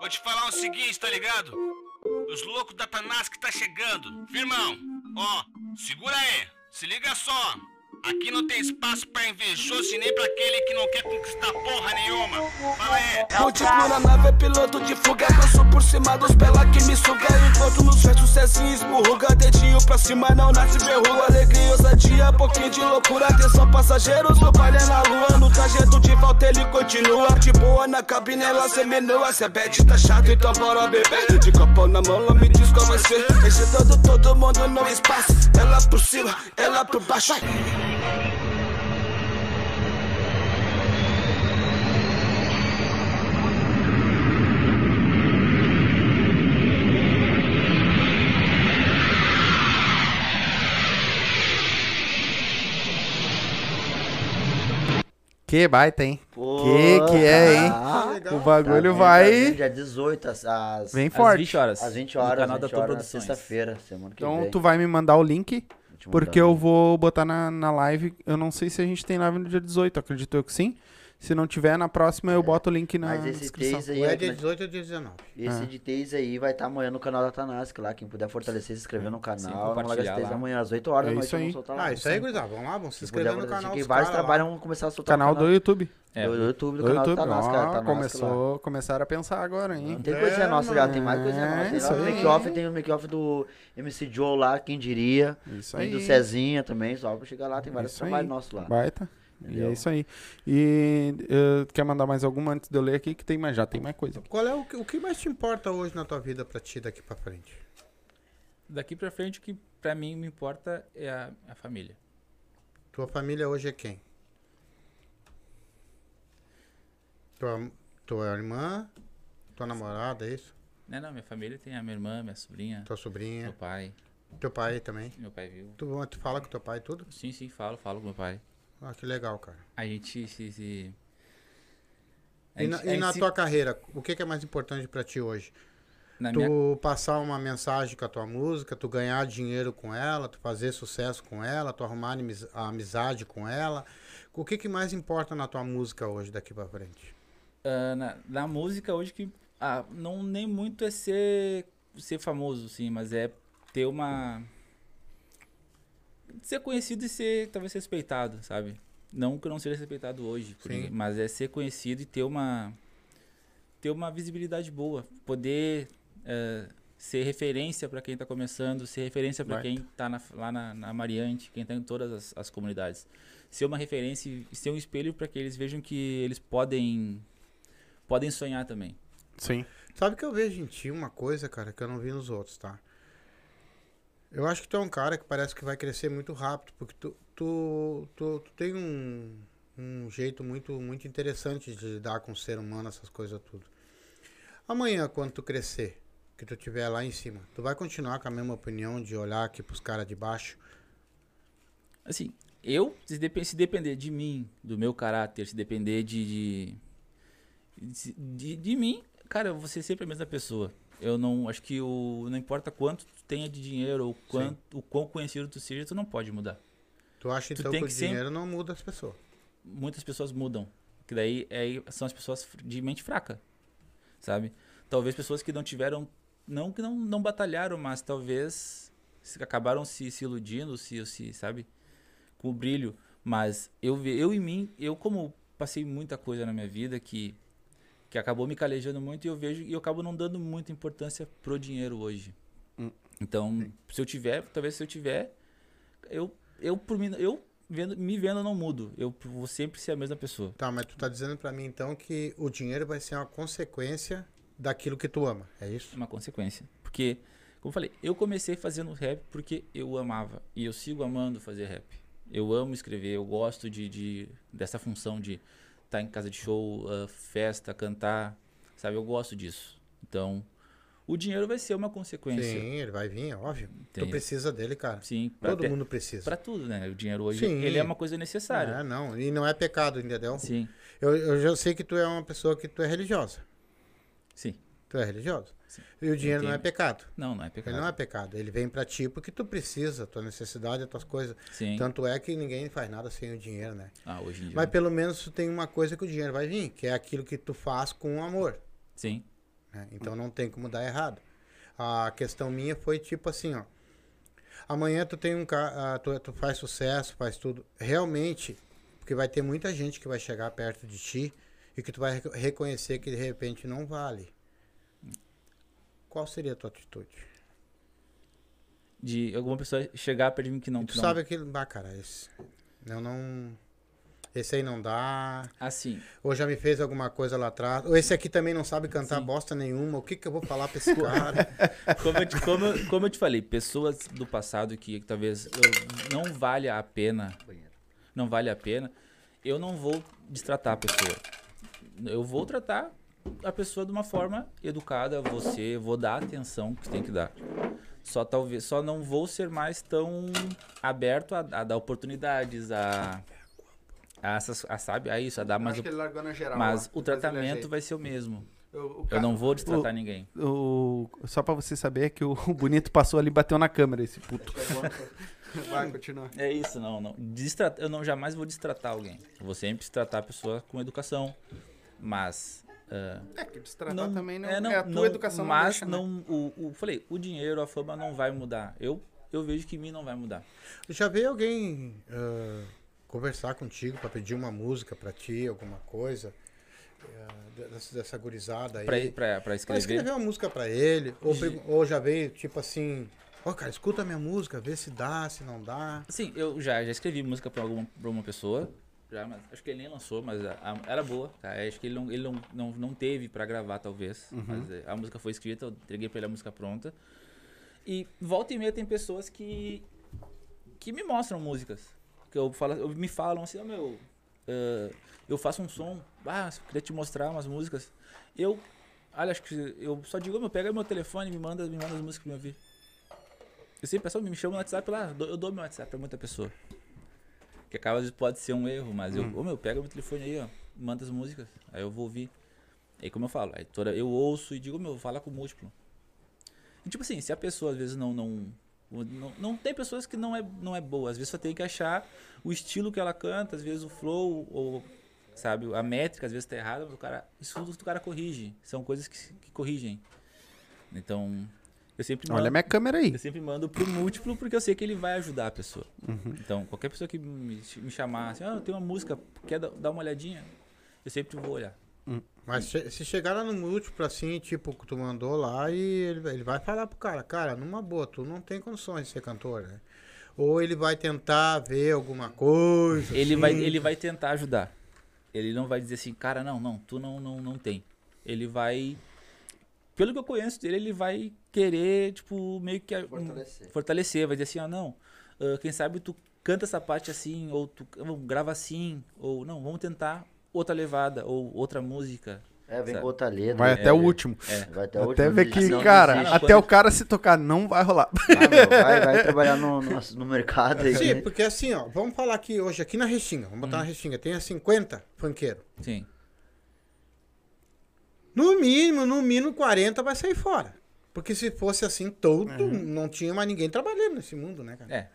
S5: Vou te falar o seguinte, tá ligado? Os loucos da Tanask tá chegando. Firmão, ó, segura aí. Se liga só. Aqui não tem espaço pra invejoso e nem pra aquele que não quer conquistar porra nenhuma. Fala aí.
S6: Múltiplo na nave é piloto de fuga Danço por cima dos pela que me suga Enquanto nos versos é assim esmurruga Dedinho pra cima não nasce verruga Alegria, ousadia, pouquinho de loucura Atenção passageiros, o baile é na lua No trajeto de volta ele continua De boa na cabine ela seminua Se é bad tá chato então bora beber De copo na mão ela me diz qual vai ser Excitando todo mundo no espaço Ela por cima, ela por baixo ai.
S1: Que baita, hein?
S3: Pô,
S1: que que é, hein?
S3: tá.
S1: O bagulho
S3: Tá vendo,
S1: vai.
S3: tá vendo? Dia 18, às, às,
S1: Vem
S4: Às
S1: forte.
S4: 20 horas.
S3: às 20
S4: No
S3: horas,
S4: canal
S3: às 20
S4: da Tom
S3: horas, na
S4: Produções.
S3: sexta-feira, semana que
S1: Então
S3: vem.
S1: tu vai me mandar o link,
S3: Vou te mandar
S1: porque eu
S3: um
S1: vou botar na, na live. Eu não sei se a gente tem live no dia 18, acredito eu que sim. Se não tiver, na próxima eu boto o link na
S3: Mas Então, esse
S1: descrição.
S3: três aí,
S2: Ou
S3: é,
S2: é dia 18 ou dia 19.
S1: Ah.
S3: esse de três aí vai estar amanhã no canal da Tanasc lá. Quem puder fortalecer, se inscrever no
S4: Sim,
S3: canal. Vamos largar
S4: compartilhar
S3: esse três
S4: lá.
S3: amanhã às 8 horas
S1: É
S3: da noite.
S1: isso aí.
S3: Vamos soltar lá.
S2: Ah, isso aí, gurizada. Vamos lá, vamos se
S3: Se puder
S2: inscrever no
S3: fortalecer,
S2: canal
S3: Tipo, que
S2: dos
S3: vários
S2: caras lá.
S3: trabalhos vão começar a soltar no
S1: Canal do YouTube.
S4: É,
S3: do YouTube, do
S1: Do
S3: canal da
S1: YouTube.
S3: Tanasc,
S1: Ó,
S3: cara. Tanasc lá.
S1: começou, começaram a pensar agora, hein?
S3: Tem
S2: É,
S3: coisinha nossa já,
S2: mano.
S3: tem mais coisinha
S1: É,
S3: nossa. Tem
S1: isso
S3: lá o
S1: aí.
S3: make-off, tem o make-off do MC Joe lá, quem diria.
S1: Isso
S3: Tem
S1: aí.
S3: Uhum. do Cezinha também, só pra chegar lá, tem vários
S1: Isso aí.
S3: trabalhos nossos um lá.
S1: Baita. E
S3: Entendeu?
S1: é isso aí. E eh, quer mandar mais alguma antes de eu ler aqui? Que tem mais, já tem mais coisa.
S2: Qual é o que, o que mais te importa hoje na tua vida pra ti daqui pra frente?
S4: Daqui pra frente, o que pra mim me importa é a, a família.
S2: Tua família hoje é quem? Tua, tua irmã, tua namorada, é isso?
S4: Né, Não, não, minha família tem a minha irmã, minha sobrinha,
S2: Tua
S4: meu
S2: sobrinha,
S4: pai,
S2: teu pai também.
S4: meu pai vivo.
S2: Tu, tu fala com teu pai e tudo?
S4: Sim, sim, falo, falo com meu pai.
S2: Ah, que legal, cara.
S4: A gente se. se... a
S2: E
S4: gente-
S2: na,
S4: a
S2: e
S4: gente
S2: na
S4: se-
S2: tua carreira, o que, que é mais importante pra ti hoje?
S4: na
S2: tu
S4: minha
S2: passar uma mensagem com a tua música, tu ganhar dinheiro com ela, tu fazer sucesso com ela, tu arrumar amiz- a amizade com ela. O que, que mais importa na tua música hoje daqui pra frente?
S4: Ah, na, na música hoje que ah, não nem muito é ser ser famoso sim mas é ter uma ser conhecido e ser talvez respeitado sabe não que eu não seja respeitado hoje por
S2: Sim.
S4: ninguém, mas é ser conhecido e ter uma ter uma visibilidade boa poder eh, ser referência para quem tá começando ser referência para
S1: Right.
S4: quem tá na- lá na, na Mariante quem tá em todas as, as comunidades ser uma referência e ser um espelho para que eles vejam que eles podem podem sonhar também.
S1: Sim.
S2: Sabe que eu vejo em ti uma coisa, cara, que eu não vi nos outros, tá? Eu acho que tu é um cara que parece que vai crescer muito rápido, porque tu, tu, tu, tu tem um, um jeito muito, muito interessante de lidar com o ser humano, essas coisas tudo. Amanhã, quando tu crescer, que tu tiver lá em cima, tu vai continuar com a mesma opinião de olhar aqui pros caras de baixo?
S4: Assim, eu, se, depen- se depender de mim, do meu caráter, se depender de de, de, de mim, cara, eu vou ser sempre a mesma pessoa. Eu não acho que o não importa quanto tu tenha de dinheiro ou quanto o quão conhecido tu seja, tu não pode mudar.
S2: Tu acha
S4: Tu
S2: então
S4: tem
S2: que o
S4: que ser-
S2: dinheiro não muda as pessoas?
S4: muitas pessoas mudam. Que daí é, são as pessoas fr- de mente fraca, sabe? Talvez pessoas que não tiveram, não que não, não batalharam, mas talvez se- acabaram se, se iludindo, se, se, sabe? Com o brilho. Mas eu, ve- eu em mim, eu como passei muita coisa na minha vida que, que acabou me calejando muito e eu vejo e eu acabo não dando muita importância pro dinheiro hoje. Então, se eu tiver, talvez se eu tiver, eu, eu por mim, eu vendo, me vendo eu não mudo. Eu vou sempre ser a mesma pessoa.
S2: Tá, mas tu tá dizendo pra mim então que o dinheiro vai ser uma consequência daquilo que tu ama, é isso?
S4: Uma consequência. Porque, como eu falei, eu comecei fazendo rap porque eu amava. E eu sigo amando fazer rap. Eu amo escrever, eu gosto de, de- dessa função de estar em casa de show, ah, festa, cantar. Sabe, eu gosto disso. Então, o dinheiro vai ser uma consequência. Sim,
S2: Sim, ele vai vir, é óbvio.
S4: Tem.
S2: Tu precisa dele, cara.
S4: pra,
S2: Todo
S4: até-
S2: mundo precisa.
S4: pra tudo, né? O dinheiro hoje,
S2: Sim.
S4: ele é uma coisa necessária.
S2: É, não. E não é pecado, entendeu?
S4: Sim,
S2: Eu, eu já sei que tu é uma pessoa que tu é religiosa.
S4: sim.
S2: Tu é religiosa.
S4: Sim.
S2: E o dinheiro não é
S4: Entendo.
S2: pecado.
S4: Não, não é
S2: Ele
S4: pecado.
S2: não é pecado. Ele vem pra ti porque tu precisa, tua necessidade, as tuas coisas.
S4: Sim.
S2: Tanto é que ninguém faz nada sem o dinheiro, né?
S4: Ah, hoje em dia.
S2: Mas pelo menos tu tem uma coisa que o dinheiro vai vir, que é aquilo que tu faz com amor.
S4: Sim.
S2: né? Então não tem como dar errado. A questão minha foi tipo assim, ó. Amanhã tu tem um ca... ah, tu, tu faz sucesso, faz tudo. Realmente, porque vai ter muita gente que vai chegar perto de ti e que tu vai reco- reconhecer que de repente não vale. Qual seria a tua atitude?
S4: De alguma pessoa chegar perto de mim que não...
S2: E tu
S4: não-
S2: sabe aquele. Ah, cara, esse. Eu não. Esse aí não dá.
S4: Assim,
S2: Ou já me fez alguma coisa lá atrás. Ou esse aqui também não sabe cantar
S4: Sim.
S2: bosta nenhuma. O que, que eu vou falar pra
S4: [LAUGHS]
S2: esse cara?
S4: Como eu, te, como eu- como eu te falei, pessoas do passado que talvez eu- não valha a pena, não vale a pena, eu não vou destratar a pessoa. Eu vou tratar a pessoa de uma forma educada, você, vou dar a atenção que tem que dar. Só talvez, só não vou ser mais tão aberto a, a dar oportunidades a a, essas, a sabe, a isso, a dar mais, op-
S1: largou na geral.
S4: mas o tratamento vai ser o mesmo. Eu não vou destratar ninguém.
S1: é [LAUGHS] O- só pra você saber que o o Bonito passou ali e bateu na câmera, esse puto. Vai, continua.
S4: É isso, não, não. Destra- Eu não jamais vou destratar alguém. Eu vou sempre tratar a pessoa com educação. Mas. ah,
S1: É que destratar também não é,
S4: não-
S1: a tua
S4: não-
S1: educação não
S4: Mas
S1: deixa, né?
S4: não. o, o- falei, o dinheiro, a fama não vai mudar. Eu, eu vejo que em mim não vai mudar.
S2: Eu já vi alguém ah, conversar contigo pra pedir uma música pra ti, alguma coisa? ah, dessa, dessa gurizada aí.
S4: Pra, pra, pra
S2: Pra
S4: escrever.
S2: escrever uma música pra ele. Ou, pergun- ou já veio, tipo assim, ó, cara, escuta a minha música, vê se dá, se não dá.
S4: Sim, eu já, já escrevi música pra, alguma, pra uma pessoa. Já, mas acho que ele nem lançou, mas a- a- era boa. tá? Eu Acho que ele, não, ele não, não, não teve pra gravar, talvez. Mas eh, a música foi escrita, eu entreguei pra ele a música pronta. E volta e meia tem pessoas que. que me mostram músicas. Que eu falo, eu- me falam assim, ó meu. eh, eu faço um som, ah, eu queria te mostrar umas músicas. Eu. Olha, acho que eu só digo, "Ô, meu, pega meu telefone, me manda, me manda as músicas pra eu ouvir. Eu sempre pessoal me chama no WhatsApp lá, eu dou- eu dou meu WhatsApp pra muita pessoa. Que acaba às vezes pode ser um erro, mas eu, ô meu, pega meu telefone aí, ó, manda as músicas, aí eu vou ouvir. Aí como eu falo, aí toda, eu ouço e digo, meu, fala com o múltiplo. E tipo assim, se a pessoa às vezes não não não, não tem pessoas que não é não é boa, às vezes só tem que achar o estilo que ela canta, às vezes o flow ou sabe, a métrica às vezes tá errada, mas o cara, isso tudo o cara corrige, são coisas que, se- que corrigem. Então, eu sempre
S1: Olha a minha câmera aí.
S4: eu sempre mando pro múltiplo porque eu sei que ele vai ajudar a pessoa. Então, qualquer pessoa que me, me chamar assim, ah, tem uma música, quer da- dar uma olhadinha? Eu sempre vou olhar.
S2: Mas
S4: Hum.
S2: che- se chegar lá no múltiplo, assim, tipo, que tu mandou lá e ele, ele vai falar pro cara, cara, numa boa, tu não tem condições de ser cantor, né? Ou ele vai tentar ver alguma coisa.
S4: Ele
S2: assim.
S4: vai, ele vai tentar ajudar. Ele não vai dizer assim, cara, não, não, tu não, não, não tem. Ele vai. Pelo que eu conheço dele, ele vai querer, tipo, meio que.
S3: Fortalecer.
S4: Fortalecer, vai dizer assim, ah, não. ah, quem sabe tu canta essa parte assim, ou tu vamos, grava assim, ou não, vamos tentar outra levada, ou outra música.
S3: É, vem
S4: Sabe?
S3: com outra letra.
S1: Vai
S3: né?
S1: até o último. É.
S3: Vai até o
S1: Até
S3: último.
S1: ver que,
S3: Não,
S1: cara,
S4: desiste.
S1: até o cara se tocar, não vai rolar.
S3: Ah, meu, vai, vai trabalhar no, no, no mercado aí.
S2: Sim,
S3: né?
S2: porque assim, ó, vamos falar aqui hoje, aqui na Restinga, vamos
S1: Hum.
S2: botar na Restinga, tem 50 funkeiros.
S4: Sim.
S2: No mínimo, no mínimo 40 vai sair fora. Porque se fosse assim, todo,
S1: Uhum.
S2: não tinha mais ninguém trabalhando nesse mundo, né, cara?
S4: É.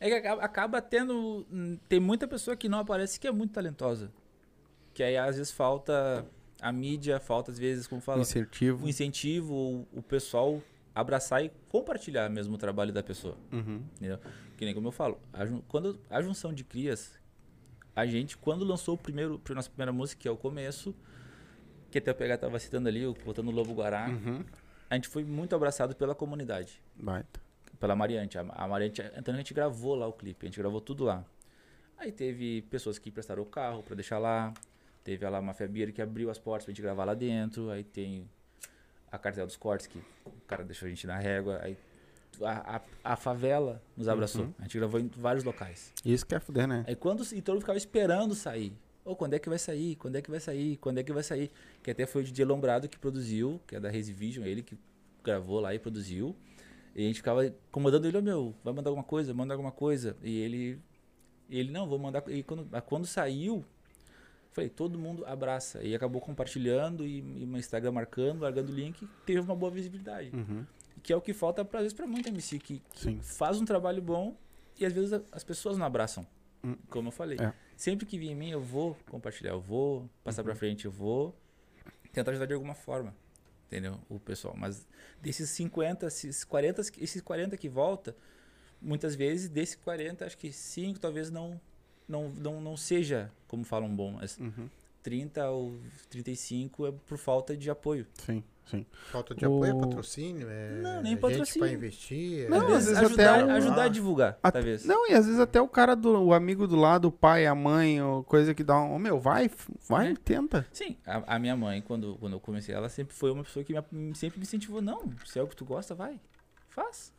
S4: É que acaba, acaba tendo. hum, Tem muita pessoa que não aparece que é muito talentosa. Que aí às vezes falta a mídia, falta às vezes, como fala,
S1: Incentivo.
S4: o incentivo, o- o pessoal abraçar e compartilhar mesmo o trabalho da pessoa. Entendeu? Que nem como eu falo, a, jun- quando, a junção de crias, a gente, quando lançou o primeiro, a nossa primeira música, que é o começo, que até o PH tava citando ali, o botando o Lobo Guará, a gente foi muito abraçado pela comunidade
S1: Vai.
S4: pela Mariante. A, a Mariante, então a gente gravou lá o clipe, a gente gravou tudo lá. Aí teve pessoas que emprestaram o carro pra deixar lá, teve a La Mafia Beer que abriu as portas pra gente gravar lá dentro, aí tem a Cartel dos Cortes que o cara deixou a gente na régua, aí a, a, a favela nos abraçou. A gente gravou em vários locais.
S1: Isso que é fuder, né?
S4: Aí quando e todo mundo ficava esperando sair. Ou quando é que vai sair? Quando é que vai sair? Quando é que vai sair? Que até foi o DJ Lombrado que produziu, que é da Resivision, ele que gravou lá e produziu. E a gente ficava incomodando ele, ô meu, vai mandar alguma coisa, manda alguma coisa. E ele e ele, não, vou mandar. E quando, mas quando saiu, falei, todo mundo abraça. E acabou compartilhando e, e no Instagram marcando, largando o link, teve uma boa visibilidade. Que é o que falta, pra- às vezes, pra muita MC, que, que
S1: Sim.
S4: faz um trabalho bom e às vezes a- as pessoas não abraçam. Como eu falei.
S1: É.
S4: Sempre que vir em mim, eu vou compartilhar, eu vou passar
S1: Uhum.
S4: pra frente, eu vou tentar ajudar de alguma forma. Entendeu? O pessoal. Mas desses 50, esses 40, que- esses 40 que volta, muitas vezes, desses 40, acho que 5 talvez não, não, não, não seja, como falam, bom, mas
S1: Uhum.
S4: 30 ou 35 é por falta de apoio.
S1: Sim, sim.
S2: Falta de apoio,
S1: O-
S2: é patrocínio, é
S4: Não, nem
S2: gente
S4: patrocínio.
S2: pra investir. é-
S1: Não, às vezes
S4: ajudar,
S1: até um-
S4: ajudar a divulgar,
S1: Até-
S4: talvez.
S1: Não, e às vezes até o cara do o amigo do lado, o pai, a mãe, ou coisa que dá um. "Ô, meu, vai, f- vai,
S4: É.
S1: tenta.
S4: Sim, a, a minha mãe, quando, quando eu comecei, ela sempre foi uma pessoa que me- sempre me incentivou. Não, se é o que tu gosta, vai. Faz.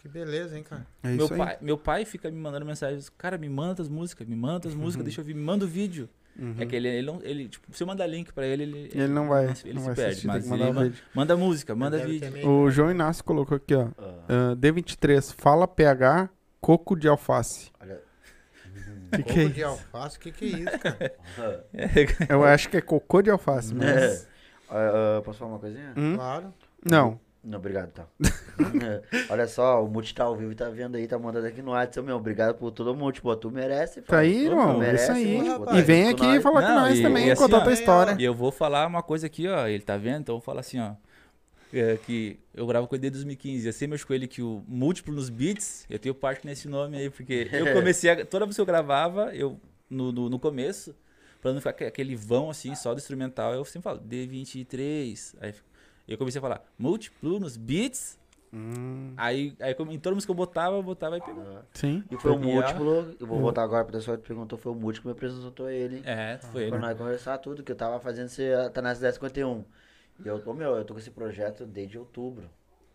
S2: Que beleza, hein, cara?
S1: É
S4: meu,
S1: isso aí.
S4: pai, meu pai fica me mandando mensagens. Cara, me manda as músicas, me manda
S1: Uhum.
S4: as músicas, deixa eu ver, me manda o vídeo. É que ele, ele, não- ele, tipo, se eu mandar link pra ele, ele,
S1: Ele não vai-
S4: ele
S1: não
S4: se
S1: vai
S4: perde.
S1: assistir, tem
S4: mas
S1: que mandar
S4: ele
S1: o
S4: ma-
S1: vídeo.
S4: manda música, manda
S2: Deve ter
S1: [LAUGHS]
S4: vídeo.
S2: meio-
S1: O João Inácio colocou aqui, ó.
S3: Ah.
S1: ah, D23, fala PH, coco de alface.
S3: Olha.
S1: Que
S2: Coco
S1: que é
S2: de
S1: isso?
S2: alface, que que é isso, cara?
S1: Eu acho que é cocô de alface, mas.
S3: Ah, ah, posso falar uma coisinha?
S1: Hum?
S2: Claro.
S1: Não.
S3: Não, obrigado, tá. É, Olha só, o Muti tá ao vivo e tá vendo aí, tá mandando aqui no WhatsApp, meu. Obrigado por todo mundo, pô. Tu merece,
S1: Tá aí, irmão. Isso aí. E vem aqui falar com
S4: Não,
S1: nós
S4: e-
S1: também,
S4: e assim,
S1: contar
S4: ó,
S1: tua história.
S4: E eu vou falar uma coisa aqui, ó. Ele tá vendo? Então eu vou falar assim, ó. é, que eu gravo com ele desde 2015. Assim, meus coelhos que o múltiplo nos beats, eu tenho parte nesse nome aí, porque eu comecei a. Toda vez que eu gravava, eu, no, no, no começo, pra não ficar aque- aquele vão assim, só do instrumental, eu sempre falo, D23. Aí fica- eu comecei a falar, múltiplo nos beats. Aí, aí como em toda música que eu botava, eu botava e pegou.
S1: Sim.
S3: E foi o
S4: Daniel.
S3: múltiplo, eu
S1: Hum.
S3: vou voltar agora pra pessoa que perguntou, foi o múltiplo que me apresentou ele, hein?
S4: É, foi ele.
S3: Pra nós conversar tudo, que eu tava fazendo esse tá nas 1051. E eu tô, meu, eu tô com esse projeto desde outubro.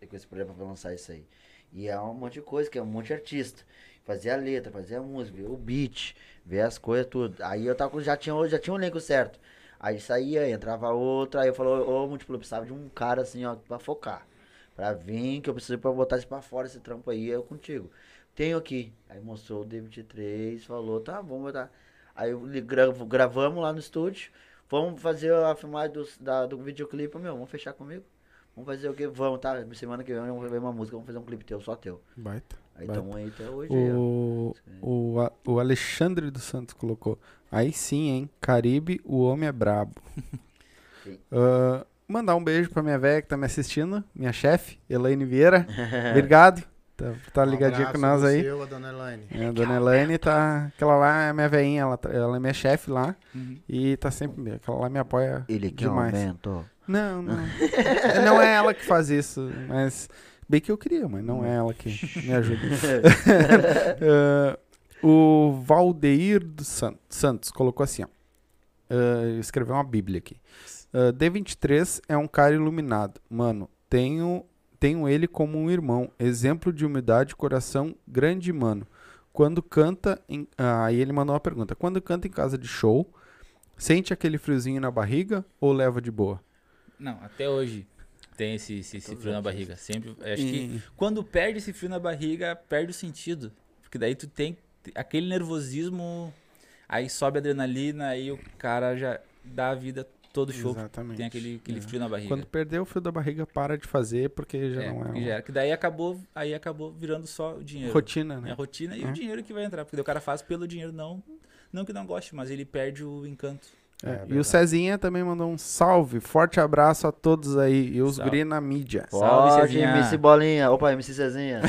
S3: Eu com esse projeto pra lançar isso aí. E é um monte de coisa, que é um monte de artista. Fazer a letra, fazer a música, ver o beat, ver as coisas, tudo. Aí eu tava com, já tinha, já tinha um elenco certo. Aí saía, entrava outra, aí eu falou, ô múltiplo, eu precisava de um cara assim, ó, pra focar. Pra vir, que eu preciso pra botar isso pra fora, esse trampo aí, eu contigo. Tenho aqui. Aí mostrou o D23, falou, tá bom, botar. Aí eu li- gra- gravamos lá no estúdio. Vamos fazer a filmagem do, da- do videoclipe, meu. Vamos fechar comigo? Vamos fazer o quê? Vamos, tá? Semana que vem vamos ver uma música, vamos fazer um clipe teu, só teu.
S4: é
S1: Baita.
S3: Aí
S1: baita.
S3: tamo aí até hoje. aí, ó.
S1: O, o, A- o Alexandre dos Santos colocou. Aí sim, hein? Caribe, o homem é brabo.
S3: Sim.
S1: Ah, mandar um beijo pra minha velha que tá me assistindo, minha chefe, Elaine Vieira. Obrigado. Tá,
S4: Um
S1: tá ligadinha com nós aí.
S2: Eu, a Um dona Elaine.
S1: É, a dona Elaine tá. Aquela lá é minha veinha, ela, tra- ela é minha chefe lá.
S4: Uhum.
S1: E tá sempre. Aquela lá me apoia
S3: Ele
S4: é um
S3: que
S1: demais.
S3: [LAUGHS] aumentou.
S1: Não, não. não é ela que faz isso, mas. Bem que eu queria, mas não é ela que me ajuda.
S3: [LAUGHS]
S1: [LAUGHS] Eh, o Valdeir dos San- Santos colocou assim, ó. Eh, escreveu uma bíblia aqui. Eh, D23 é um cara iluminado. Mano, tenho, tenho ele como um irmão. Exemplo de humildade, coração grande, mano. Quando canta... Em, ah, aí ele mandou uma pergunta. Quando canta em casa de show, sente aquele friozinho na barriga ou leva de boa?
S4: Não, até hoje tem esse, esse, esse frio na barriga. Sempre. Acho
S1: E-
S4: que quando perde esse frio na barriga, perde o sentido. Porque daí tu tem aquele nervosismo, aí sobe a adrenalina, aí o cara já dá a vida todo show. porque
S1: Exatamente.
S4: Tem aquele, aquele
S1: É.
S4: frio na barriga.
S1: Quando perder o frio da barriga, para de fazer, porque já
S4: é,
S1: não é
S4: que
S1: uma
S4: já era. Que daí acabou, aí acabou virando só o dinheiro.
S1: rotina,
S4: É a
S1: né?
S4: rotina e
S1: É.
S4: o dinheiro que vai entrar. Porque daí o cara faz pelo dinheiro, não, não que não goste, mas ele perde o encanto.
S1: É, e o Cezinha também mandou um salve, forte abraço a todos aí, e os
S4: Salve.
S1: guri na mídia.
S4: Salve,
S3: Pode,
S4: Cezinha.
S3: MC Bolinha. Opa, MC Cezinha.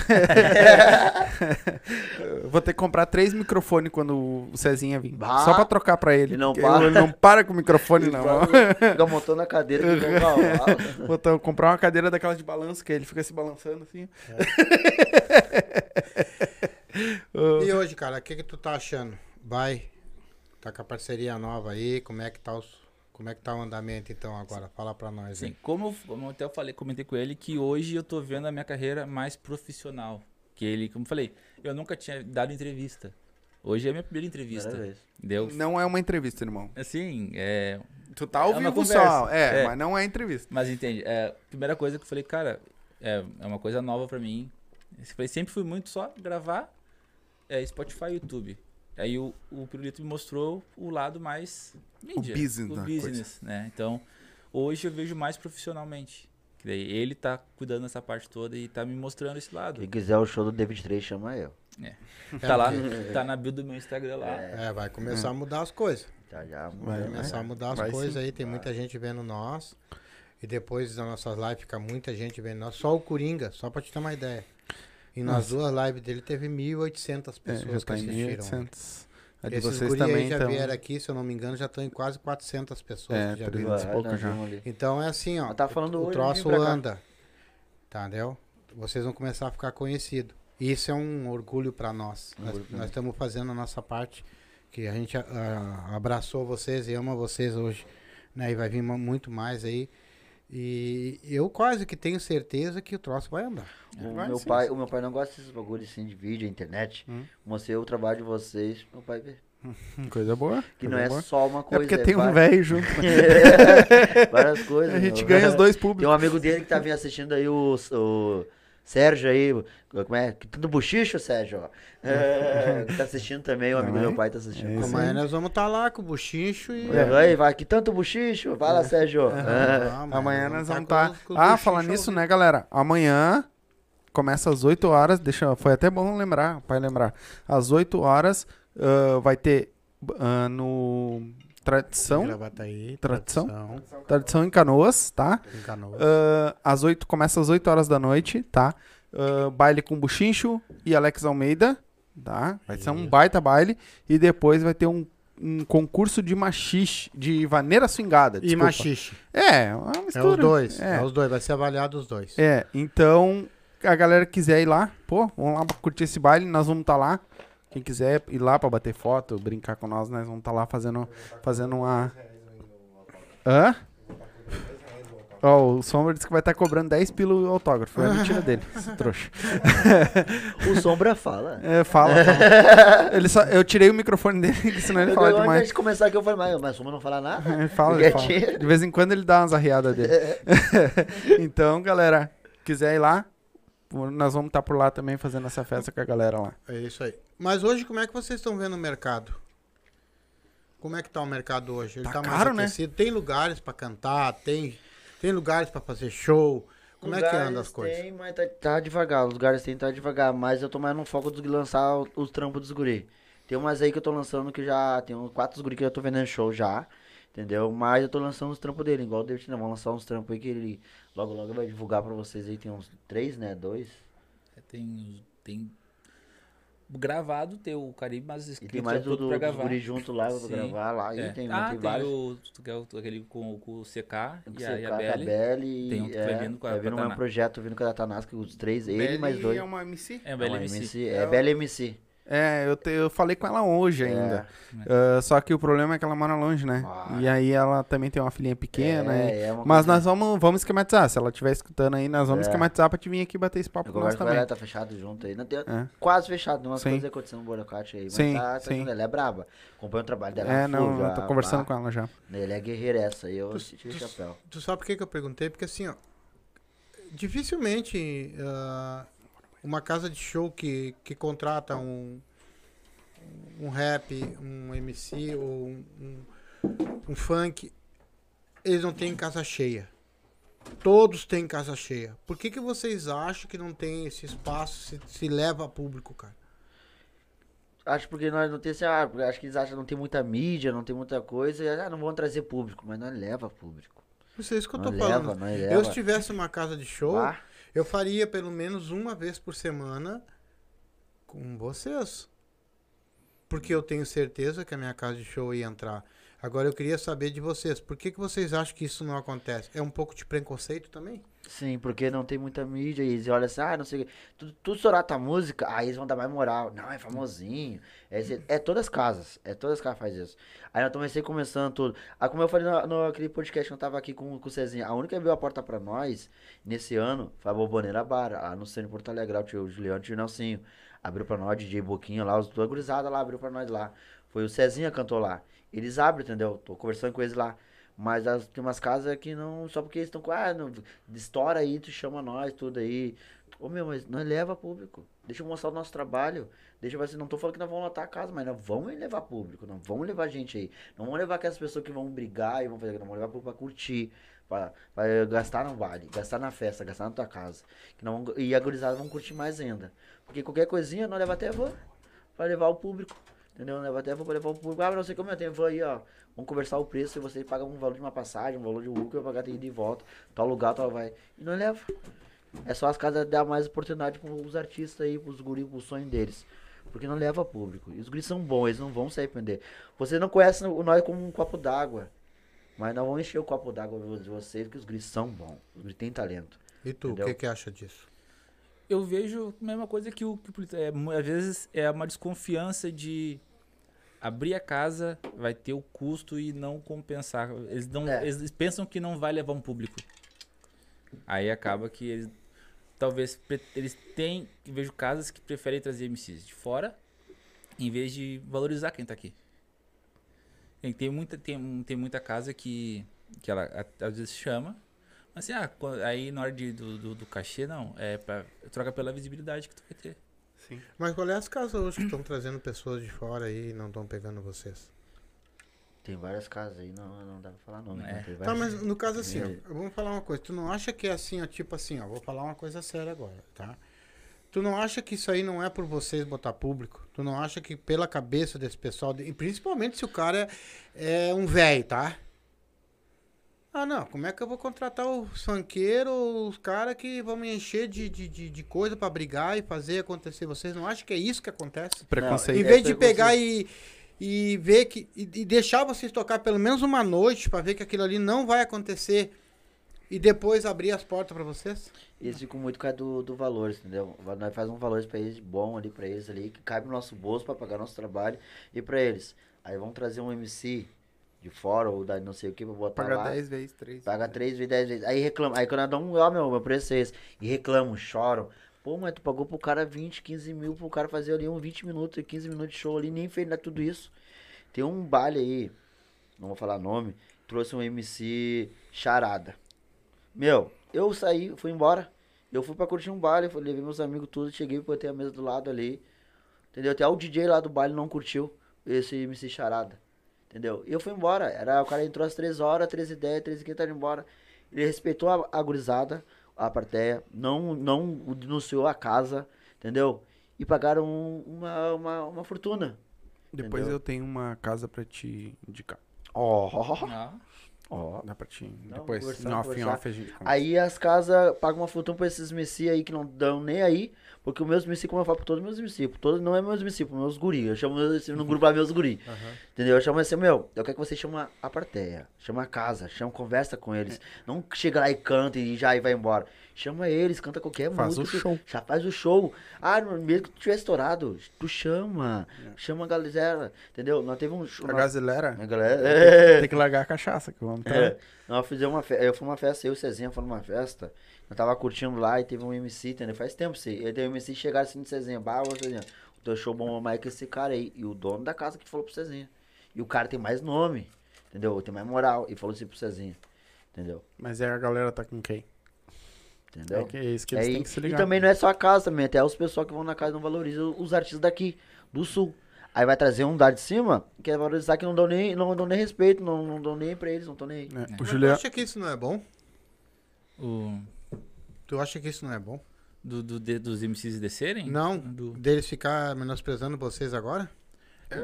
S1: Eu Vou ter que comprar três microfones quando o Cezinha vir,
S3: Bah.
S1: só pra trocar pra ele.
S3: Ele não
S1: porque
S3: para.
S1: Ele não para com o
S2: [LAUGHS]
S1: microfone, não.
S3: Fica montando a cadeira que tem um cavalo.
S1: [LAUGHS] Vou ter- comprar uma cadeira daquelas de balanço, que ele fica se balançando assim.
S2: E hoje, cara, o que, que tu tá achando? Vai, tá com a parceria nova aí, como é que tá, os, como é que tá o andamento então agora? Fala pra nós
S4: Sim,
S2: aí.
S4: como, eu- como eu até falei, comentei com ele que hoje eu tô vendo a minha carreira mais profissional. Que ele, como eu falei, eu nunca tinha dado entrevista. Hoje é a minha primeira entrevista.
S3: Primeira vez.
S4: Entendeu?
S1: Não é uma entrevista, irmão.
S4: Assim, é,
S1: Tu tá ao
S4: É uma
S1: vivo
S4: conversa.
S1: só, é,
S4: É.
S1: mas não é entrevista.
S4: mas entende, é, primeira coisa que eu falei, cara, é, é uma coisa nova pra mim. Eu falei, sempre fui muito só gravar é, Spotify e YouTube. Aí o, o Pirulito me mostrou o lado mais mídia,
S1: business
S4: o
S1: da
S4: business né? Então, hoje eu vejo mais profissionalmente. Que daí ele tá cuidando dessa parte toda e tá me mostrando esse lado.
S3: Quem quiser o show do David 3, chama eu. é
S4: Tá lá, tá na bio do meu Instagram lá.
S2: É, vai começar a mudar as coisas.
S3: Tá já, mano.
S1: Vai, né?
S2: Vai começar a mudar as
S1: Vai
S2: coisas
S1: sim.
S2: aí, tem muita gente vendo nós. E depois das nossas lives fica muita gente vendo nós. Só o Coringa, só pra te ter uma ideia. E nas duas lives dele teve 1.800
S1: É,
S2: pessoas que assistiram.
S1: 1.800. A É de
S2: Esses
S1: vocês
S2: guri aí
S1: também
S2: já
S1: então.
S2: vieram aqui, se eu não me engano, já estão em quase 400 pessoas
S1: É,
S2: que já
S1: por
S2: viram.
S1: Vai, Daqui a pouco
S3: nós
S1: já.
S3: vamos ali.
S2: Então é assim, ó.
S3: Mas tava falando
S2: o
S3: hoje,
S2: troço
S3: vim pra cá.
S2: anda. Entendeu? Vocês vão começar a ficar conhecido. E Isso é um orgulho para nós. nós. Nós estamos fazendo a nossa parte, que a gente ah, abraçou vocês e ama vocês hoje. Né? E vai vir ma- muito mais aí. E eu quase que tenho certeza que o troço vai andar.
S3: O
S1: Vai,
S3: meu,
S1: sim, Hum.
S3: pai, o meu pai não gosta desses bagulhos assim de vídeo, internet. Mostrei o trabalho de vocês, meu pai vê.
S1: Coisa boa.
S3: Que
S1: coisa
S3: não é
S1: boa.
S3: só uma
S1: É
S3: coisa.
S1: porque tem um
S3: vai- [LAUGHS]
S1: velho junto. né?
S3: Várias coisas.
S1: A gente
S3: meu.
S1: ganha os dois
S3: [LAUGHS] Tem
S1: públicos.
S3: um amigo dele que tá vindo assistindo aí o, o Sérgio aí, como é? Que Tudo bochicho, Sérgio, ó. É, [LAUGHS] tá assistindo também, um amigo do meu pai tá assistindo.
S1: É isso
S2: Amanhã nós vamos estar lá com o buchincho e.
S3: É, vai, vai, que tanto bochicho. Vai lá,
S1: É.
S3: Sérgio. Ah,
S1: Amanhã nós vamos estar.
S2: tá com- com o
S1: Ah,
S2: buchincho
S1: falar
S2: ao
S1: nisso,
S2: vivo.
S1: né, galera? Amanhã começa às 8 horas. Deixa, foi até bom lembrar, pai lembrar. Às 8 horas ah, vai ter ah, no Tradição,
S2: Gravataí,
S1: Tradição.
S2: Tradição,
S1: Tradição em Canoas, tá?
S2: em Canoas.
S1: Ah, às 8, começa às 8 horas da noite, tá? Ah, baile com Buchincho e Alex Almeida, tá? Vai ser um baita baile. E depois vai ter um, um concurso de machixe, de vaneira swingada,
S2: e
S1: desculpa.
S2: machixe.
S1: É, uma
S2: É
S1: mistura.
S2: os dois.
S1: É.
S2: É. os dois. Vai ser avaliado os dois.
S1: É, então, a galera que quiser ir lá, pô, vamos lá curtir esse baile, nós vamos estar lá. Quem quiser ir lá pra bater foto, brincar com nós, nós vamos estar lá fazendo, fazendo uma. Hã? Ó, o Sombra disse que vai estar cobrando 10 pila o autógrafo. É mentira dele, esse trouxa.
S3: [LAUGHS] O Sombra fala.
S1: É, fala. Ele só, eu tirei o microfone dele, [LAUGHS] que senão ele
S3: Eu-
S1: fala
S3: eu- Antes
S1: demais.
S3: de começar aqui, eu falei, mas, mas o Sombra não fala nada.
S1: É, [LAUGHS] Fala,
S3: Porque é
S1: ele fala.
S3: dinheiro.
S1: De vez em quando ele dá umas arriadas
S3: [LAUGHS]
S1: dele. então, galera, quiser ir lá, nós vamos estar por lá também fazendo essa festa com a galera lá.
S2: É isso aí. Mas hoje, como é que vocês estão vendo o mercado? Como é que tá o mercado hoje? Ele
S1: Tá
S2: tá,
S1: caro,
S2: mais
S1: né?
S2: aquecido? Tem lugares pra cantar, tem, tem lugares pra fazer show. Como é que
S3: Lugares
S2: anda as coisas?
S3: Tem, mas tá, tá devagar. Os lugares tem, tá devagar. Mas eu tô mais no foco de lançar o- os trampos dos guri. Tem umas aí que eu tô lançando que já. Tem uns quatro guri que eu tô vendendo show já. Entendeu? Mas eu tô lançando os trampos dele, igual o David né? Vamos lançar uns trampos aí que ele logo logo vai divulgar pra vocês aí. Tem uns três, né? Dois.
S4: Tem, tem gravado teu Caribe, mas
S3: E
S4: escrito
S3: tem mais
S4: já
S3: do,
S4: tudo pra
S3: do, dos
S4: gravar.
S3: guri junto lá, eu vou
S4: Sim.
S3: gravar lá.
S4: É.
S3: E tem, né,
S4: ah,
S3: tem
S4: tem,
S3: vários.
S4: o, tu quer o- aquele com, com o CK
S3: Tem que
S4: e a, e
S3: secar com
S4: a
S3: a
S4: Belly.
S3: Belly.
S4: Tem um que
S3: é,
S4: vai vindo com a
S3: vai vindo mais um
S4: Tataná.
S3: projeto vindo com a Datanasca, os três, ele mais dois.
S1: uma MC?
S4: É,
S3: Não,
S4: a Belly MC.
S3: MC. É, Belly MC.
S1: É, eu, te- eu falei com ela hoje
S3: É.
S1: ainda. Ah, só que o problema é que ela mora longe, né?
S3: Ah.
S1: E aí ela também tem uma filhinha pequena. e-
S3: é uma
S1: Mas
S3: coisa- É.
S1: nós vamos, vamos esquematizar. Se ela estiver escutando aí, nós vamos esquematizar pra te vir aqui bater esse papo
S3: Eu
S1: com É nós
S3: converso com
S1: também.
S3: ela, tá fechado junto aí. Não tem,
S1: É.
S3: Quase fechado, tem umas
S1: Sim.
S3: coisas acontecendo no Boracate aí. Mas
S1: Sim,
S3: tá, tá
S1: sim.
S3: junto, Ela é braba. Acompanha o trabalho dela.
S1: É,
S3: full
S1: não,
S3: já,
S1: eu tô conversando
S3: pá.
S1: com ela já.
S3: Ele é guerreiro essa, aí eu
S2: Tu-
S3: tirei o
S2: tu-
S3: chapéu.
S2: Tu sabe por que, que eu perguntei? Porque assim, ó, dificilmente ah, uma casa de show que, que contrata um, um rap, um MC ou um, um- um funk, eles não têm casa cheia. Todos têm casa cheia. Por que, que vocês acham que não tem esse espaço, se, se leva a público, cara?
S3: Acho porque nós não tem assim, ah, porque acho que eles acham que não tem muita mídia, não tem muita coisa, e, ah, não vão trazer público, mas nós leva público.
S2: Isso é isso que eu
S3: Não
S2: tô
S3: leva,
S2: falando.
S3: não
S2: eu
S3: leva.
S2: se tivesse uma casa de show,
S3: Vá.
S2: Eu faria pelo menos uma vez por semana com vocês. Porque eu tenho certeza que a minha casa de show ia entrar. Agora eu queria saber de vocês. Por que, que vocês acham que isso não acontece? É um pouco de preconceito também?
S3: Sim, porque não tem muita mídia e eles olham assim, ah, não sei o quê. Tu, tu estourar tua música, aí eles vão dar mais moral. Não, é famosinho. É, esse- é todas as casas, é todas as casas faz isso. Aí eu comecei começando tudo. Aí como eu falei no, no aquele podcast que eu tava aqui com, com o Cezinha, a única que abriu a porta pra nós, nesse ano, foi a Boboneira Bara, lá no centro de Porto Alegre, lá o tio o Juliano e o tio Nelsinho. Abriu pra nós, DJ Boquinha lá, os dois gurizadas lá, abriu pra nós lá. Foi o Cezinha cantou lá. Eles abrem, entendeu? Tô conversando com eles lá. Mas as- tem umas casas que não. Só porque eles estão com. Ah, não, estoura aí, tu chama nós, tudo aí. Ô meu, mas nós leva público. Deixa eu mostrar o nosso trabalho. Deixa eu ver se não tô falando que nós vamos lotar a casa, mas nós vamos levar público, não vamos levar gente aí. Não vamos levar aquelas pessoas que vão brigar e vão fazer, não vamos levar público pra curtir. Pra, pra, eh, gastar no baile, gastar na festa, gastar na tua casa. Que não, vão- e a gurizada vão curtir mais ainda. Porque qualquer coisinha nós leva até van pra levar o público. Entendeu? Leva até van pra levar o público. Ah, mas não sei como eu tenho van aí, ó. Vamos conversar o preço e você paga um valor de uma passagem, um valor de um Uber, eu pagar de ida e volta, tal lugar, tal Tá vai. E não leva. É só as casas dar mais oportunidade para os artistas aí, pros guris, pro sonho deles. Porque não leva público. E os guris são bons, eles não vão se arrepender. Você não conhece o- nós como um copo d'água. Mas nós vamos encher o copo d'água de vocês, porque os guris são bons. Os guris têm talento.
S2: E tu, o
S3: Entendeu?
S2: que, que acha disso?
S4: Eu vejo a mesma coisa que o que o Plito- é, mu- às vezes é uma desconfiança de abrir a casa, vai ter o custo e não compensar. Eles não,
S3: É.
S4: eles pensam que não vai levar um público. Aí acaba que eles talvez pre- eles têm, eu vejo casas que preferem trazer MCs de fora em vez de valorizar quem tá aqui. Tem, tem muita tem, tem muita casa que que ela a- às vezes chama Assim, ah, quan- aí na hora de- do, do, do cachê, não. É pra, troca pela visibilidade que tu vai ter.
S1: Sim.
S2: Mas qual é as casas hoje que estão trazendo pessoas de fora aí e não estão pegando vocês?
S3: Tem várias casas aí, não, não dá pra falar nome.
S4: É.
S3: né? Tem
S2: Tá,
S3: várias...
S2: mas no caso assim, ó,
S3: Entendi.
S2: vamos falar uma coisa. Tu não acha que é assim, ó, tipo assim, ó, vou falar uma coisa séria agora, tá? Tu não acha que isso aí não é por vocês botar público? Tu não acha que pela cabeça desse pessoal, de- e principalmente se o cara é, é um velho, tá? Ah, não, como é que eu vou contratar os funkeiros, os caras que vão me encher de, de, de, de coisa pra brigar e fazer acontecer? Vocês não acham que é isso que acontece?
S1: Preconceito.
S2: Em
S3: É,
S2: vez de
S3: pegou
S2: pegar e, e ver que. E, e deixar vocês tocar pelo menos uma noite pra ver que aquilo ali não vai acontecer e depois abrir as portas pra vocês?
S3: Eles ficam muito por causa do, do valores, entendeu? Va- Nós fazemos um valores pra eles bom ali, pra eles ali, que cabe no nosso bolso pra pagar nosso trabalho e pra eles. Aí vamos trazer um MC de fora ou da não sei o que pra botar
S1: Paga
S3: lá.
S1: 10 vezes, né? 3.
S3: Paga três vezes, dez vezes. Aí reclama. Aí quando eu dou um, ó, meu, meu preço é esse. E reclamam, choram. Pô, mas tu pagou pro cara 20, 15 mil pro cara fazer ali um 20 minutos, 15 minutos de show ali, nem fez nada tudo isso. Tem um baile aí, não vou falar nome, trouxe um MC charada. Meu, eu saí, fui embora. Eu fui pra curtir um baile, fui- levei meus amigos tudo, cheguei, botei a mesa do lado ali. Entendeu? Até o DJ lá do baile não curtiu esse MC Charada. Entendeu? E eu fui embora. Era, o cara entrou às 3 horas, 13 h 10, 13 h 15 tá indo embora. Ele respeitou a, a gurizada, a plateia, não, não o denunciou a casa, entendeu? E pagaram um- uma, uma, uma fortuna.
S1: Depois
S3: Entendeu?
S1: eu tenho uma casa pra te indicar.
S3: Ó,
S4: Ah,
S3: ó.
S1: Dá pra te.
S3: Não,
S1: depois,
S3: conversar,
S1: em off, em
S3: conversar.
S1: off a gente. conversa.
S3: Aí as casas pagam uma fortuna pra esses Messi aí que não dão nem aí, porque o meus Messi, como eu falo pra todos os meus Messi, pra todos não é meus Messi, pros meus guri. Eu chamo meus- no grupo lá meus guri. Entendeu? Eu chamo assim, meu, eu quero que você chama a plateia, chama a casa, chama, conversa com
S1: É.
S3: eles. Não chega lá e canta e já e vai embora. Chama eles, canta qualquer
S1: Faz o
S3: música.
S1: show.
S3: Já faz o show. Ah, no- mesmo que tu tiver estourado, tu chama. Chama a galera, entendeu? Nós teve um show.
S1: É. A
S3: Nós, É,
S1: gazelera
S3: a galera.
S1: tem que largar a cachaça, que o homem tá.
S3: É, nós fizemos uma festa, eu fui numa festa, eu e o Cezinha fomos numa festa, eu tava curtindo lá e teve um MC, entendeu? Faz tempo, sei. Aí teve um MC chegaram assim no Cezinha, bah, ô Cezinha, o teu show bom mais que esse cara aí. E o dono da casa que falou pro Cezinha. E o cara tem mais nome, entendeu? Tem mais moral. E falou assim pro Cezinha, entendeu?
S1: Mas é a galera tá com quem?
S3: Entendeu?
S1: É, que, é isso que eles
S3: Aí-
S1: têm que se
S3: e
S1: ligar.
S3: também não é só a casa também, até os pessoal que vão na casa não valorizam os artistas daqui, do sul. Aí vai trazer um da de cima, que é valorizar que não dão nem, não dão nem respeito, não, não dão nem pra eles, não dão nem aí.
S1: É, O
S2: Mas
S1: Juliano.
S2: Tu acha que isso não é bom?
S4: o,
S2: Tu acha que isso não é bom?
S4: do, do- de- dos MCs descerem?
S2: Não?
S4: Do-
S2: Deles ficar menosprezando vocês agora?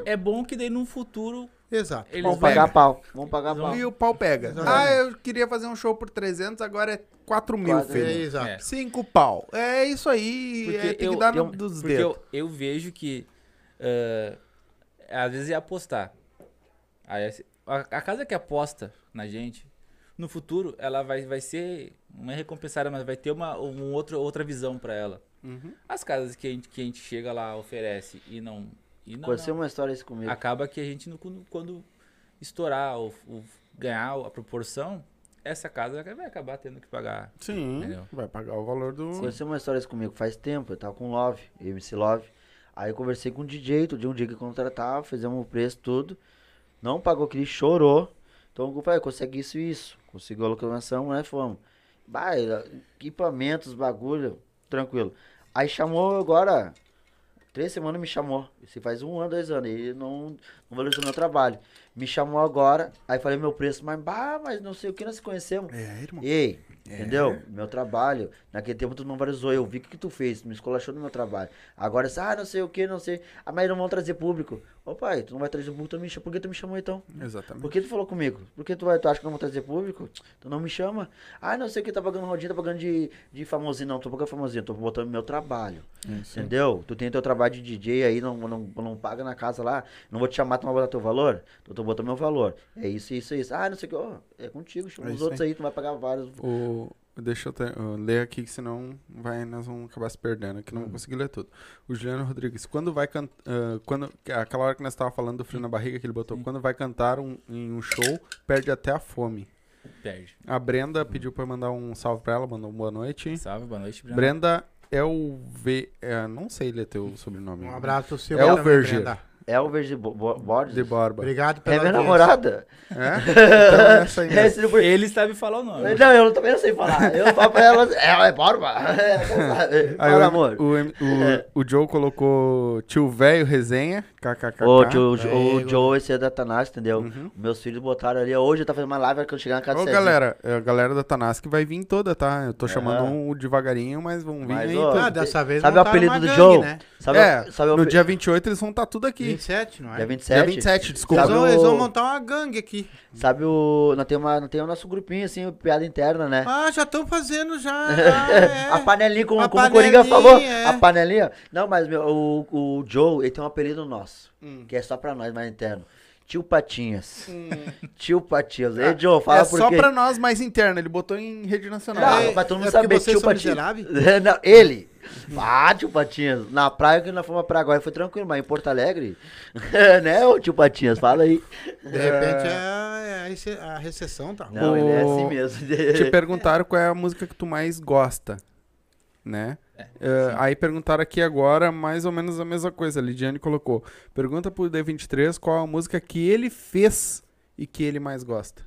S4: É bom que daí no futuro
S2: Exato.
S4: eles
S1: Vão
S3: Vamos
S4: vão-
S1: pagar
S3: pagar pau, vamos pagar pau.
S1: E o pau pega. Ah, eu queria fazer um show por 300, agora é 4 mil,
S3: Quatro
S2: É,
S1: filho.
S2: exato.
S4: É.
S1: 5 pau. É isso aí.
S4: Porque
S1: É, tem
S4: eu,
S1: que dar
S4: eu,
S1: no, dos
S4: porque
S1: dedos.
S4: Eu, eu vejo que ah, às vezes é apostar. Aí, assim, a, a casa que aposta na gente, no futuro, ela vai, vai ser, não é recompensada, mas vai ter uma um outro, outra visão pra ela.
S1: Uhum.
S4: As casas que a, gente, que a gente chega lá, oferece e não. E não,
S3: Aconteceu
S4: não.
S3: uma história isso comigo.
S4: Acaba que a gente, não- quando, quando estourar ou, ou ganhar a proporção, essa casa vai acabar tendo que pagar.
S1: Sim,
S4: Entendeu?
S1: vai pagar o valor do.
S3: Aconteceu uma história isso comigo faz tempo, eu tava com Love, MC Love. Aí eu conversei com o DJ, todo dia um dia que contratava, fizemos o preço, tudo. Não pagou que ele chorou. Então eu falei, consegui isso e isso. Conseguiu a locomoção, né? Fomos. Bah, equipamentos, bagulho, tranquilo. Aí chamou agora, três semanas me chamou. Isso faz um ano, dois anos. Ele não, não valorizou meu trabalho. Me chamou agora, aí falei meu preço, mas bah, mas não sei o que nós conhecemos.
S1: É, irmão.
S3: Ei, entendeu? Meu trabalho. Naquele tempo tu não valorizou. Eu vi o que, que tu fez. Tu me escolachou no meu trabalho. Agora, essa, ah, não sei o que, não sei. Ah, mas não vão trazer público. Ô pai, tu não vai trazer público, tu me chama. Por que tu me chamou então?
S1: Exatamente.
S3: Por que tu falou comigo? Por que tu, vai, tu acha que não vão trazer público? Tu não me chama? Ah, não sei o que, tá pagando rodinha, tá pagando de, de famosinho. Não, tô pagando famosinho, tô botando meu trabalho.
S1: É,
S3: Entendeu? Tu tem teu trabalho de DJ aí, não, não, não paga na casa lá. Não vou te chamar, tu não vai botar teu valor? Eu tô botando meu valor. É isso, isso, isso. Ah, não sei o que. Ô, é contigo, chama
S1: É
S3: os
S1: isso
S3: outros aí, tu vai pagar vários.
S1: O, deixa eu, ter- eu ler aqui, que senão vai, nós vamos acabar se perdendo, que não
S2: Uhum.
S1: vou conseguir ler tudo. O Juliano Rodrigues, quando vai cantar. quando, aquela hora que nós estávamos falando do frio na barriga que ele botou, quando vai cantar um- em um show, perde até a fome.
S4: Perde.
S1: A
S2: Uhum.
S1: Brenda pediu pra eu mandar um salve pra ela, mandou um boa noite.
S4: Salve, boa noite, Breno.
S1: Brenda é o V. é, não sei ler teu sobrenome.
S2: Um abraço, seu
S1: É o Verger.
S3: Elver de Bo- Bo- Borges.
S1: De Borba.
S2: Obrigado pela
S3: É minha
S2: audiência.
S3: namorada.
S1: É?
S2: [LAUGHS]
S1: Então é essa aí mesmo.
S3: Esse não foi-
S4: Ele sabe falar o
S1: É,
S4: nome.
S3: Não, eu também não sei falar. Eu falo pra ela, ela é [LAUGHS] barba.
S1: Aí
S3: Fala,
S1: o-
S3: amor. É.
S1: O, M- o, o Joe colocou tio velho resenha, kkkk.
S3: Ô, tio, o Jo-
S2: Aí,
S3: o Joe, esse é da Tanás, entendeu? Meus filhos botaram ali. Hoje eu tava fazendo uma live quando chegar na casa
S1: Ô,
S3: do Cezinha.
S1: galera, é, a galera da Tanask vai vir toda, tá? Eu tô chamando um devagarinho, mas vão vir
S3: Mas,
S1: aí.
S3: ó,
S1: todos.
S2: Ah, dessa vez
S3: Sabe o
S2: montaram
S3: apelido
S2: uma
S3: do
S2: gangue,
S3: Joe?
S2: né?
S3: Sabe,
S1: é,
S3: sabe o
S1: no
S3: ape-
S1: dia 28 eles vão estar tudo aqui.
S2: 27, não é?
S3: dia
S1: Dia
S3: 27?
S1: 27, desculpa.
S2: Eles
S3: Sabe
S2: vão, eles vão
S3: o,
S2: montar uma gangue aqui.
S3: sabe o... Nós temos tem o nosso grupinho, assim, o piada interna,
S1: É.
S3: né?
S2: Ah, já estão fazendo já.
S1: [LAUGHS]
S2: Ah,
S3: A
S2: é.
S3: panelinha, como,
S2: A
S3: como o Coringa
S2: panelinha,
S3: falou.
S2: é.
S3: A panelinha. Não, mas meu, o, o Joe, ele tem um apelido nosso. Que é só pra nós, mais interno. Tio Patinhas. [LAUGHS] Tio Patinhas. Ei, Joe, fala
S1: é
S3: por
S1: só
S3: quê.
S1: pra nós, mais interno. Ele botou em rede nacional.
S3: Não,
S2: É,
S3: pra todo mundo
S2: é porque
S3: saber,
S2: vocês
S3: tio
S2: são
S3: Patinhas.
S2: miseráveis?
S3: [LAUGHS] É, não, ele. Ah, tio Patinhas. Na praia que nós fomos pra agora foi tranquilo, mas em Porto Alegre. [LAUGHS] né, ô tio Patinhas? Fala aí.
S2: De repente é, é esse- a recessão, tá?
S3: Não, ele é assim
S1: Ô,
S3: mesmo.
S1: Te perguntaram qual é a música que tu mais gosta, né? Eh, aí perguntaram aqui agora mais ou menos a mesma coisa. A Lidiane colocou. Pergunta pro D23 qual a música que ele fez e que ele mais gosta.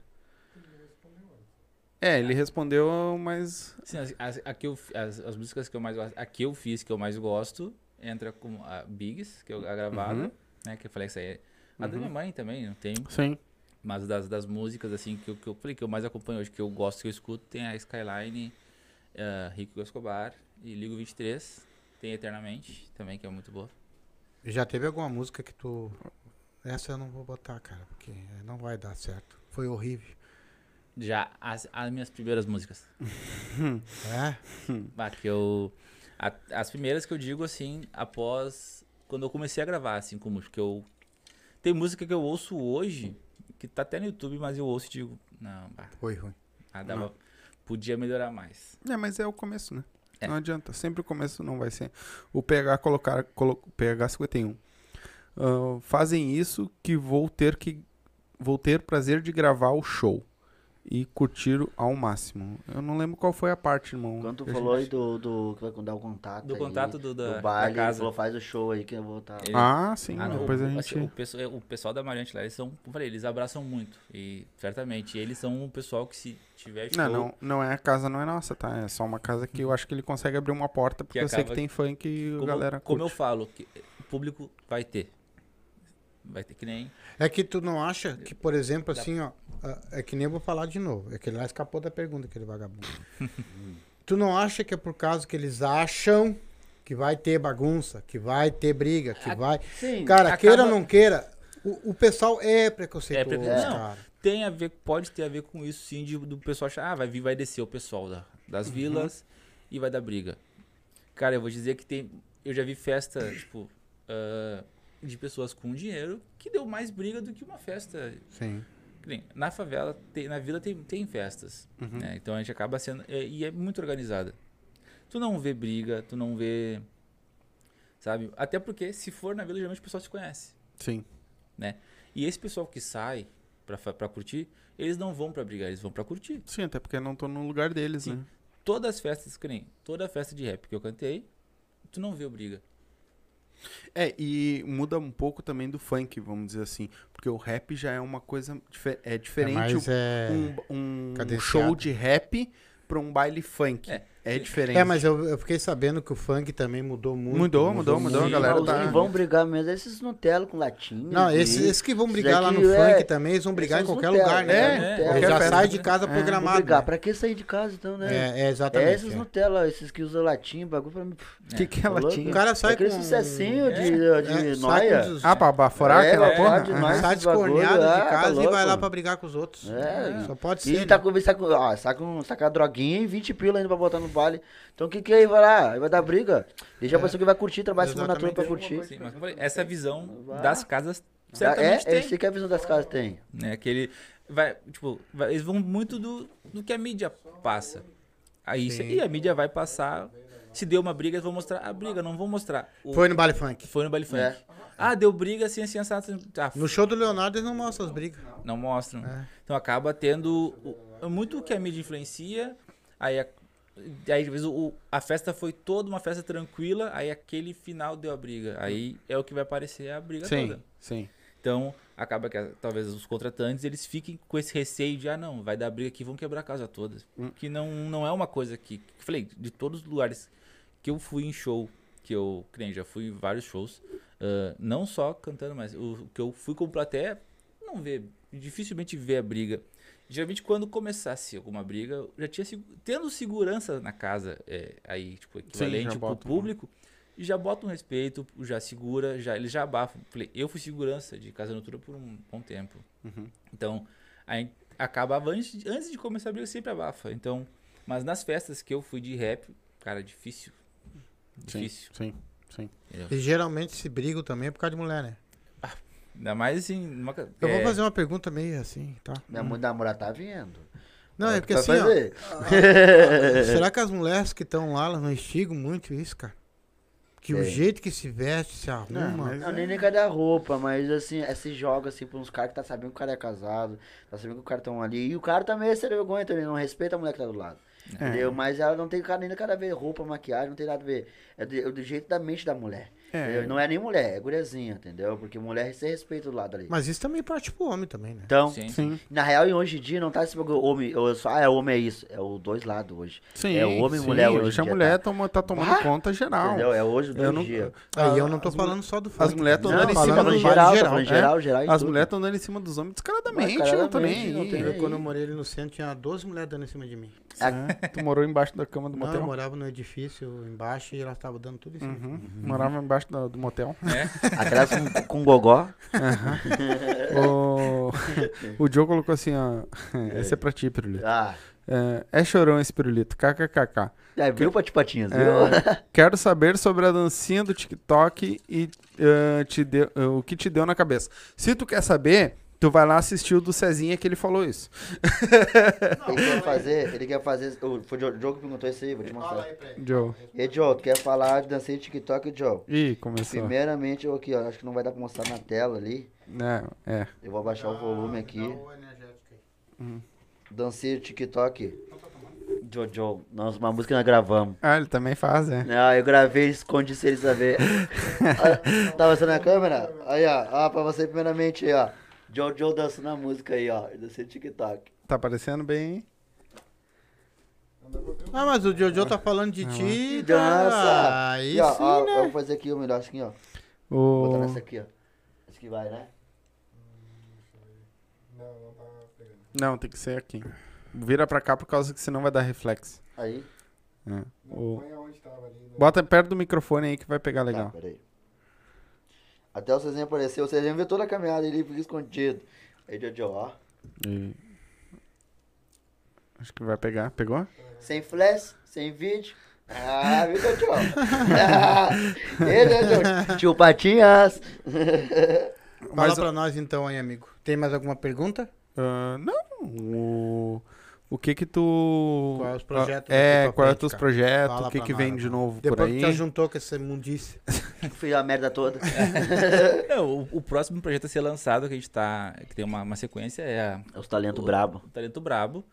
S1: É, ele respondeu, mas.
S4: Sim, as, as- a que eu fi- as- as músicas que eu mais gosto, a que eu fiz, que eu mais gosto, entra com a Biggs, que eu a gravada, né? Que eu falei que isso aí é. A da minha mãe também, não tem.
S1: Sim.
S4: Mas das, das músicas, assim, que eu, que eu falei que eu mais acompanho hoje, que eu gosto, que eu escuto, tem a Skyline, eh, Rico Escobar e Ligo 23. Tem Eternamente também, que é muito boa.
S2: Já teve alguma música que tu. Essa eu não vou botar, cara, porque não vai dar certo. Foi horrível.
S4: Já as, as minhas primeiras músicas.
S2: É?
S4: Ah, que eu. a- as primeiras que eu digo, assim, após. Quando eu comecei a gravar, assim, com música, que eu. Tem música que eu ouço hoje, que tá até no YouTube, mas eu ouço e digo, não, bah,
S2: Foi ruim.
S4: ah, dava- podia melhorar mais.
S1: É, mas é o começo, né?
S4: É.
S1: Não adianta. Sempre o começo não vai ser. O PH colocar, colo- PH 51. Ah, fazem isso que vou ter que vou ter prazer de gravar o show e curtir ao máximo. Eu não lembro qual foi a parte, irmão.
S3: Quando tu
S1: que a
S3: falou aí
S1: gente-
S3: do, do que vai dar o contato.
S4: Do
S3: aí,
S4: contato Tá do- da-
S3: do baile,
S4: da
S3: ele
S4: casa.
S3: falou, faz o show aí que eu vou tá- estar.
S4: Ele-
S1: Ah, sim.
S4: Ah, não,
S1: depois a
S4: o-
S1: gente.
S4: assim, o, pessoal, é, o pessoal da Mariante lá, eles são, como eu falei, eles abraçam muito. E certamente, eles são um pessoal que se tiver show,
S1: Não, não, não é a casa, não é nossa, tá? É só uma casa que eu acho que ele consegue abrir uma porta porque eu sei
S4: acaba-
S1: que tem funk e a
S4: como,
S1: galera
S4: como eu
S1: curte.
S4: falo, que o público vai ter. Vai ter que nem.
S2: É que tu não acha que, por exemplo, assim, ó. ah, É que nem eu vou falar de novo. É que ele lá escapou da pergunta, aquele vagabundo. tu não acha que é por causa que eles acham que vai ter bagunça, que vai ter briga, que vai.
S3: Sim.
S2: Cara,
S4: acaba-
S2: queira ou não queira, o, o pessoal é preconceituoso,
S4: É preconceituoso. Não.
S2: cara.
S4: tem a ver, pode ter a ver com isso sim, de- do pessoal achar, ah, vai vir, vai descer o pessoal da- das vilas e vai dar briga. Cara, eu vou dizer que tem, eu já vi festa, tipo, ah, de pessoas com dinheiro que deu mais briga do que uma festa.
S2: Sim.
S4: Que nem Na favela, tem- na vila tem, tem festas, né? Então a gente acaba sendo, é, e é muito organizada. Tu não vê briga, tu não vê, sabe? Até porque se for na vila, geralmente o pessoal se conhece
S1: Sim.
S4: né? E esse pessoal que sai pra, fa- pra curtir, eles não vão pra brigar, eles vão pra curtir.
S1: Sim, até porque eu não tô no lugar deles,
S4: Sim.
S1: né?
S4: Todas as festas, que nem toda festa de rap que eu cantei, tu não vê o briga.
S1: É, e muda um pouco também do funk, vamos dizer assim. Porque o rap já é uma coisa dife- é diferente.
S2: mas
S1: o-
S2: é-
S1: um, um
S2: cadenciado.
S1: show de rap pra um baile funk. É,
S4: É.
S1: diferente.
S2: É, mas eu, eu fiquei sabendo que o funk também mudou muito.
S1: Mudou, mudou, mudou,
S2: Então,
S1: a
S4: Sim,
S1: galera
S3: os que
S1: tá...
S3: vão brigar mesmo, esses Nutella com latinha.
S2: Não,
S3: com
S2: esses,
S3: isso.
S2: esses que vão
S3: Isso
S2: brigar lá no
S3: daqui é-
S2: funk também, eles vão brigar em
S3: esses
S2: qualquer
S3: Nutella,
S2: lugar,
S1: É,
S2: né?
S4: É,
S2: Eles
S1: qualquer
S2: já
S1: festa,
S2: sai
S1: né?
S2: de casa
S3: é, Vão
S2: programado.
S3: brigar.
S2: né?
S3: Pra que sair de casa então, né?
S2: É, é
S3: É
S2: exatamente.
S3: esses
S2: é.
S3: Nutella, esses que usam latinha, bagulho pra mim. pff,
S1: O que que ela
S3: tá louco?
S1: tinha?
S2: O cara sai
S3: Aquele
S2: com-
S3: sucessinho de, de
S2: É, sai com
S3: noia.
S2: os-
S1: Ah, pra baforar
S3: É,
S1: aquela
S3: vai
S1: porra?
S3: lá demais.
S1: Aham.
S2: sai
S3: esses bagulho,
S2: descorneado
S3: ah,
S2: de
S3: tá
S2: casa e
S3: louco.
S2: vai lá pra brigar com os outros.
S3: É,
S2: Só pode
S3: E
S2: ser.
S3: ele tá
S2: né?
S3: com, tá com, ó, tá com, tá com a droguinha e 20 pila ainda pra botar no baile. Então o que que aí vai lá? Aí vai dar briga. Deixa a pessoa que vai curtir, trabalha a semana toda
S2: É. Exatamente. assim.
S3: pra curtir.
S4: Sim, mas como eu falei, essa é visão
S3: Vá.
S4: das casas
S3: É,
S4: certamente
S3: é
S4: tem.
S3: esse que a visão das casas tem.
S4: Né? Que ele vai, tipo, vai- eles vão muito do, do que a mídia passa. Aí, isso- e a mídia vai passar. Se deu uma briga, eles vão mostrar a briga, não vão mostrar. O-
S2: Foi no baile funk.
S4: foi no baile funk.
S3: É.
S4: Ah, deu briga assim, assim, assado. assim. Ah,
S2: No show do Leonardo eles não mostram as brigas.
S4: Não é mostram. Então acaba tendo o- muito o que a mídia influencia, aí a- Aí, às vezes, o, a festa foi toda uma festa tranquila, aí aquele final deu a briga. Aí é o que vai aparecer a briga
S1: Ah, Sim,
S4: toda.
S1: sim.
S4: Então, acaba que talvez os contratantes eles fiquem com esse receio de, ah, não, vai dar briga aqui, vão quebrar a casa toda. Que não, não é uma coisa que, que eu falei, de todos os lugares que eu fui em show, que eu, que nem já fui em vários shows, ah, não só cantando, mas o que eu fui com plateia, não vê, dificilmente vê a briga. Geralmente, quando começasse alguma briga, já tinha, segu- tendo segurança na casa, é, aí, tipo, equivalente pro
S1: bota uma-
S4: público, e já bota um respeito, já segura, já, ele já abafa. Falei, eu fui segurança de Casa Noturna por um bom tempo. Então, aí acabava antes, de- antes de começar a briga, sempre abafa. Então, mas nas festas que eu fui de rap, cara, difícil. Difícil.
S1: Sim, sim.
S2: E geralmente se brigam também por causa de mulher, né?
S4: Ainda mais assim. Numa, ca-
S2: Eu
S4: é,
S2: vou fazer uma pergunta meio assim, tá?
S3: Minha mãe da namorada tá vindo.
S2: Não, é porque
S3: Vai
S2: assim, ó,
S3: fazer.
S2: [LAUGHS] será que as mulheres que estão lá, elas não instigam muito isso, cara? Que o
S3: Sim.
S2: jeito que se veste, se arruma.
S1: mas- é.
S3: Não, nem nem cadê a roupa, mas assim, é, se joga assim pra uns caras que tá sabendo que o cara é casado, tá sabendo que o cara tá ali. E o cara também é sem vergonha também, não respeita a mulher que tá do lado.
S1: É.
S3: Entendeu? Mas ela não tem cara nem nada a ver roupa, maquiagem, não tem nada a ver. É do, é do jeito da mente da mulher.
S1: É.
S3: entendeu? Não é nem mulher, é gurezinha, entendeu? Porque mulher se respeita do lado ali.
S2: Mas isso também parte pro homem também, né?
S3: Então,
S4: Sim.
S1: Sim,
S3: na real, e hoje em dia não tá esse bagulho homem, ou só, ah, é homem é isso. É o dois lados hoje.
S1: sim.
S3: é o homem e
S1: sim,
S3: mulher hoje. em
S1: a
S3: dia,
S1: mulher
S3: tá?
S1: toma- tá tomando
S3: Bah!
S1: conta geral.
S3: Entendeu? É hoje
S1: Eu
S3: do
S1: Ah, não, [LAUGHS]
S3: dia.
S2: Aí eu não
S1: Então,
S2: tô
S1: as
S2: falando
S1: mu-
S2: só do funk.
S1: As mulheres estão
S3: Não,
S1: dando em
S3: falando
S1: cima do
S3: em
S1: vale
S3: geral, tá
S1: geral.
S3: falando em
S1: é.
S3: geral, geral em
S1: As
S3: tudo.
S1: mulheres estão dando em cima dos homens descaradamente, não tô
S3: Descaradamente,
S1: nem
S3: não tem
S1: aí.
S2: Eu,
S3: nem
S2: quando eu morei ali no centro, tinha 12 mulheres dando em cima de mim.
S1: É, Tu morou embaixo da cama do
S2: Não, eu
S1: motel?
S2: morava no edifício embaixo e elas estavam dando tudo em cima. de mim.
S1: Uhum, Morava embaixo da- do motel.
S3: Aquelas com, com gogó. É.
S1: o... o Joe colocou assim, ó. Esse é pra ti, pirulito.
S3: Ah,
S1: É, é chorão esse pirulito, kkkk.
S3: é, viu, patipatinhas, viu?
S1: É, quero saber sobre a dancinha do TikTok e eh, te deu- eh, o que te deu na cabeça. Se tu quer saber, tu vai lá assistir o do Cezinha que ele falou
S3: [LAUGHS]
S1: isso.
S3: Ele quer fazer, ele quer fazer. O, foi o Diogo- Diogo que perguntou isso aí, vou te mostrar.
S1: Joe.
S3: E Joe, tu quer falar de dancinha de TikTok, Joe?
S1: Ih, começou.
S3: Primeiramente, eu aqui, ó, acho que não vai dar pra mostrar na tela ali.
S1: É, é.
S3: Eu vou abaixar o volume aqui.
S1: Uhum.
S3: Dancinha de TikTok. Jojo, nós uma música que nós [LAUGHS] gravamos.
S1: Ah, ele também faz, é.
S3: Não, Ah, eu gravei, escondi sem ele [LAUGHS] saber. Ah, tá passando a câmera? Aí, ó, ó, ah, pra você primeiramente aí, ó. Jojo dançando a música aí, ó. Dancinha de TikTok.
S1: Tá parecendo bem.
S2: Ah, mas o Jojo tá falando de ti.
S1: é.
S3: Dança!
S2: Tá... Aí
S3: E, ó,
S2: sim,
S3: ó,
S2: né?
S3: Eu vou fazer aqui o melhor, assim, ó. Vou botar
S1: O...
S3: nessa aqui, ó. Acho que vai, né?
S1: Não, tem que ser aqui. Vira pra cá por causa que senão vai dar reflexo.
S3: Aí.
S1: É. O-
S2: né?
S1: Bota perto do microfone aí que vai pegar legal.
S3: Tá, peraí. Até o Cezinha apareceu. O Cezinha viu toda a caminhada, ele fica escondido. Aí, Jojo, ó.
S1: E- Acho que vai pegar. Pegou?
S3: Sem flash, sem vídeo. Ah, viu, Jojo? [LAUGHS] Ei, Jojo. Tio Patinhas.
S2: Fala
S1: Mas-
S2: pra nós então aí, amigo. Tem mais alguma pergunta?
S1: Ah, não. O, o que que tu.
S2: Quais os projetos
S1: É, quais os
S2: daqui pra frente,
S1: teus
S2: cara?
S1: projetos?
S2: Fala
S1: o que
S2: pra
S1: que
S2: nós,
S1: vem
S2: né?
S1: de novo
S2: Depois
S1: por aí? É.
S2: que tu juntou com essa imundícia.
S3: Fiz a merda toda.
S4: Não, o, o próximo projeto a ser lançado, que a gente tá. que tem uma, uma sequência, é a
S3: [LAUGHS] Os talentos brabo.
S4: o Talento Brabo.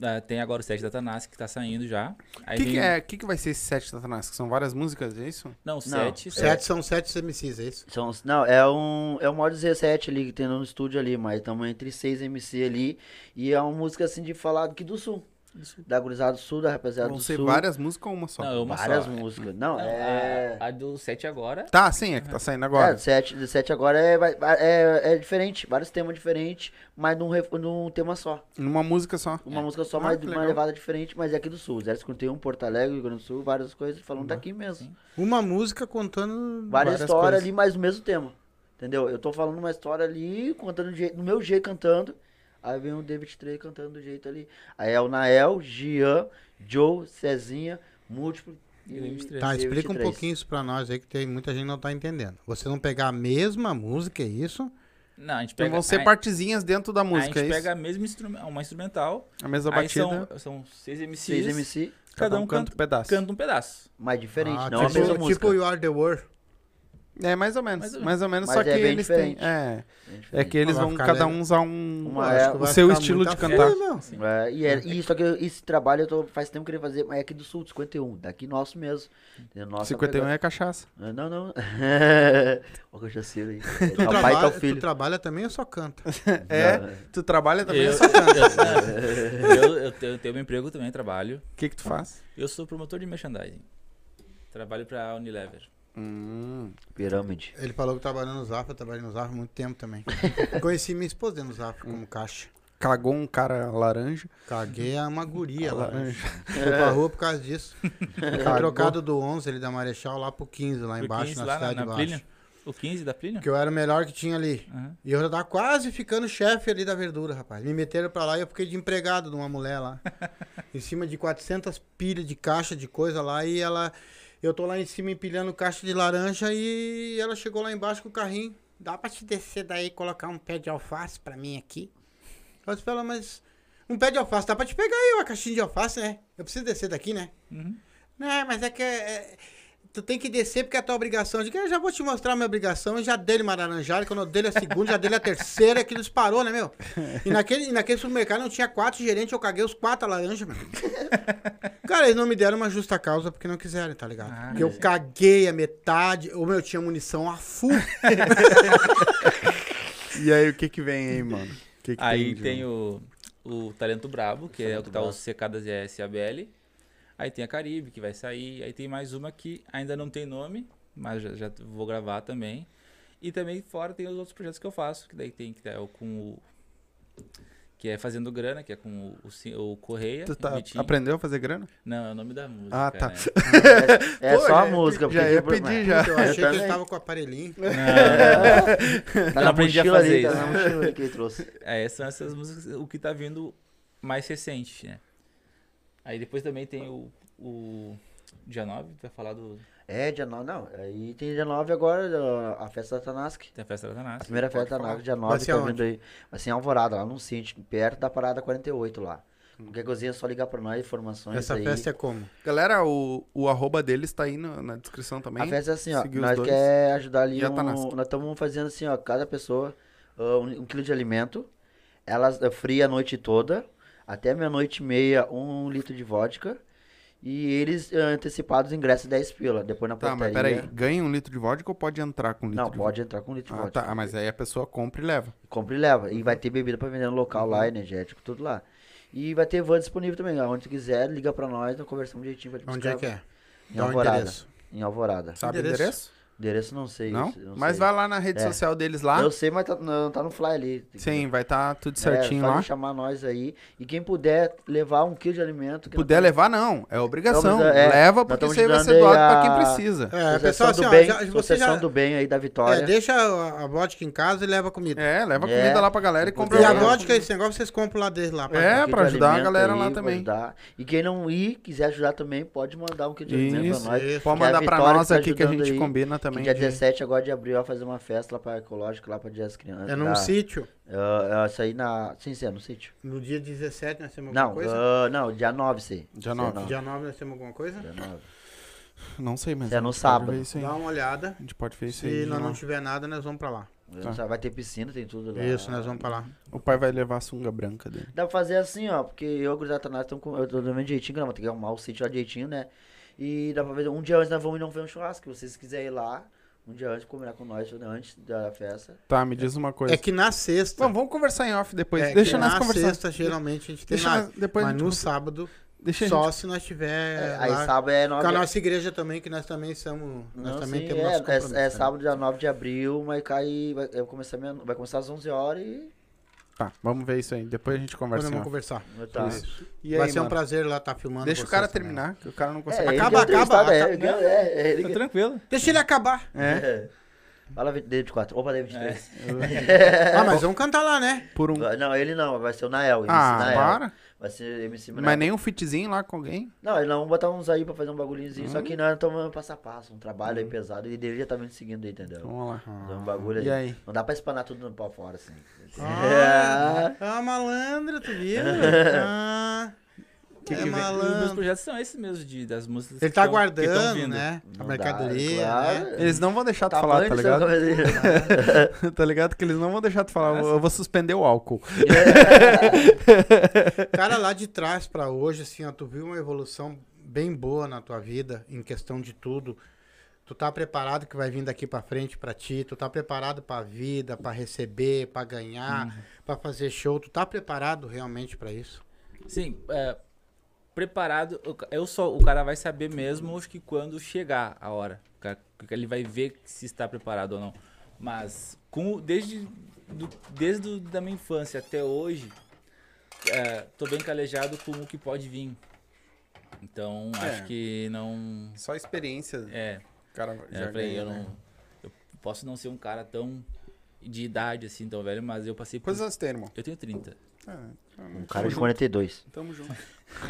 S4: Ah, tem agora o set da Tanassi que tá saindo já.
S1: O
S4: Aí
S1: que,
S4: vem-
S1: que, é, que, que vai ser esse set da Tanasca? São várias músicas, é isso?
S4: Não, sete.
S2: Sete são sete MCs, é isso?
S3: São, os- não, é um, é um modo 17 ali que tem no estúdio ali, mas estamos entre seis MC ali. E é uma música assim de falar aqui do sul. Da Gurizada do Sul, da rapaziada
S1: Vão
S3: do
S1: ser
S3: Sul.
S1: várias músicas ou uma só?
S4: Não, é uma
S3: várias
S4: só.
S3: músicas. Não,
S4: Não,
S3: é.
S4: a, a do sete agora.
S1: Tá, sim, é que tá saindo
S3: É,
S1: agora.
S3: 17, 17 agora é, vai- vai- é, é diferente, vários temas diferentes, mas num, ref- num tema só.
S2: É.
S1: Numa música só.
S3: Uma música só,
S1: Ah,
S3: mas
S1: que
S3: uma
S1: legal.
S3: levada diferente, mas é aqui do Sul. 051, Porto Alegre, Rio Grande do Sul, várias coisas falando daqui mesmo.
S2: Uma música contando
S3: Uhum. Várias,
S2: várias
S3: histórias
S2: coisas.
S3: ali, mas o mesmo tema. Entendeu? Eu tô falando uma história ali, contando do, jeito, do meu jeito cantando. Aí vem o D23 cantando do jeito ali. Aí é o Nael, Gian, Joe, Cezinha, Múltiplo e
S4: E D23.
S2: Tá,
S3: e
S2: explica um
S3: 23.
S2: pouquinho isso pra nós aí, que tem muita gente não tá entendendo. Vocês vão pegar a mesma música, é isso?
S4: Não, a gente
S1: Então
S4: pega.
S1: vão ser
S4: a-
S1: partezinhas dentro da
S4: a
S1: música,
S4: gente
S1: é isso?
S4: pega a mesma instrumental, uma instrumental.
S1: A mesma
S4: aí
S1: batida.
S4: são, são seis MCs.
S3: Seis MC,
S4: Cada um canta,
S1: um pedaço.
S4: canta um pedaço.
S3: mas diferente,
S2: Ah,
S3: não
S2: tipo,
S3: a mesma
S2: tipo
S3: música.
S2: You Are The World.
S1: É, mais ou menos.
S4: Mais
S1: Mais
S4: ou
S1: ou menos,
S4: menos.
S3: Mas
S1: só
S3: é
S1: que
S3: bem
S1: eles têm.
S3: diferente.
S1: É.
S3: Bem diferente.
S1: É que eles
S2: Vai
S1: vão
S2: ficar
S1: cada
S2: legal.
S1: um usar um.
S3: Uma-
S1: acho que
S3: é,
S1: o
S2: vai
S1: seu
S2: ficar
S1: estilo
S2: muita
S1: de cantar.
S2: feio, não.
S3: É, e, é, e só que eu- esse trabalho eu tô, faz tempo querendo fazer, mas é aqui do sul, 51, daqui nosso mesmo. entendeu? Nossa
S1: 51
S3: pegada.
S1: é cachaça.
S3: [LAUGHS] Ah, Não, não. Olha o cachaceiro aí.
S2: Tu,
S3: É, tá o pai e tá o
S2: trabalha, tu
S3: filho.
S2: trabalha também ou só canta?
S1: É, tu trabalha
S4: Eu,
S1: também? é
S4: eu,
S1: só-
S4: [LAUGHS] eu- eu tenho, eu tenho meu emprego também, trabalho.
S1: O que que tu faz?
S4: Eu sou promotor de merchandising. Trabalho pra Unilever.
S1: Hum.
S3: Pirâmide.
S2: Ele falou que trabalhou no Zafra, eu trabalhei no Zafra há muito tempo também. Conheci minha esposa dentro do Zafra como caixa.
S1: Cagou um cara laranja.
S2: Caguei a uma guria lá.
S1: Laranja.
S2: Fui pra rua por causa disso. Foi trocado do 11 ali da Marechal lá pro 15 lá
S4: Por
S2: embaixo,
S4: 15
S2: na
S4: lá
S2: cidade de baixo.
S4: Plínio. O 15 da Plínio?
S2: Porque eu era o melhor que tinha ali.
S4: Aham.
S2: E eu já tava quase ficando chefe ali da verdura, rapaz. Me meteram pra lá e eu fiquei de empregado de uma mulher lá. em cima de 400 pilhas de caixa de coisa lá. E ela. Eu tô lá em cima empilhando caixa de laranja e ela chegou lá embaixo com o carrinho. Dá pra te descer daí e colocar um pé de alface pra mim aqui? Eu disse pra ela, mas. Um pé de alface, dá pra te pegar aí uma caixinha de alface, né? Eu preciso descer daqui, né? Não, mas é que. é, tu tem que descer porque é a tua obrigação. Eu digo, eu já vou te mostrar a minha obrigação. Eu já dei uma laranjada, quando eu dei a segunda, já dei a terceira, que nos parou, né, meu? E naquele, e naquele supermercado não tinha quatro gerentes, eu caguei os quatro laranjas, meu. Cara, eles não me deram uma justa causa porque não quiserem, tá ligado? porque eu caguei a metade, ou meu, eu tinha munição a
S3: [LAUGHS]
S2: full.
S1: E aí, o que que vem aí, mano? O que que
S4: Aí
S1: de-
S4: tem o, o Talento Brabo, que é o que tá o CK das ES e ABL. Aí tem a Caribe, que vai sair. Aí tem mais uma que ainda não tem nome, mas já, já vou gravar também. E também fora tem os outros projetos que eu faço, que daí tem que é o com o. Que é Fazendo Grana, que é com o, o, Ci- o Correia.
S1: Tu tá-
S4: Vitinho.
S1: aprendeu a fazer grana?
S4: Não, é o nome da música.
S1: Ah, tá. [LAUGHS]
S4: né?
S3: É
S1: Pô,
S3: só a
S1: já-
S3: música.
S1: já
S3: porque
S1: ia
S3: por-
S1: pedir, já.
S2: Eu achei que ele
S3: também.
S2: tava com o aparelhinho.
S3: Tá
S4: Eu
S3: na
S4: aprendi a
S3: mochila
S4: fazer
S3: ali, tá
S4: isso.
S3: na mochila ali que ele trouxe.
S4: É, são essas músicas, o que tá vindo mais recente, né? Aí depois também tem o, o dia 9, tu vai falar do,
S3: É, dia 9, não. Aí tem dia 9 agora, a festa da Tanask.
S4: da festa da
S3: A
S4: Tanasca.
S3: primeira festa da Tanask, dia 9,
S2: ser
S3: tá vindo
S2: aonde?
S3: aí. Vai ser em Alvorada, lá no Cinti, perto da parada 48 lá. Qualquer coisinha é só ligar pra nós, informações
S2: Essa
S3: aí.
S2: festa é como?
S1: Galera, o, o arroba deles tá aí na, na descrição também.
S3: A festa é assim, ó.
S1: Seguir os
S3: nós
S1: dois. tá
S3: quer ajudar ali.
S1: E a
S3: um-
S1: Tanasca.
S3: nós estamos fazendo assim, ó. Cada pessoa, ah, um, um quilo de alimento. Elas é fria a noite toda. Até meia-noite e meia, um litro de vodka. E eles ah, antecipados ingressos 10 pila. Depois na
S1: Tá,
S3: portaria.
S1: mas peraí. Ganha um litro de vodka ou pode entrar com um litro
S3: Não,
S1: de
S3: pode entrar com um litro de
S1: Ah,
S3: vodka.
S1: tá. Ah, mas aí a pessoa compra e leva.
S3: Compra e leva. E vai ter bebida pra vender no local
S1: Uhum.
S3: lá, energético, tudo lá. E vai ter van disponível também. Onde tu quiser, liga pra nós, nós conversamos direitinho pra te
S2: Onde
S3: buscar.
S2: é que é?
S3: Em
S2: Dá um
S3: Alvorada.
S2: endereço.
S3: Em Alvorada.
S1: Sabe
S2: Endereço?
S1: o endereço?
S3: Endereço não sei.
S1: Não?
S3: eu
S1: Mas
S3: sei.
S1: vai lá na rede
S3: É.
S1: social deles lá.
S3: Eu sei, mas tá, não, tá no fly ali. Tem que-
S1: Sim, vai estar tá tudo
S3: É,
S1: certinho
S3: só
S1: lá.
S3: de chamar nós aí. E quem puder levar um quilo de alimento. que
S1: Puder levar, não. É obrigação.
S3: Não, mas, é,
S1: Leva,
S3: nós
S1: porque
S3: estamos
S1: isso aí vai ser
S3: dando
S1: doado
S3: aí
S1: pra
S3: a-
S1: quem precisa.
S2: É,
S3: É,
S2: pessoal, assim,
S3: do
S2: ó,
S3: bem,
S2: já- você
S3: Associação
S2: já-
S3: do bem aí da
S2: É,
S3: Vitória.
S2: deixa a, a vodka em casa e leva a comida.
S1: É, leva a
S3: É.
S1: comida lá pra galera e compra
S2: E a
S1: lá.
S2: vodka, esse negócio, vocês compram lá dele lá. pra
S1: É,
S3: Um quilo
S1: pra
S3: de
S1: ajudar a
S3: alimento
S1: galera lá
S3: aí, pra
S1: também.
S3: ajudar. E quem não ir, quiser ajudar também, pode mandar um quilo de alimento
S1: Isso,
S3: pra nós.
S2: isso.
S1: Pode
S3: que é a
S1: mandar pra
S3: Vitória
S1: nós
S3: tá
S1: aqui que a
S3: ajudando
S1: gente
S3: aí.
S1: combina
S3: Que
S1: também.
S3: dia
S1: de-
S3: 17 agora de abril vai fazer uma festa lá pra Ecológico, lá pra Dia das Crianças.
S2: É num
S3: da-
S2: sítio.
S3: Ah, ah, isso aí na. Sim, sim, é no sítio.
S2: No dia 17 nós temos alguma
S3: Não,
S2: coisa?
S3: ah, não, dia 9, sim.
S1: Dia 9.
S3: não.
S2: Dia 9 nós temos alguma coisa?
S3: Dia 9.
S1: Não sei, mas.
S3: É no
S1: a gente pode
S3: sábado.
S1: ver isso aí.
S2: Dá uma olhada.
S1: A gente pode ver isso aí. né?
S2: Se
S1: de
S2: nós não
S1: novo.
S2: tiver nada, nós vamos pra lá.
S3: Vai ter piscina, tem tudo lá.
S2: Tá. Isso, né? nós vamos pra lá.
S1: O pai vai levar a sunga branca dele.
S3: Dá pra fazer assim, ó, porque eu e o Grisatanás estão com. Eu tô dormindo direitinho, não, tem que arrumar o sítio lá direitinho, né? E dá pra fazer. Um dia antes nós vamos ir não ver um churrasco. Se vocês quiserem ir lá, um dia antes, combinar com nós, né, antes da festa.
S1: Tá, me diz uma coisa.
S2: É que na sexta.
S1: Não, vamos conversar em off depois.
S2: é
S1: Deixa
S2: que
S1: nós
S2: na
S1: conversar.
S2: sexta, geralmente, a gente tem
S1: Deixa
S2: nada.
S1: nós- depois a
S2: Mas
S1: gente
S2: no
S1: conversa.
S2: sábado,
S1: Deixa a
S2: só
S1: gente-
S2: se nós tiver.
S3: aí
S2: lá.
S3: sábado é
S2: Com
S3: 9
S2: a nossa igreja também, que nós também somos. Nós
S3: Não,
S2: também
S3: sim,
S2: temos
S3: é,
S2: nosso compromisso.
S3: é, é
S2: né?
S3: sábado, dia 9 de abril, mas cai. Vai, vai começar, meia- vai começar às 11 horas e.
S1: Tá, vamos ver isso aí. Depois a gente
S2: Depois
S1: conversa.
S2: nós
S1: em
S2: vamos
S1: off.
S2: conversar.
S3: Tá.
S1: Isso. E
S2: Vai
S1: aí,
S2: ser um
S1: mano?
S2: prazer lá estar filmando.
S1: Deixa o
S2: vocês
S1: cara tá-
S2: também.
S1: terminar, que o cara não
S3: É,
S1: consegue.
S3: ele
S1: Acaba-
S3: que
S2: Acaba,
S3: é entrevistado,
S2: acaba,
S3: é,
S2: acaba.
S3: é, é, é, ele
S4: Tá
S3: que-
S4: tranquilo.
S2: Deixa ele acabar.
S3: é. Fala 20 24, opa, 23. É.
S2: Ah, mas vamos cantar lá, né?
S1: Por um.
S3: Não, ele não, vai ser o Nael. MC
S1: Ah,
S3: Nael.
S1: para.
S3: Vai ser MC Nael.
S1: Mas nem um fitzinho lá com alguém.
S3: Não, nós vamos botar uns aí pra fazer um bagulhinhozinho, só que
S1: Hum.
S3: nós estamos um passo a passo, um trabalho aí pesado, e ele já tá me seguindo aí, entendeu?
S1: Então, Vamos lá.
S3: Fazer um bagulho
S1: Hum. E
S3: aí.
S1: aí?
S3: Não dá pra espanar tudo no pau fora, assim. [LAUGHS]
S1: [LAUGHS]
S2: É Ah, ah malandro, tu viu? Ah.
S1: que,
S2: É
S1: que vem?
S2: malandro.
S4: Os meus projetos são esses mesmo, de, das músicas
S2: Ele
S4: que
S2: tá
S4: tão- que tão
S2: guardando,
S4: vindo.
S2: né? A
S3: Não dá, é
S2: mercadoria,
S3: claro. então,
S2: né?
S1: Eles não vão deixar tu
S3: Tamanho
S1: falar, tá
S3: do
S1: ligado?
S3: seu cabelo.
S1: [LAUGHS] tá ligado? Que eles não vão deixar tu falar. Eu vou suspender o álcool.
S2: Cara, lá de trás pra hoje, assim, ó, tu viu uma evolução bem boa na tua vida, em questão de tudo. Tu tá preparado que vai vir daqui pra frente pra ti, tu tá preparado pra vida, pra receber, pra ganhar,
S1: Uhum.
S2: pra fazer show, tu tá preparado realmente pra isso?
S4: Sim, é, preparado. o ca- Eu só, o cara vai saber mesmo acho que quando chegar a hora. o cara- que Ele vai ver se está preparado ou não. Mas com, o- desde, do, desde do, da minha infância até hoje, é, tô bem calejado com o que pode vir. Então acho que não.
S1: Só experiência.
S4: É,
S1: Cara, né?
S4: é, eu falei, eu não. Eu posso não ser um cara tão de idade assim, tão velho, mas eu passei por.
S1: Quantos anos tem, irmão?
S4: Eu tenho 30.
S3: Um cara
S1: [LAUGHS]
S3: de 42.
S1: Tamo junto.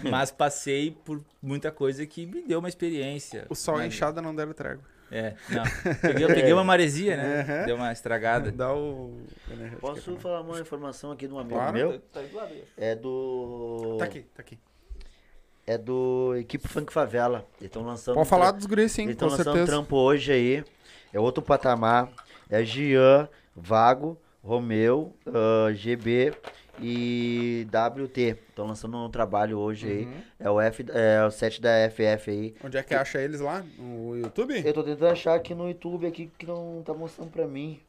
S4: mas passei por muita coisa que me deu uma experiência.
S1: O sol e a
S4: Mas-
S1: enxada não deram trégua.
S4: É,
S1: [LAUGHS]
S4: não. Peguei, eu peguei uma maresia, né? Deu uma estragada.
S1: Dá o. energético
S3: Posso
S1: aqui,
S3: falar uma informação aqui de um amigo
S1: Claro. tá
S3: meu? É do.
S1: mano. Tá aqui, tá aqui.
S3: É do Equipe Funk Favela. Eles estão lançando. um
S1: Pode falar dos guris, sim,
S3: Eles estão
S1: com
S3: lançando
S1: certeza.
S3: um trampo hoje aí. É outro patamar. É Gian, Vago, Romeu, ah, GB e WT. Estão lançando um trabalho hoje
S1: Uhum.
S3: aí. É o, F, é o set da FF aí.
S1: Onde é que acha eles lá? No YouTube?
S3: Eu tô tentando achar aqui no YouTube aqui que não tá mostrando pra mim.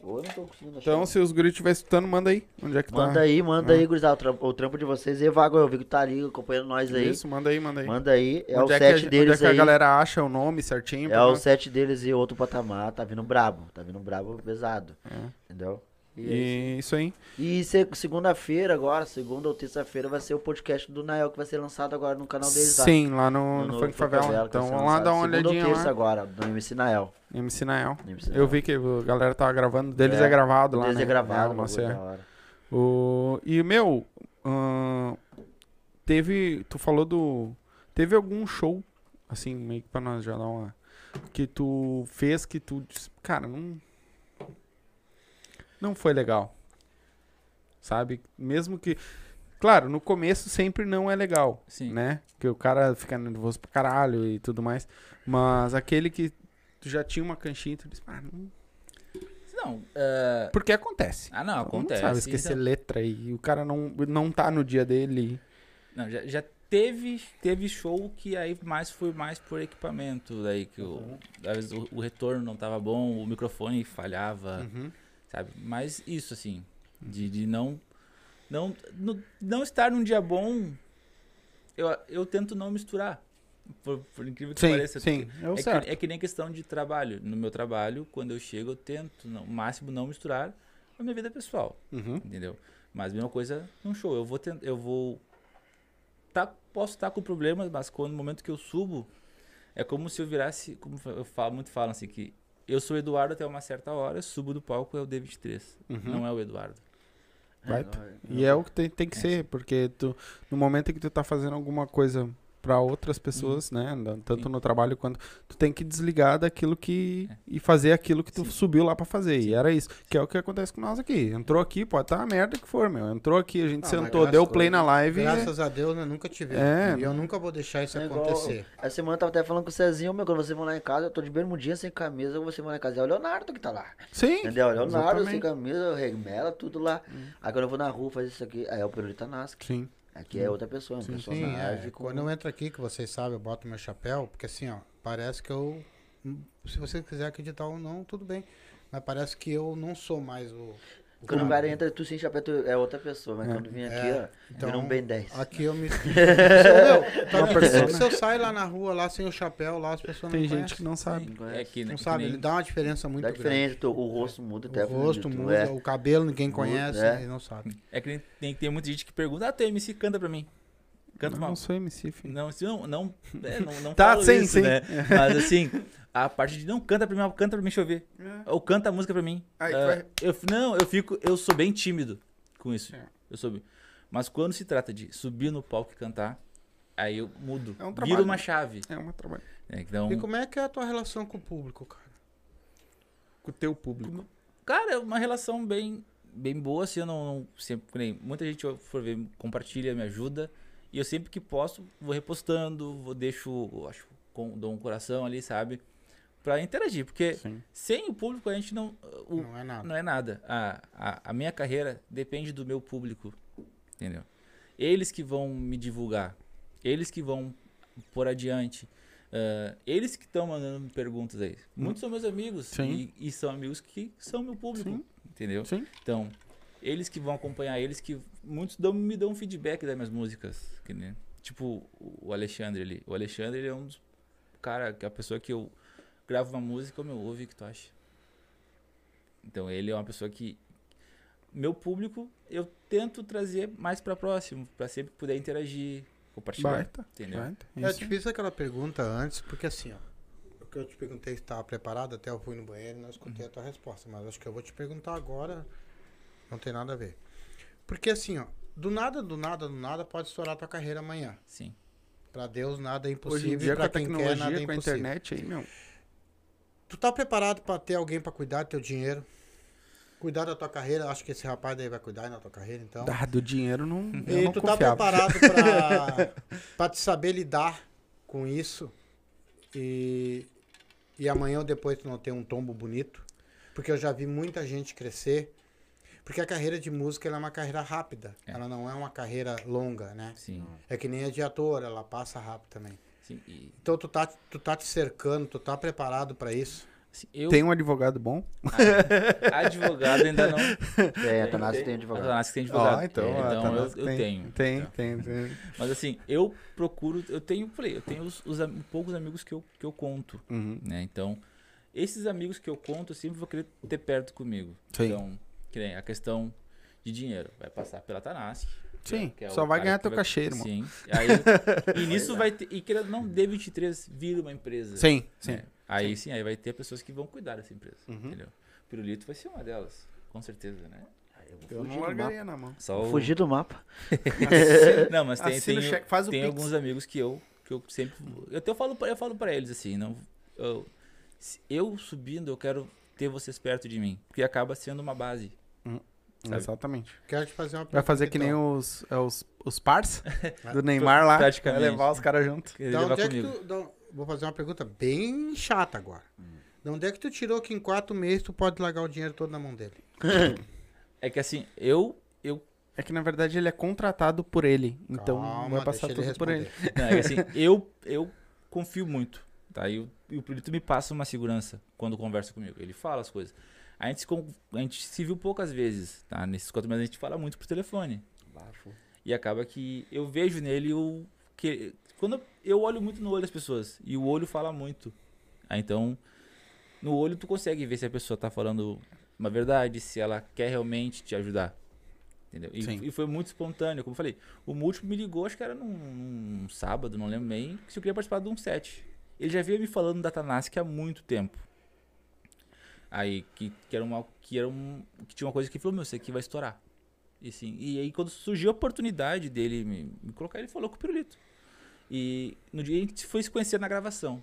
S3: Eu não tô conseguindo achar.
S1: Então, se os guris estiver escutando, manda aí. Onde é que tá?
S3: manda aí, manda aí, gurizada. O trampo, o trampo de vocês. E Vago, eu vi que tá ali acompanhando nós aí.
S1: Isso, manda aí, manda aí.
S3: Manda aí. É
S1: onde
S3: o
S1: é que a,
S3: set
S1: gente-
S3: deles
S1: Onde é que a
S3: aí.
S1: galera acha o nome certinho?
S3: É
S1: pra
S3: o
S1: nós?
S3: set deles e outro patamar, tá vindo brabo, tá vindo brabo pesado, entendeu? E,
S1: É. E é isso aí.
S3: e se- segunda-feira agora, segunda ou terça-feira vai ser o podcast do Nael que vai ser lançado agora no canal deles lá.
S1: Sim, lá no, no, Funk Favela.
S3: que vai
S1: Então,
S3: ser
S1: vamos lá
S3: lançado
S1: dar uma
S3: segunda ou
S1: olhadinha
S3: terça
S1: lá.
S3: agora, do MC Nael.
S1: MC Nael.
S3: MC Nael.
S1: Eu vi que a galera tava gravando. Deles é,
S3: É,
S1: gravado lá,
S3: Deles
S1: né?
S3: é gravado,
S1: o nosso
S3: bagulho
S1: é.
S3: da hora.
S1: O... E, meu, ahn, teve. Tu falou do. Teve algum show, assim, meio que pra nós já dar uma. Que tu fez que tu. disse, Cara, não. Não foi legal. Sabe? Mesmo que. Claro, no começo sempre não é legal,
S4: Sim.
S1: né? Que o cara fica nervoso pra caralho e tudo mais. Mas aquele que tu já tinha uma canchinha, tu diz, ah, não...
S4: Não, é,
S1: porque acontece.
S4: ah,
S1: Todo
S4: não,
S1: mundo
S4: acontece.
S1: Sabe, esquecer
S4: então.
S1: letra e o cara não, não tá no dia dele.
S4: Não, já, já teve, teve show que aí mais foi mais por equipamento. Daí que o,
S1: Uhum.
S4: às vezes o, o retorno não tava bom, o microfone falhava,
S1: Uhum.
S4: sabe? Mas isso, assim, de, de não, não, no- não estar num dia bom, eu, eu tento não misturar. Por, por incrível que pareça.
S1: sim. É o
S4: É
S1: certo.
S4: que, é que nem questão de trabalho. No meu trabalho, quando eu chego, eu tento, no máximo, não misturar a minha vida pessoal.
S1: Uhum.
S4: Entendeu? Mas mesma coisa num show. Eu vou tentar, eu vou. Tá, posso estar com problemas, mas quando, no momento que eu subo, é como se eu virasse. Como fa- eu falo, muito falam assim que eu sou o Eduardo até uma certa hora, subo do palco, é o D23.
S1: Uhum.
S4: Não é o Eduardo.
S1: Vai, tu- e é o que tem, tem que ser, porque tu, no momento em que tu tá fazendo alguma coisa pra outras pessoas, né? na- Tanto no trabalho quanto. Tu tem que desligar daquilo que. e fazer aquilo que tu subiu lá pra fazer. E era isso. Que é o que acontece com nós aqui. Entrou aqui, pode estar a merda que for, meu. Entrou aqui, a gente
S2: Ah, mas
S1: sentou,
S2: graças-
S1: deu play na live. e-
S2: Graças a Deus, eu nunca tive.
S1: É.
S2: E eu nunca vou deixar isso
S3: É igual-
S2: acontecer.
S3: Essa semana eu tava até falando com o Cezinho, meu, quando vocês vão lá em casa, eu tô de bermudinha sem camisa, você vai lá em casa, é o Leonardo que
S1: [LAUGHS]
S3: tá lá.
S1: Sim.
S2: É
S3: Entendeu?
S2: assim,
S3: Leonardo sem
S1: exatamente. Hum.
S3: camisa, remela, tudo lá. Aí quando eu vou na rua fazer isso aqui, aí é o Perulita Nasca.
S1: Sim.
S3: Aqui é outra pessoa, é um
S2: Sim,
S3: personagem.
S2: é.
S3: com-
S2: Quando eu entro aqui, que vocês sabem, eu boto meu chapéu, porque assim, ó, parece que eu. hum, Se você quiser acreditar ou não, tudo bem. Mas parece que eu não sou mais o. o
S3: Quando o
S2: cara.
S3: cara entra, tu sem chapéu, tu é outra pessoa. Mas quando vem aqui, ó,
S2: Então,
S3: vira um Ben 10.
S2: Aqui eu
S3: [LAUGHS]
S2: me.
S3: É
S2: Entendeu? Tá
S1: Uma
S2: me
S1: persona.
S2: dizendo que se eu saio lá na rua, lá sem o chapéu, lá as pessoas
S1: Tem
S2: não
S1: gente que
S2: conhecem.
S1: não né, sabe.
S4: É que,
S2: Não
S4: que
S2: sabe,
S4: nem-
S2: ele dá uma diferença muito
S3: Dá
S2: grande.
S3: Tá diferente, tu- o rosto muda
S2: O
S3: até.
S2: rosto
S3: bonito,
S2: muda,
S3: é.
S2: o cabelo ninguém conhece,
S3: é.
S2: ele não sabe.
S4: é que nem- tem, tem muita gente que pergunta: Ah, teu MC canta pra mim. Canta
S1: Eu
S4: uma
S1: não sou MC, filho.
S4: Não, assim, não, não, é, não, não
S1: Tá,
S4: falo
S1: sim,
S4: isso,
S1: sim. [LAUGHS]
S4: né? Mas assim, a parte de não canta pra mim, canta pra mim chover.
S1: É.
S4: Ou canta a música pra mim.
S1: Aí,
S4: Ah,
S1: vai. É.
S4: eu, não, eu fico, eu sou bem tímido com isso. Eu sou bem- Mas quando se trata de subir no palco e cantar, aí eu mudo.
S1: É um
S4: Viro
S1: trabalho.
S4: uma chave.
S1: É uma trabalho.
S4: É, Então,
S2: E como é que é a tua relação com o público, cara?
S1: Com o teu público.
S4: Cara, é uma relação bem, bem boa, assim, eu não, não sempre, que nem muita gente eu for ver, compartilha, me ajuda, E eu sempre que posso, vou repostando, vou deixo, eu acho, com, dou um coração ali, sabe? Pra interagir, porque
S1: Sim.
S4: sem o público a gente não. o-
S2: Não é nada.
S4: não é nada. A, a, a minha carreira depende do meu público, entendeu? Eles que vão me divulgar, eles que vão pôr adiante, ah, eles que estão mandando perguntas aí. Muitos são meus amigos
S1: Hum. Sim.
S4: E, e são amigos que são meu público,
S1: Sim.
S4: entendeu?
S1: Sim.
S4: Então, eles que vão acompanhar, eles que muitos dão, me dão feedback das minhas músicas, que nem- tipo o Alexandre ali. O Alexandre ele é um dos cara, que é a pessoa que eu gravo uma música, meu, ouve o que tu acha. Então ele é uma pessoa que meu público eu tento trazer mais pra próximo, pra sempre poder interagir, compartilhar,
S1: Baita.
S4: entendeu?
S1: Baita.
S2: É,
S1: Isso.
S2: te fiz aquela pergunta antes, porque assim, ó. O que eu te perguntei se estava preparado, até eu fui no banheiro e não escutei
S1: Uhum.
S2: a tua resposta, mas acho que eu vou te perguntar agora. Não tem nada a ver. Porque assim, ó, do nada, do nada, do nada pode estourar tua carreira amanhã.
S4: Sim.
S2: Pra Deus nada é
S1: Hoje em
S2: impossível,
S1: dia, com
S2: pra
S1: a
S2: quem quer nada é
S1: tecnologia, com a
S2: impossível.
S1: internet aí, meu.
S4: Uhum.
S2: Tu tá preparado pra ter alguém pra cuidar do teu dinheiro? Cuidar da tua carreira? Acho que esse rapaz daí vai cuidar da tua carreira, então.
S1: Ah, do dinheiro não. é eu
S2: E
S1: não
S2: tu tá
S1: confiava.
S2: preparado
S1: [LAUGHS]
S2: pra, pra te saber lidar com isso e, e amanhã ou depois tu não ter um tombo bonito? Porque eu já vi muita gente crescer. Porque a carreira de música ela é uma carreira rápida. Ela não é uma carreira longa, né?
S4: Sim.
S2: É que nem a de ator, ela passa rápido também.
S4: Sim. E,
S2: Então tu tá, tu tá te cercando, tu tá preparado pra isso?
S4: assim, eu
S1: Tem um advogado bom?
S4: advogado
S1: [LAUGHS]
S4: ainda não.
S2: [LAUGHS]
S3: Tem, a Tanás tem
S4: A
S3: advogado.
S4: Zanassi tem advogado.
S1: Ah, então,
S4: É,
S1: ah, tá,
S4: então
S1: nós
S4: eu, eu
S1: tem-
S4: tenho.
S1: Tem,
S4: Então.
S1: tem, tem.
S4: Mas assim, eu procuro, eu tenho, falei, eu tenho os, os am- poucos amigos que eu, que eu conto,
S1: Uhum.
S4: né? Então, esses amigos que eu conto, eu sempre vou querer ter perto comigo.
S1: Sim.
S4: Então, que nem a questão de dinheiro, vai passar pela Tanassi. que é-
S1: Sim,
S4: que é
S1: só
S4: o
S1: vai
S4: cara
S1: ganhar
S4: que
S1: teu
S4: vai-
S1: cachê, irmão. [LAUGHS]
S4: Sim. Aí, e nisso vai ter, e querendo ou não, D23 vira uma empresa.
S1: Sim, sim. Uhum.
S4: né? Aí sim, aí vai ter pessoas que vão cuidar dessa empresa, entendeu? Pirulito vai ser uma delas, com certeza, né?
S1: Eu não
S3: Fugir do mapa.
S1: largaria na mão.
S4: Só o-
S3: Fugir do mapa.
S4: Não, mas tem,
S1: Assina o
S4: tem,
S1: cheque, faz o
S4: tem
S1: Pix.
S4: alguns amigos que eu, que eu sempre. Eu até falo, pra- eu falo pra eles assim, não. Eu, se eu subindo, eu quero ter vocês perto de mim. Porque acaba sendo uma base. Sabe?
S1: Exatamente.
S2: Quero te fazer uma pergunta.
S1: Vai fazer que nem
S2: então.
S1: os, é, os, os
S2: [LAUGHS]
S1: pars do Neymar lá.
S4: Praticamente.
S1: Vai levar os caras junto.
S4: Querer
S2: Da
S4: levar
S2: onde é que
S4: comigo.
S2: tu- da- Vou fazer uma pergunta bem chata agora. Da onde é que tu tirou que em quatro meses tu pode largar o dinheiro todo na mão dele?
S4: É que assim, eu. eu
S1: É que na verdade ele é contratado por ele. Então
S2: Calma,
S1: vai passar
S2: deixa
S1: tudo
S2: ele
S1: por ele.
S2: responder.
S4: não, é que assim, eu, eu confio muito. Tá? E, o- e o Pirulito me passa uma segurança quando conversa comigo. Ele fala as coisas. A gente se, con- a gente se viu poucas vezes, tá? Nesses quatro meses a gente fala muito por telefone.
S3: Bafo.
S4: E acaba que eu vejo nele o que quando eu- eu olho muito no olho das pessoas e o olho fala muito. Ah, então no olho tu consegue ver se a pessoa tá falando uma verdade, se ela quer realmente te ajudar. Entendeu?
S1: Sim.
S4: E, e foi muito espontâneo, como eu falei. O múltiplo me ligou, acho que era num, num sábado, não lembro bem, que se eu queria participar de um set. Ele já vinha me falando da Tanask há muito tempo. Aí que, que era uma que era um que tinha uma coisa que ele falou, meu, isso aqui vai estourar. E sim, e aí quando surgiu a oportunidade dele me, me colocar, ele falou com o Pirulito. E no dia a gente foi se conhecer na gravação.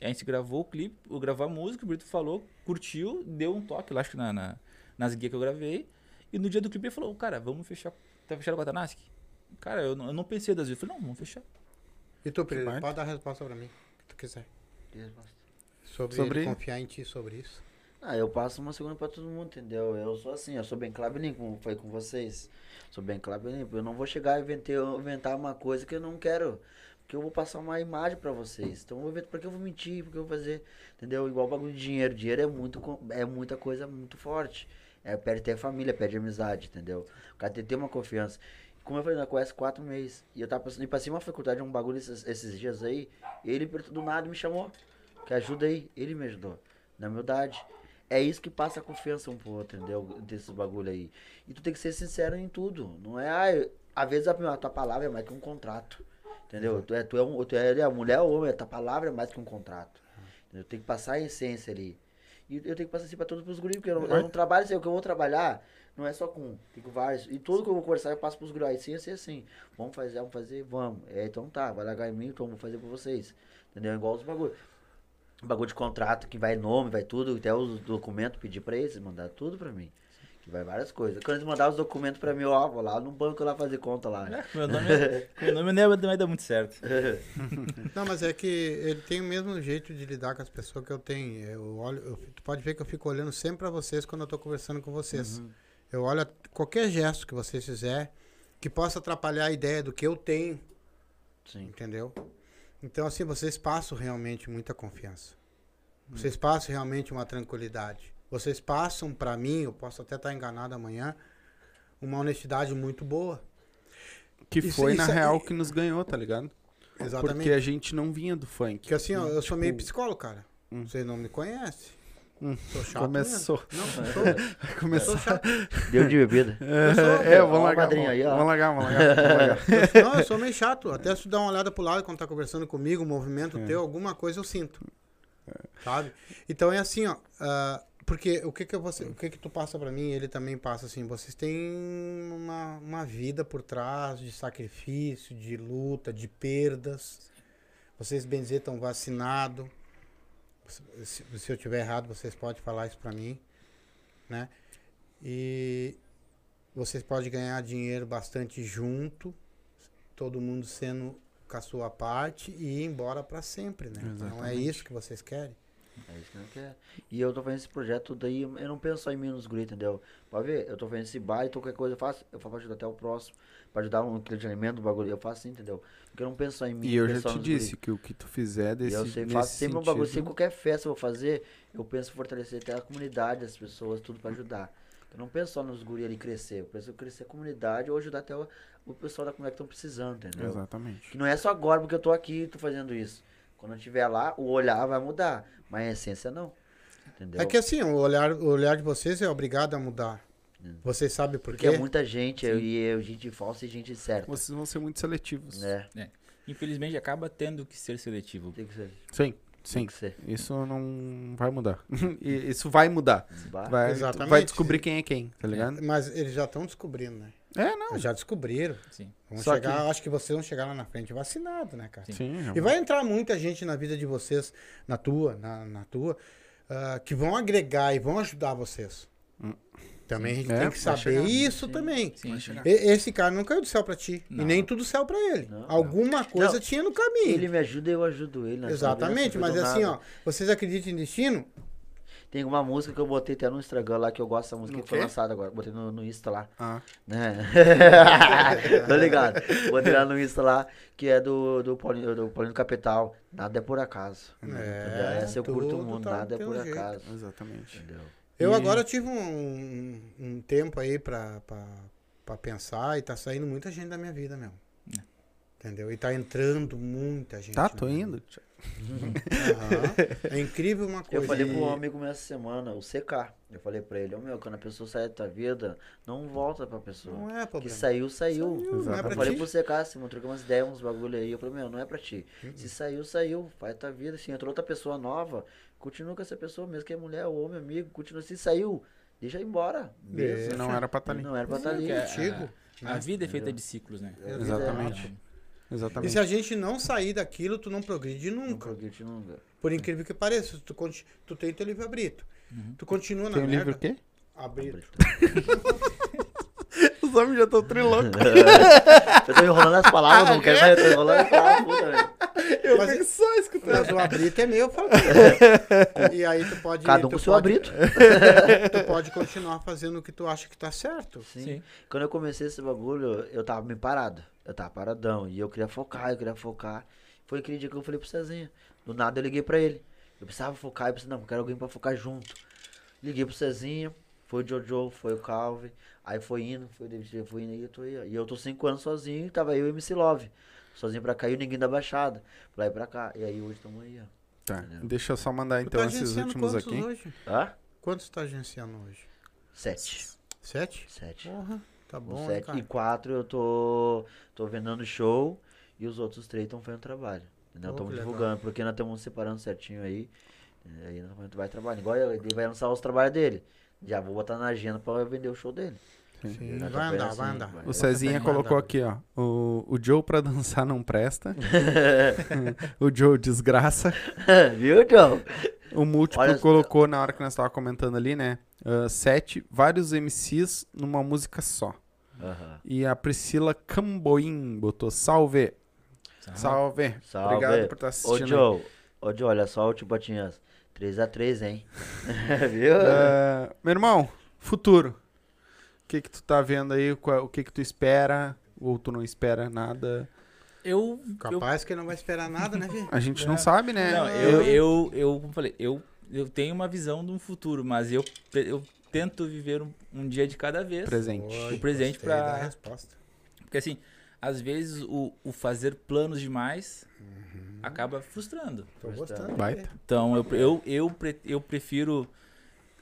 S4: A gente gravou o clipe, eu gravou a música, o Brito falou, curtiu, deu um toque, lá acho que na, na- nas guias que eu gravei. E no dia do clipe ele falou, cara, vamos fechar. Tá fechado com a Tanask? Cara, eu não, eu não pensei duas vezes. Eu falei, não, vamos fechar.
S2: E tu, Pedro,
S1: baita.
S2: pode dar a resposta pra mim, o que tu quiser. Sobre,
S1: Sobre-
S2: ele confiar em ti sobre isso.
S3: Ah, eu passo uma segunda pra todo mundo, entendeu? Eu sou assim, eu sou bem claro limpo, como eu falei com vocês. Sou bem claro limpo. Eu não vou chegar e inventei- inventar uma coisa que eu não quero. Porque eu vou passar uma imagem pra vocês. Então, eu vou inventar- pra que eu vou mentir? Pra que eu vou fazer? Entendeu? Igual o bagulho de dinheiro. Dinheiro é, muito, co- é muita coisa muito forte. É, perde até a família, perde a amizade, entendeu? O cara tem que ter uma confiança. Como eu falei, nós conhece quatro meses. E eu tava passando, e passei uma faculdade, um bagulho esses, esses dias aí. Ele, do nada, me chamou. Que ajuda aí. Ele me ajudou. Na humildade. É isso que passa a confiança um pro outro, entendeu? Desses bagulho aí. E tu tem que ser sincero em tudo. Não é, ah, eu- às vezes a, a tua palavra é mais que um contrato. Entendeu? Tu é, tu é, um, tu é a mulher ou homem, a tua palavra é mais que um contrato. Entendeu? Tem que passar a essência ali. E eu tenho que passar assim pra todos os guris, porque eu não, eu não trabalho, assim, o que eu vou trabalhar não é só com um, tem com vários. E tudo que eu vou conversar eu passo pros guris, assim, assim, assim. Vamos fazer, vamos fazer, vamos. É, então tá, vai largar em mim, então eu vou fazer pra vocês. Entendeu? É Igual os bagulhos bagulho de contrato que vai nome, vai tudo, até os documentos pedir pra eles, mandar tudo pra mim. Que Vai várias coisas. Quando eles mandavam os documentos pra mim, ó, vou lá no banco lá fazer conta lá.
S4: É, Meu nome, meu nome nem vai dar muito certo.
S2: Não, mas é que ele tem o mesmo jeito de lidar com as pessoas que eu tenho. Eu olho, eu fi- tu pode ver que eu fico olhando sempre pra vocês quando eu tô conversando com vocês. Eu olho a qualquer gesto que vocês fizerem que possa atrapalhar a ideia do que eu tenho,
S3: Sim.
S2: entendeu? Então, assim, vocês passam realmente muita confiança. Vocês passam realmente uma tranquilidade. Vocês passam pra mim, eu posso até estar enganado amanhã, uma honestidade muito boa.
S1: Que
S2: Isso-
S1: foi, na
S2: isso é-
S1: real, que nos ganhou, tá ligado?
S2: Exatamente.
S1: Porque a gente não vinha do funk. [LAUGHS]
S2: Porque assim, ó, eu sou meio
S1: Tipo- Hum,
S2: psicólogo, cara. Vocês não me conhecem. Sou chato.
S1: Começou.
S2: mesmo.
S1: [LAUGHS]
S2: Não, sou,
S1: Começou.
S2: sou chato.
S3: [LAUGHS] Deu de bebida.
S1: É, vamos
S3: Ó,
S1: largar.
S3: padrinho
S1: Vamos
S3: aí, ó.
S1: vamos largar, vamos largar. vamos largar.
S2: Eu- não, eu sou meio chato. Até se tu dá uma olhada pro lado quando tá conversando comigo, o
S1: É.
S2: movimento teu, alguma coisa eu sinto. Sabe? Então é assim, ó. ah, porque o que que, você, o que que tu passa pra mim, ele também passa assim. Vocês têm uma, uma vida por trás de sacrifício, de luta, de perdas. Vocês benzer estão vacinados. Se, se eu tiver errado, vocês podem falar isso pra mim. Né? E vocês podem ganhar dinheiro bastante junto todo mundo sendo com a sua parte e ir embora para sempre, né? Não é isso que vocês querem.
S3: É isso que eu quero. E eu tô fazendo esse projeto daí, eu não penso só em mim nos guri, entendeu? Pra ver, eu tô fazendo esse baile, então qualquer coisa eu faço, eu faço pra ajudar até o próximo, pra ajudar um cliente de alimento, um bagulho, eu faço assim, entendeu? Porque eu não penso só em mim,
S1: [LAUGHS] E eu já
S3: penso só
S1: te
S3: nos
S1: disse
S3: guri.
S1: que o que tu fizer
S3: E
S1: desse,
S3: eu sei,
S1: nesse
S3: faço sempre um bagulho, se
S1: sentido-
S3: qualquer festa eu vou fazer, eu penso em fortalecer até a comunidade, as pessoas, tudo pra ajudar. Eu não penso só nos guri ali crescer, eu penso em crescer a comunidade ou ajudar até o, o pessoal da comunidade que estão precisando, entendeu?
S1: Exatamente.
S3: Que não é só agora porque eu tô aqui e tô fazendo isso. Quando eu estiver lá, o olhar vai mudar. Mas a essência não. Entendeu?
S2: É que assim, o olhar, o olhar de vocês é obrigado a mudar. Vocês sabem por
S3: porque
S2: quê?
S3: é muita gente, e é gente falsa e gente certa.
S1: Vocês vão ser muito seletivos.
S3: Né?
S4: É. Infelizmente acaba tendo que ser seletivo.
S3: Tem que ser.
S1: Sim, sim.
S3: que ser.
S1: Isso não vai mudar. [LAUGHS] E Isso vai mudar.
S3: Bah.
S1: Vai, tu
S2: Exatamente.
S1: vai descobrir quem é quem, tá ligado?
S2: Mas eles já estão descobrindo, né?
S1: É, não.
S2: Já descobriram.
S4: Sim.
S2: Vão
S1: Só
S2: chegar, acho que vocês vão chegar lá na frente vacinado, né, cara?
S1: Sim,
S2: E vai entrar muita gente na vida de vocês, na tua, na, na tua, ah, que vão agregar e vão ajudar vocês. Também a gente
S1: Hum. É,
S2: tem que
S1: vai
S2: saber
S1: chegar.
S2: isso também.
S4: Sim, sim.
S2: E- Esse cara não caiu do céu pra ti.
S4: Não.
S2: E nem tudo céu pra ele.
S3: Não.
S2: Alguma coisa
S3: Não.
S2: tinha no caminho.
S3: Ele me ajuda, eu ajudo ele. né?
S2: Exatamente,
S3: Eu não
S2: mas
S3: dou
S2: assim,
S3: nada.
S2: ó, vocês acreditam em destino?
S3: Tem uma música que eu botei até no Instagram lá, que eu gosto dessa música
S1: No
S3: que foi
S1: quê?
S3: lançada agora. Botei no, no Insta lá.
S1: Ah.
S3: Né? [LAUGHS] Tô ligado. Botei lá no Insta lá, que é do, do, Paulinho, do Paulinho do Capital. Nada é por acaso.
S2: É,
S3: Essa eu curto
S2: tudo
S3: muito,
S2: tá do
S3: nada é
S2: teu
S3: por
S2: jeito.
S3: acaso.
S1: Exatamente.
S3: Entendeu?
S2: Eu
S1: E-
S2: agora tive um, um- um tempo aí pra, pra, pra pensar e tá saindo muita gente da minha vida, meu. Entendeu? E tá entrando muita gente.
S1: É. Tá,
S2: na
S1: tô
S2: minha
S1: indo.
S2: vida.
S1: [LAUGHS]
S2: Aham. É incrível uma
S3: Eu
S2: coisa.
S3: falei pro um amigo meu essa semana, o CK. Eu falei pra ele, ô meu, quando a pessoa sai da tua vida, não volta pra pessoa.
S2: Não é
S3: que
S2: problema.
S3: saiu, saiu.
S2: Saiu, não é pra
S3: eu falei
S2: ti.
S3: pro CK, assim, mano, troquei umas ideias, uns bagulho aí. Eu falei, meu, não é pra ti.
S2: Uhum.
S3: Se saiu, saiu. Faz tua vida. Se entrou outra pessoa nova, continua com essa pessoa, mesmo que é mulher ou homem, amigo, continua. Se saiu, deixa ir embora. Mesmo.
S1: Não era
S2: Tá
S1: pra estar ali.
S3: Não era pra estar ali.
S4: É,
S2: Contigo,
S4: a, a vida é feita de ciclos, né?
S1: É. Exatamente.
S2: E
S1: Exatamente.
S2: se a gente não sair daquilo, tu não progride
S3: Não
S2: nunca.
S3: progride nunca.
S2: Por incrível que pareça, tu, conti- tu tem teu livre-abrito. Tu continua na
S1: Tem um
S2: é merda.
S1: livro o quê?
S2: Abrito.
S1: Os homens já estão trilocos.
S3: Eu tô enrolando as palavras, não quero mais. Eu tô enrolando as palavras,
S2: [LAUGHS]
S3: puta, velho.
S1: Eu
S2: Mas-
S1: fico só escutando.
S2: Mas o abrito
S1: [LAUGHS]
S2: é meu, fala. E aí tu pode.
S3: Cada
S2: tu
S3: um com o seu
S2: pode-
S3: abrito.
S2: [LAUGHS] Tu pode continuar fazendo o que tu acha que tá certo.
S3: Sim.
S4: Sim.
S3: assim. Quando eu comecei esse bagulho, eu tava meio parado. Eu tava paradão. E eu queria focar, eu queria focar. Foi aquele dia que eu falei pro Cezinha. Do nada eu liguei pra ele. Eu precisava focar, eu pensei, não, eu quero alguém pra focar junto. Liguei pro Cezinha, foi o Jojo, foi o Calvin, aí foi indo, foi o David, Lee, foi indo, aí eu tô aí. ó. E eu tô cinco anos sozinho, tava eu e o MC Love. Sozinho pra cá e o ninguém da Baixada. Pra lá e pra cá. E aí hoje tamo aí, ó.
S1: Tá, deixa eu só mandar então esses últimos aqui.
S2: tá hoje?
S3: Hã?
S2: Quantos tu tá agenciando hoje?
S3: Sete.
S2: Sete?
S3: Sete.
S2: Porra, tá
S3: Com
S2: bom, hein,
S3: sete e
S2: cara?
S3: quatro eu tô, tô vendendo show e os outros três estão fazendo trabalho. Entendeu?
S2: Pô,
S3: Estamos
S2: que legal.
S3: divulgando, porque nós estamos separando certinho aí. eh, Aí nós vamos- vai trabalhar. Igual ele vai lançar os trabalhos dele. [LAUGHS] Já vou botar na agenda pra eu vender o show dele.
S1: né?
S2: Sim,
S1: tá
S2: vai andar, vai andar.
S1: O Cezinha colocou aqui, ó. O, o Joe pra [LAUGHS] dançar não
S3: [LAUGHS]
S1: presta. o Joe desgraça.
S3: Viu, João?
S1: O múltiplo
S3: Olha-
S1: colocou na hora que nós tava comentando ali, né? ah, sete, vários MCs numa música só.
S3: Aham.
S1: E a Priscila Camboim botou salve. Salve.
S3: Salve.
S1: Obrigado por estar
S3: Ô,
S1: assistindo.
S3: Joe. Ô, Joe, olha só o Tibotinhas. 3x3, hein? [LAUGHS] Viu?
S2: É.
S1: Ah, meu irmão, futuro. O que que tu tá vendo aí? Qual- O que que tu espera? Ou tu não espera nada?
S4: Eu, eu
S2: Capaz que não vai esperar nada, né, Vi?
S1: A gente não sabe, né?
S4: Não, eu, eu, eu, como falei, eu, eu tenho uma visão de um futuro, mas eu, eu tento viver um, um dia de cada vez.
S1: Presente.
S4: O presente
S2: Gostei da
S4: pra.
S2: resposta.
S4: Porque assim, às vezes o, o fazer planos demais acaba frustrando.
S2: Tô gostando.
S1: Baita.
S4: Então eu, eu, eu, pre- eu prefiro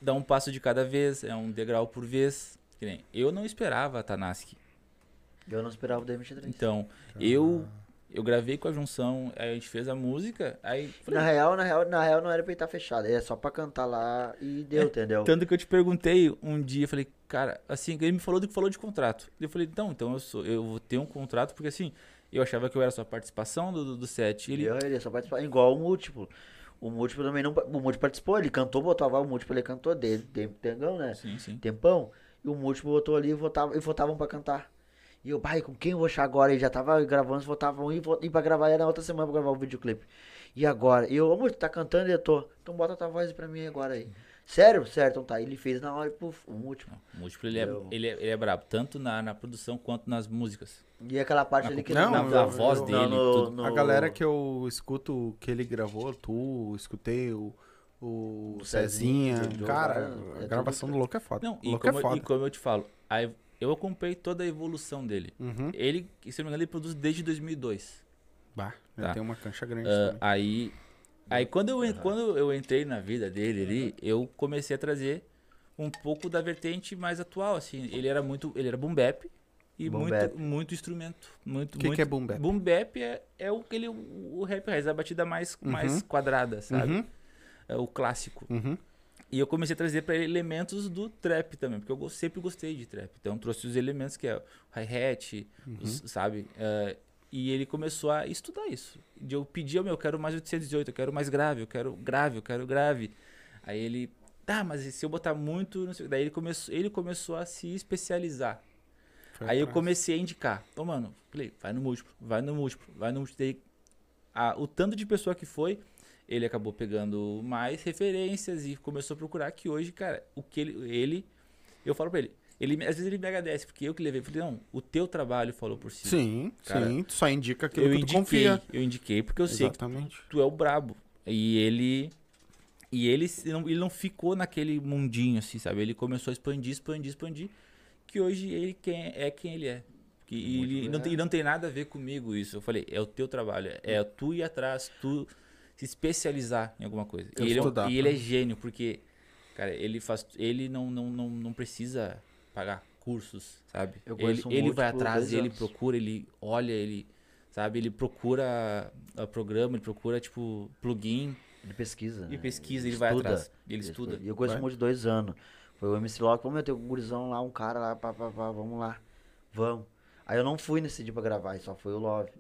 S4: dar um passo de cada vez, é um degrau por vez. Que nem, eu não esperava a Tanaski.
S3: Eu não esperava o 2023.
S4: Então, eu. Eu gravei com a junção, aí a gente fez a música, aí.
S3: Na real, na real, na real, não era pra ele estar fechado. É só pra cantar lá e deu,
S2: É.
S3: entendeu?
S4: Tanto que eu te perguntei um dia, eu falei, cara, assim, ele me falou do que falou de contrato. Eu falei, então, então eu sou, eu vou ter um contrato, porque assim, eu achava que eu era só participação do, do, do set. Ele,
S3: Ele... Eu, ele só participou. Igual o múltiplo. O múltiplo também não. O múltiplo participou, ele cantou, botava o múltiplo, ele cantou dele, tem tengão, né?
S4: sim, sim.
S3: Tempão. E o múltiplo botou ali e votava, e votavam pra cantar. E eu, pai, com quem eu vou achar agora? Ele já tava gravando, eles votavam um e, vo- e pra gravar era na outra semana pra gravar o videoclipe. E agora? E eu, amor, tu tá cantando e eu tô. Então bota tua voz pra mim agora aí. Sério? Sério, então tá. Ele fez na hora e puf, o múltiplo.
S4: O múltiplo ele é,
S3: Eu-
S4: ele é, ele é brabo, tanto na, na produção quanto nas músicas.
S3: E aquela parte ali que
S1: Não,
S3: ele
S1: na- na voz
S4: dele, tudo.
S1: A galera que eu escuto que ele gravou, tu, escutei o, o
S3: O
S1: Cezinha.
S3: Cezinha, o Joe,
S1: Cara,
S3: cara, é
S1: a
S3: tudo
S1: gravação do Louco é foda.
S4: Não,
S1: o
S4: e
S1: Louco é
S4: como, eu-
S1: foda.
S4: e como eu te falo, a ev- eu acompanhei toda a evolução dele.
S1: Uhum.
S4: Ele, se eu não me engano, ele produz desde 2002.
S1: Bah, já
S4: Tá.
S1: tem uma cancha grande.
S4: Ah,
S1: também.
S4: aí, aí
S3: Uhum.
S4: quando, eu, en- quando eu entrei na vida dele ali, eu comecei a trazer um pouco da vertente mais atual, assim. Ele era muito, ele era boom bap e
S3: Boom
S4: muito,
S3: bap.
S4: muito instrumento, muito,
S1: O que que
S4: muito-
S1: é boom bap?
S4: Boom bap é, é o que ele, o rap raiz, a batida mais, mais quadrada, sabe?
S1: Uhum.
S4: É o clássico.
S1: Uhum.
S4: E eu comecei a trazer para ele elementos do trap também, porque eu go- sempre gostei de trap. Então trouxe os elementos que é o hi-hat,
S1: Uhum.
S4: os- sabe? Eh, e ele começou a estudar isso. De eu pedir, meu, eu quero mais 818, eu quero mais grave, eu quero grave, eu quero grave. Aí ele, tá, mas e se eu botar muito, não sei. o quê?" Daí ele começou, ele começou a se especializar.
S1: Foi
S4: Aí eu
S1: atrás.
S4: comecei a indicar. Ô, mano, falei, vai no múltiplo, vai no múltiplo, vai no múltiplo. Daí, a- o tanto de pessoa que foi, ele acabou pegando mais referências e começou a procurar que hoje, cara, o que ele. ele eu falo pra ele, ele, às vezes ele me agradece, porque eu que levei. Falei, não, o teu trabalho falou por si.
S1: Sim,
S4: Cara,
S1: sim. Tu só indica aquilo
S4: eu
S1: que tu
S4: indiquei,
S1: confia.
S4: eu indiquei porque eu sei que
S1: Exatamente.
S4: tu é o brabo. E ele. E ele, se não, ele não ficou naquele mundinho, assim, sabe? Ele começou a expandir, expandir, expandir. Que hoje ele quem é quem ele é. Que ele não tem, não tem nada a ver comigo isso. Eu falei, é o teu trabalho.
S3: Hum.
S4: É tu ir atrás, tu se especializar em alguma coisa.
S1: Eu
S4: E ele, é um-
S1: estudar,
S4: e ele é
S3: tá?
S1: né?
S4: gênio, porque, cara, ele faz. Ele não, não, não, não precisa pagar cursos, sabe?
S3: Eu
S4: ele
S3: conheço um
S4: ele
S3: múltiplo
S4: vai atrás,
S3: dois
S4: ele
S3: anos.
S4: procura, ele olha, ele sabe? Ele procura ah, programa, ele procura, tipo, plugin,
S3: Ele pesquisa.
S4: ele
S3: né?
S4: pesquisa, ele vai atrás, ele estuda.
S3: E eu conheço um monte de dois anos. Foi o MC Loki, vamos ter um gurizão lá, um cara lá, pá, pá, pá, vamos lá. Vamos. Aí eu não fui nesse dia pra gravar, só foi o Love.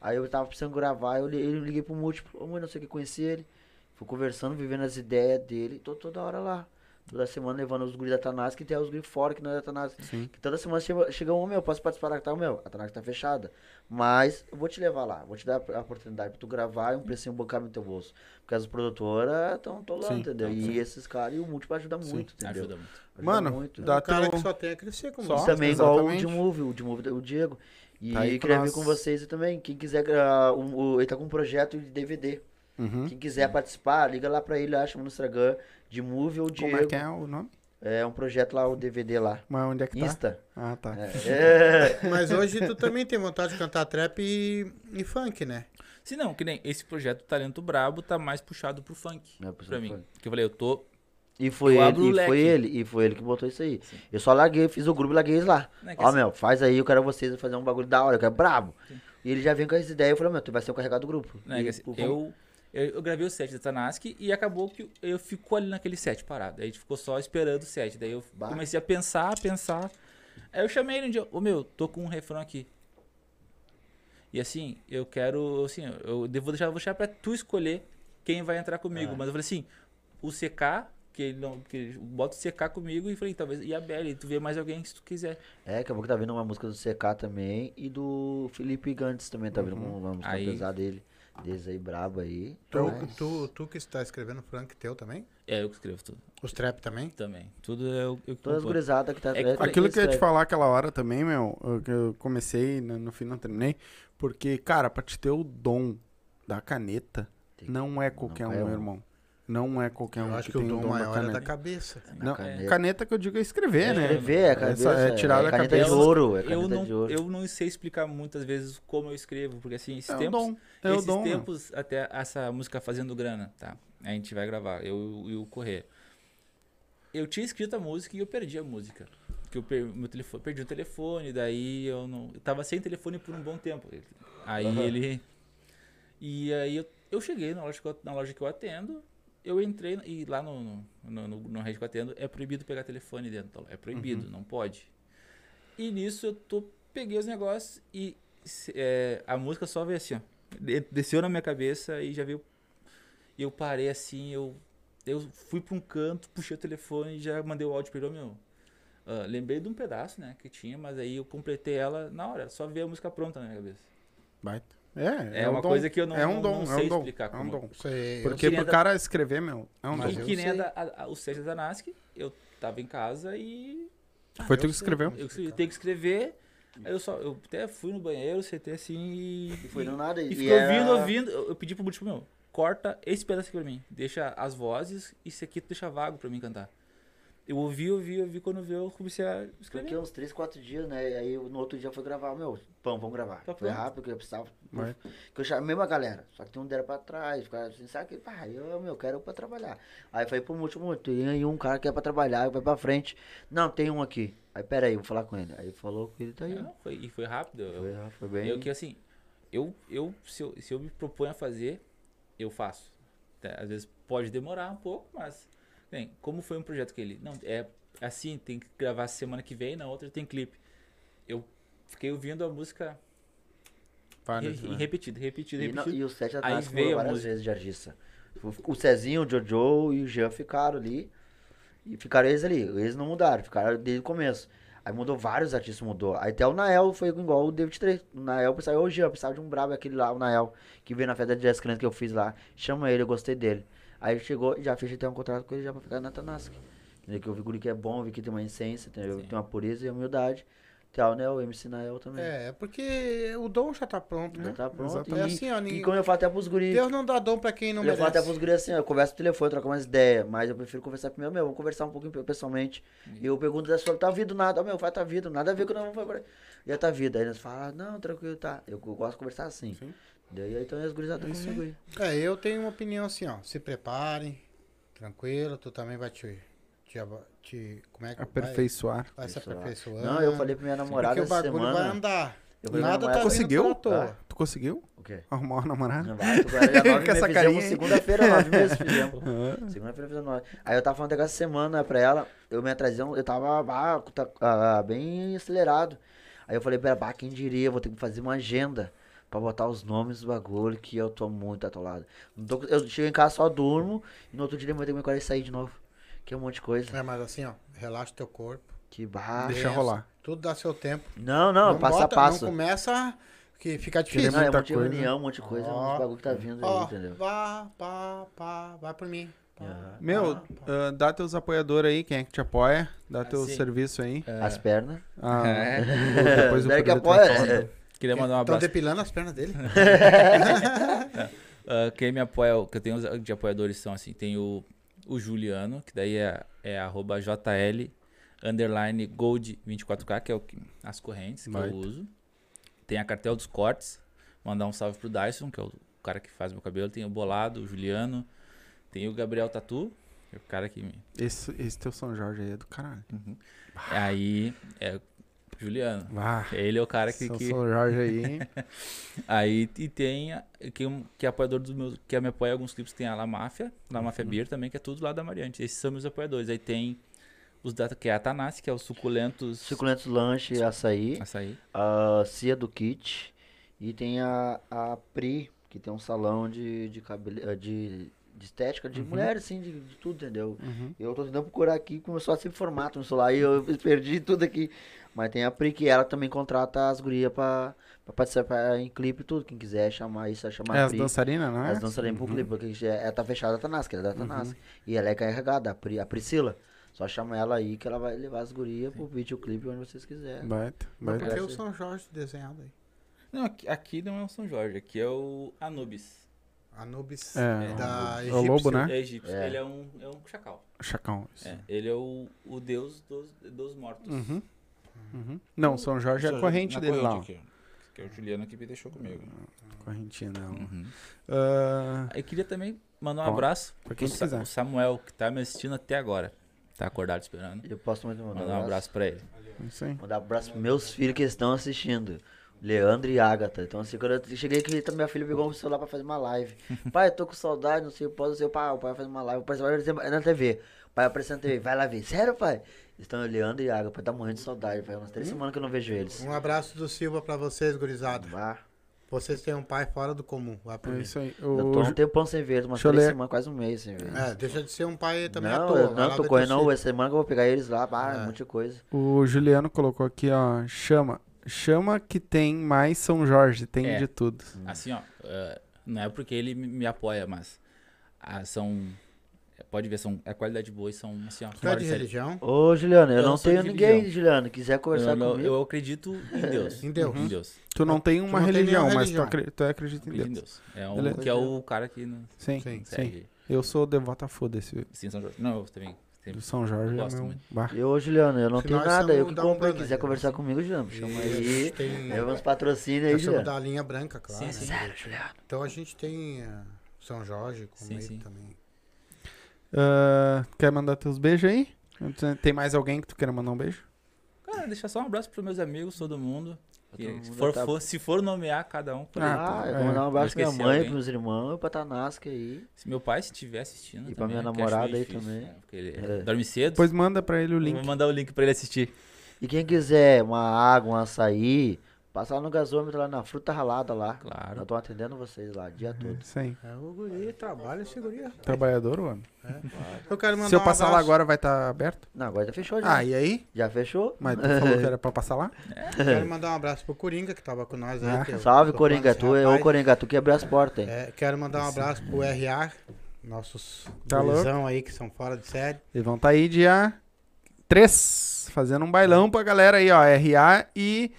S3: Aí eu tava precisando gravar, eu, li- eu liguei pro múltiplo, ô mãe, não sei o que, conheci ele. Fui conversando, vivendo as ideias dele, tô toda hora lá. Toda semana levando os guris da Tanás, que tem os guris fora que não é da Tanás. Que toda semana chega, chega um, "Ô, meu, posso participar da tal, meu, a Tanás tá fechada. Mas eu vou te levar lá, vou te dar a oportunidade pra tu gravar e um precinho bancar no teu bolso. Porque as produtoras estão tolando,
S1: Sim,
S3: entendeu? E esses caras, e o múltiplo ajuda muito, entendeu?
S4: Ajuda muito.
S3: Ajuda
S1: Mano,
S3: muito. né?
S1: dá
S2: O cara
S1: teu-
S2: que só tem a crescer como
S1: Só?
S3: E
S2: você.
S3: também igual o
S1: exatamente.
S3: D-Move, o D-Move, o Diego. E
S1: Tá aí com
S3: queria vir
S1: nós.
S3: com vocês também. Quem quiser, gra- o- o- ele tá com um projeto de DVD.
S1: Uhum.
S3: Quem quiser participar, liga lá pra ele, acha no Instagram, D-Move ou Diego.
S1: Como é que é o nome?
S3: É um projeto lá, o DVD lá.
S1: Mas onde é que tá?
S4: [LAUGHS]
S3: Insta.
S1: Ah, tá.
S3: É.
S2: Mas hoje tu também tem vontade de cantar trap e, e funk, né?
S4: Se não, que nem esse projeto Talento Brabo tá mais puxado pro funk,
S3: É, puxado
S4: pra
S3: pro
S4: mim.
S3: funk.
S4: Porque eu falei, eu tô...
S3: E foi
S4: Eu abro o
S3: ele, e foi
S4: leque.
S3: ele, e foi ele que botou isso aí. Eu só larguei, fiz o grupo e larguei eles lá.
S4: Não é que
S3: Ó,
S4: assim-
S3: meu, faz aí, eu quero vocês fazer um bagulho da hora, eu quero brabo. E ele já vem com essa ideia, eu falei, meu, tu vai ser o carregado do grupo.
S4: Não é
S3: E,
S4: que assim,
S3: pô, vamos-
S4: eu, eu, eu gravei o set da Tanaski e acabou que eu ficou ali naquele set parado. Aí a gente ficou só esperando o set. Daí eu
S3: Bah.
S4: comecei a pensar, a pensar. Aí eu chamei ele um dia, ô meu, tô com um refrão aqui. E assim, eu quero, assim, eu devo deixar, vou deixar pra tu escolher quem vai entrar
S3: É.
S4: comigo. Mas eu falei assim, o CK, que ele não, que ele- bota o CK comigo e falei, talvez, e a Belly, tu vê mais alguém se tu quiser.
S3: É, daqui a pouco tá vindo uma música do CK também e do Felipe Gantes também, tá vindo uma, uma música
S4: Uhum. Aí.
S3: pesada dele. Deles aí, brabo aí.
S1: Então,
S2: Tu, tu, tu que está escrevendo Frank teu também?
S4: É, eu que escrevo tudo
S2: Os trap também?
S4: também. Tudo é eu, eu que
S3: Todas as
S4: componho.
S3: gurizadas que tá...
S4: É que-
S3: tá-
S1: Aquilo que eu ia te
S3: escreve.
S1: falar aquela hora também, meu, eu- que eu comecei, né, no, no fim não terminei, porque, cara, pra te ter o dom da caneta,
S3: Tem que-
S1: não é qualquer
S3: não
S1: um,
S3: é um.
S1: meu irmão. Não é qualquer um
S2: Eu
S1: que,
S2: acho que o
S1: tem
S2: dom
S1: da
S2: maior é
S1: caneta.
S2: da cabeça.
S1: Não,
S3: caneta.
S1: caneta. que eu digo é escrever, né?
S3: Escrever, é cabeça,
S1: Essa- é tirar da
S3: caneta de
S1: cabeça.
S3: ouro, é
S4: eu
S3: caneta
S4: não,
S3: de ouro.
S4: eu não sei explicar muitas vezes como eu escrevo, porque assim, esses
S1: É o
S4: tempos,
S1: dom. É o
S4: esses
S1: dom. meu.
S4: tempos até essa música Fazendo Grana, tá? A gente vai gravar, eu e o Correr. Eu tinha escrito a música e eu perdi a música. Porque eu per- meu telefone, perdi o telefone, daí eu não. Eu tava sem telefone por um bom tempo. Aí ele. E aí eu, eu cheguei na loja, que eu, na loja que eu atendo, eu entrei e lá no, no, no, no, no rede que eu atendo é proibido pegar telefone dentro. É proibido, não pode. E nisso eu tô, peguei os negócios e se- é, a música só veio assim, ó. De- Desceu na minha cabeça e já veio. e Eu parei assim, eu, eu fui pra um canto, puxei o telefone e já mandei o áudio pra ele, "Ô, meu. ah, lembrei de um pedaço, né, que tinha, mas aí eu completei ela na hora, só veio a música pronta na minha cabeça.
S1: Baita. É,
S4: É
S1: um
S4: uma
S1: dom.
S4: coisa que eu não-
S1: é um
S4: não-
S1: dom,
S4: não
S1: é
S4: sei
S1: um dom,
S4: explicar
S1: É um
S4: como.
S1: dom.
S2: Isso aí,
S1: Porque
S4: queria
S1: pro
S4: dar-
S1: cara escrever, meu, é um
S2: Mas
S4: e
S1: dom.
S2: eu
S4: que nem a
S2: sei.
S4: da, a- a- o Sérgio Zanaski, eu tava em casa e
S1: Foi tu que escreveu.
S4: eu escrevi- tenho que escrever. Aí eu só, eu até fui no banheiro, sentei assim e.
S3: E foi do nada.
S4: E ficou ouvindo, ouvindo. Eu eu pedi pro Butico, meu, corta esse pedaço aqui pra mim. Deixa as vozes, isso aqui tu deixa vago pra mim cantar. Eu ouvi, ouvi, ouvi, quando veio eu comecei a
S3: Fiquei
S4: escrever.
S3: uns 3, 4 dias, né? E Aí eu- no outro dia eu fui gravar, meu, pão, vamos gravar.
S4: Tá
S3: foi
S4: pronto.
S3: rápido, que eu precisava.
S1: Vai.
S3: Que eu chamei a mesma galera, só que tem um deram pra trás, ficaram assim, sabe que, pá, eu, meu, quero pra trabalhar. Aí eu falei pro último, tem aí um cara que é pra trabalhar, vai pra frente. Não, tem um aqui. Aí, pera aí, vou falar com ele. Aí falou com ele, tá aí.
S4: É, não, foi- e foi rápido. eu-
S3: Foi, foi bem.
S4: Eu que assim, eu, eu, se, eu, se eu me proponho a fazer, eu faço. Tá? Às vezes pode demorar um pouco, mas. Bem, como foi um projeto que ele. Não, é assim, tem que gravar semana que vem, na outra tem clipe. Eu fiquei ouvindo a música e,
S1: Várias,
S4: e
S1: né?
S4: repetido, repetido,
S3: E, não-
S4: repetido.
S3: e o Sete
S4: Aí
S3: atrás
S4: veio
S3: veio
S4: a
S3: várias
S4: música.
S3: vezes de artista. Tipo, O Cezinho, o Jojo e o Jean ficaram ali. E ficaram eles ali. Eles não mudaram, ficaram desde o começo. Aí mudou vários artistas, mudou. Aí até o Nael foi igual o David 3. O Nael precisava, ô Jean, precisava de um brabo aquele lá, o Nael, que veio na festa de jazz crente que eu fiz lá. Chama ele, eu gostei dele. Aí chegou, já fez até um contrato com ele já pra ficar na Tanask. Entendeu? Que eu vi guri que é bom, eu vi que tem uma essência, entendeu? Eu vi que tem uma pureza e humildade. Tem o Nael, o MC Nael também.
S2: É, é porque o dom já tá pronto,
S3: Já
S2: né?
S3: tá pronto.
S2: Exatamente.
S3: E,
S2: É assim, ó,
S3: e
S2: ninguém-
S3: como eu falo até pros guris,
S2: Deus não dá dom pra quem não
S3: eu falo
S2: merece.
S3: até pros guris assim, ó, eu converso no telefone, troco umas ideias, mas eu prefiro conversar primeiro, meu, vamos conversar um pouquinho pessoalmente. E eu pergunto da sua, tá vida nada, ó, meu, faz tá vida, nada a ver com não vamos fazer. E a tua vida. Aí eles falam, ah, não, tranquilo, tá. Eu, eu gosto de conversar assim. Daí aí, então as gurizadas estão comigo aí.
S2: É, eu tenho uma opinião assim, ó. Se preparem, tranquilo, tu também vai te. te, ava- te- como é que vai-
S1: Aperfeiçoar.
S2: Vai, se
S3: Pessoal.
S2: aperfeiçoando.
S3: Não, eu falei pra minha namorada
S2: Porque o
S3: essa
S2: bagulho vai
S3: semana.
S2: andar.
S3: Eu falei pra minha
S2: Nada
S3: namorada-
S2: tá
S1: Conseguiu?
S2: vindo pra toa.
S1: Tu conseguiu
S3: O quê?
S1: arrumar uma [LAUGHS] namorada?
S3: Não vai, é tu vai, já nove
S1: Com essa
S3: meses fizemos,
S1: carinha, hein?
S3: Segunda-feira, nove meses fizemos. Segunda-feira fizemos nove. Aí eu tava falando dessa semana pra ela, eu me atrasei, eu tava ah, tá, ah, bem acelerado. Aí eu falei pra ela, bah, quem diria, eu vou ter que fazer uma agenda pra botar os nomes dos bagulho que eu tô muito atolado. Não tô- eu chego em casa, só durmo, e no outro dia eu vou ter que me acordar e sair de novo. Que é um monte de coisa.
S2: É, mas assim, ó, relaxa teu corpo.
S3: Que barra.
S1: Deixa
S2: Pensa,
S1: rolar.
S2: Tudo dá seu tempo.
S3: Não, não, passo
S2: bota-
S3: a passo.
S2: Não
S3: Não,
S2: começa que fica difícil.
S3: é um
S1: muita
S3: monte de
S1: coisa.
S3: reunião, um monte de coisa, um
S2: Ó.
S3: monte de bagulho que tá vindo aí,
S2: Ó,
S3: entendeu?
S2: vá, pá, pá, vai por mim. Pá,
S3: Aham.
S1: [LAUGHS] Meu,
S2: pá, pá.
S1: ah, dá teus apoiadores aí, quem é que te apoia,
S3: Ah,
S1: dá teu
S4: sim.
S1: serviço aí.
S3: As pernas. [LAUGHS]
S1: Ah,
S4: É.
S1: É. Depois o tá
S3: Daí É. que
S1: Pedro
S3: apoia-
S1: tem que falar.
S4: Queria
S3: é
S4: mandar um
S2: Tão
S4: abraço.
S2: depilando as pernas dele.
S4: Ah, quem me apoia, que eu tenho os- de apoiadores são assim, tem o, o Juliano, que daí é, é arroba JL underline gold 24k, que é o que, as correntes que
S1: Baita.
S4: eu uso. Tem a cartel dos cortes, mandar um salve pro Dyson, que é o cara que faz meu cabelo. Tem o Bolado, o Juliano, tem o Gabriel Tatu, que é o cara que me
S1: Esse, esse teu São Jorge aí é do caralho.
S4: Aí, é o Juliano.
S1: Vá.
S4: Ele é o cara que.
S1: Seu
S4: que-
S1: Ah, São Jorge
S3: [LAUGHS]
S1: aí. é
S4: Aí e tem a- que, um- que é apoiador dos meus. Que me
S1: Uhum.
S4: apoia em alguns clipes, tem a La Máfia, La Máfia Beer também, que é tudo lá da Mariante. Esses são meus apoiadores. Aí tem Os da, que é a Tanassi, que é o suculentos
S3: Suculentos lanche, açaí.
S4: açaí.
S3: a Cia do Kit e tem a, a Pri, que tem um salão de, de, cabele... eh, de, de estética
S1: Uhum.
S3: de mulheres, assim, de, de tudo, entendeu? Eu tô tentando procurar aqui, começou a se formato no celular e eu [LAUGHS] perdi tudo aqui. Mas tem a Pri, que ela também contrata as gurias pra, pra participar em clipe e tudo. Quem quiser chamar isso, é chamar
S1: É
S3: a
S1: as
S3: Pri.
S1: dançarinas, né?
S3: Elas dançarinas pro clipe, porque é, é, tá fechada a Tanasca, ela é da Tanasca. E ela é carregada, a, Pri, a Priscila. Só chama ela aí que ela vai levar as gurias pro videoclipe onde vocês quiserem.
S1: Baita,
S2: Mas
S1: baita.
S2: por que
S3: Parece-
S2: o São Jorge desenhado aí?
S4: Não, aqui, aqui não é o São Jorge, aqui é o Anubis.
S2: Anubis
S1: É,
S2: da
S1: É o lobo, né?
S4: É egípcio.
S3: É.
S4: Ele é um, é um chacal.
S1: Chacão. isso.
S4: É, ele é o, o deus dos, dos mortos.
S1: Uhum. Uhum. Não, São Jorge é a corrente
S4: Na
S1: dele lá. ó.
S4: corrente aqui, ó. que é o Juliano que me deixou comigo.
S1: Correntinha dela.
S4: Uhum.
S1: Ah,
S4: Eu queria também mandar um
S1: Ó,
S4: abraço
S1: pra quem
S4: pro Sa-
S1: quiser.
S4: o Samuel, que tá me assistindo até agora. Tá acordado esperando.
S3: Eu posso também mandar
S4: Mandar um abraço pra ele.
S1: isso aí.
S3: Mandar um abraço pros meus filhos que estão assistindo. Leandro e Agatha. Então, assim, quando eu cheguei aqui, então minha filha pegou um celular pra fazer uma live. Pai, eu tô com saudade, não sei, eu posso, não sei, o pai, o pai vai fazer uma live, o pai vai aparecer na TV. O pai apareceu na TV, vai lá ver. Sério, pai? Estão Leandro e Agatha, pai, tá morrendo de saudade, faz umas três semanas que eu não vejo eles.
S2: Um abraço do Silva pra vocês, gurizada.
S3: Vá.
S2: Vocês têm um pai fora do comum. Vai pra
S1: É
S2: mim.
S1: isso aí.
S3: Eu
S1: O
S3: tô há
S1: Ju-
S3: um tempão sem ver, umas
S1: deixa eu
S3: três
S1: ler.
S3: semanas, quase um mês sem ver.
S2: É, deixa de ser um pai também à
S3: não,
S2: toa.
S3: eu
S2: vai lá
S3: não tô
S2: ver É.
S3: correndo,
S2: teus
S3: não.
S2: filhos.
S3: Essa semana que eu vou pegar eles lá, pá, um monte de coisa.
S1: O Juliano colocou aqui, ó, chama. Chama que tem mais São Jorge, tem
S4: É.
S1: de tudo.
S4: Assim, ó, eh, não é porque ele me me apoia, mas ah, são. eh, Pode ver, são a qualidade boa e são assim, ó.
S2: Tu é de
S4: sério.
S2: religião?
S3: Ô, Juliano, eu,
S4: Eu
S3: não,
S4: não sou
S3: tenho
S4: de
S3: ninguém,
S4: religião.
S3: Juliano. Quiser conversar
S4: Eu, não-
S3: comigo.
S4: eu acredito em
S3: [LAUGHS]
S4: Deus.
S2: Em Deus.
S4: Em Deus.
S1: Tu não tem uma
S2: não tem
S1: religião,
S2: nenhuma
S1: mas
S2: religião.
S1: Tu, acre- tu acredita em
S4: Acredito
S1: Deus.
S4: em Deus. É o
S1: Beleza.
S4: que é o cara que não
S1: Sim, sim.
S2: Sim.
S4: segue.
S1: Eu sou devoto a foda-se
S4: Sim, São Jorge. Não, eu também. sempre-
S1: do São Jorge.
S4: Gosto
S1: é meu...
S4: muito.
S1: bah.
S3: Eu, Juliano, eu não
S2: Se
S3: tenho
S2: nós
S3: nada. Eu
S2: somos
S3: que
S2: da
S3: compro. Se
S2: Umbanda,
S3: quiser
S2: né?
S3: conversar comigo, Juliano, me chama aí.
S2: Tem-
S3: Leva uns patrocínios aí,
S2: Nós somos da
S3: Juliano.
S2: linha branca, claro.
S4: Sim, sim.
S2: né?
S3: Sério, Juliano.
S2: Então a gente tem eh, São Jorge com
S4: Sim,
S2: ele
S4: sim.
S2: também.
S1: Ah, quer mandar teus beijos aí? Tem mais alguém que tu queira mandar um beijo?
S4: Cara, deixa só um abraço pros meus amigos, todo mundo. Que
S3: Todo
S4: se,
S3: mundo
S4: for,
S3: tá-
S4: for- se for nomear cada um, por
S1: Ah,
S4: exemplo,
S3: Ah,
S1: tá.
S3: eu vou mandar um
S4: É.
S3: abraço pra minha
S4: Esqueci
S3: mãe,
S4: alguém?
S3: pros meus irmãos, pra Tanasca aí.
S4: se meu pai estiver assistindo.
S3: E pra
S4: também,
S3: minha
S4: né, que acho
S3: namorada
S4: meio
S3: aí
S4: difícil,
S3: também.
S4: né, porque ele
S3: É.
S4: dorme cedo.
S1: Depois manda pra ele o
S4: Vou
S1: link.
S4: mandar o link pra ele assistir.
S3: E quem quiser uma água, um açaí, passa lá no gasômetro, lá na fruta ralada lá.
S4: Claro.
S3: Eu tô atendendo vocês lá, o dia todo.
S1: Isso aí.
S2: É o guri, trabalha esse guri. rapaz.
S1: Trabalhador, homem.
S2: Eu quero mandar
S1: Se eu
S2: um
S1: passar lá
S2: abraço.
S1: agora, vai estar aberto?
S3: Não, agora já fechou já.
S1: Ah, e aí?
S3: Já fechou?
S1: Mas tu falou que era pra passar lá?
S2: Quero mandar um abraço pro Coringa, que tava com nós aí. que é eu
S3: É. Ah, Salve,
S2: sou fã
S3: Coringa.
S2: desse
S3: Tu é o
S2: assim, rapaz.
S3: Coringa, tu que abriu as portas, hein?
S2: É, quero mandar um abraço pro RA, nossos
S1: Tá louco?
S2: gurizão aí que são fora de série.
S1: Eles vão estar aí dia 3, fazendo um bailão pra galera aí, ó. RA e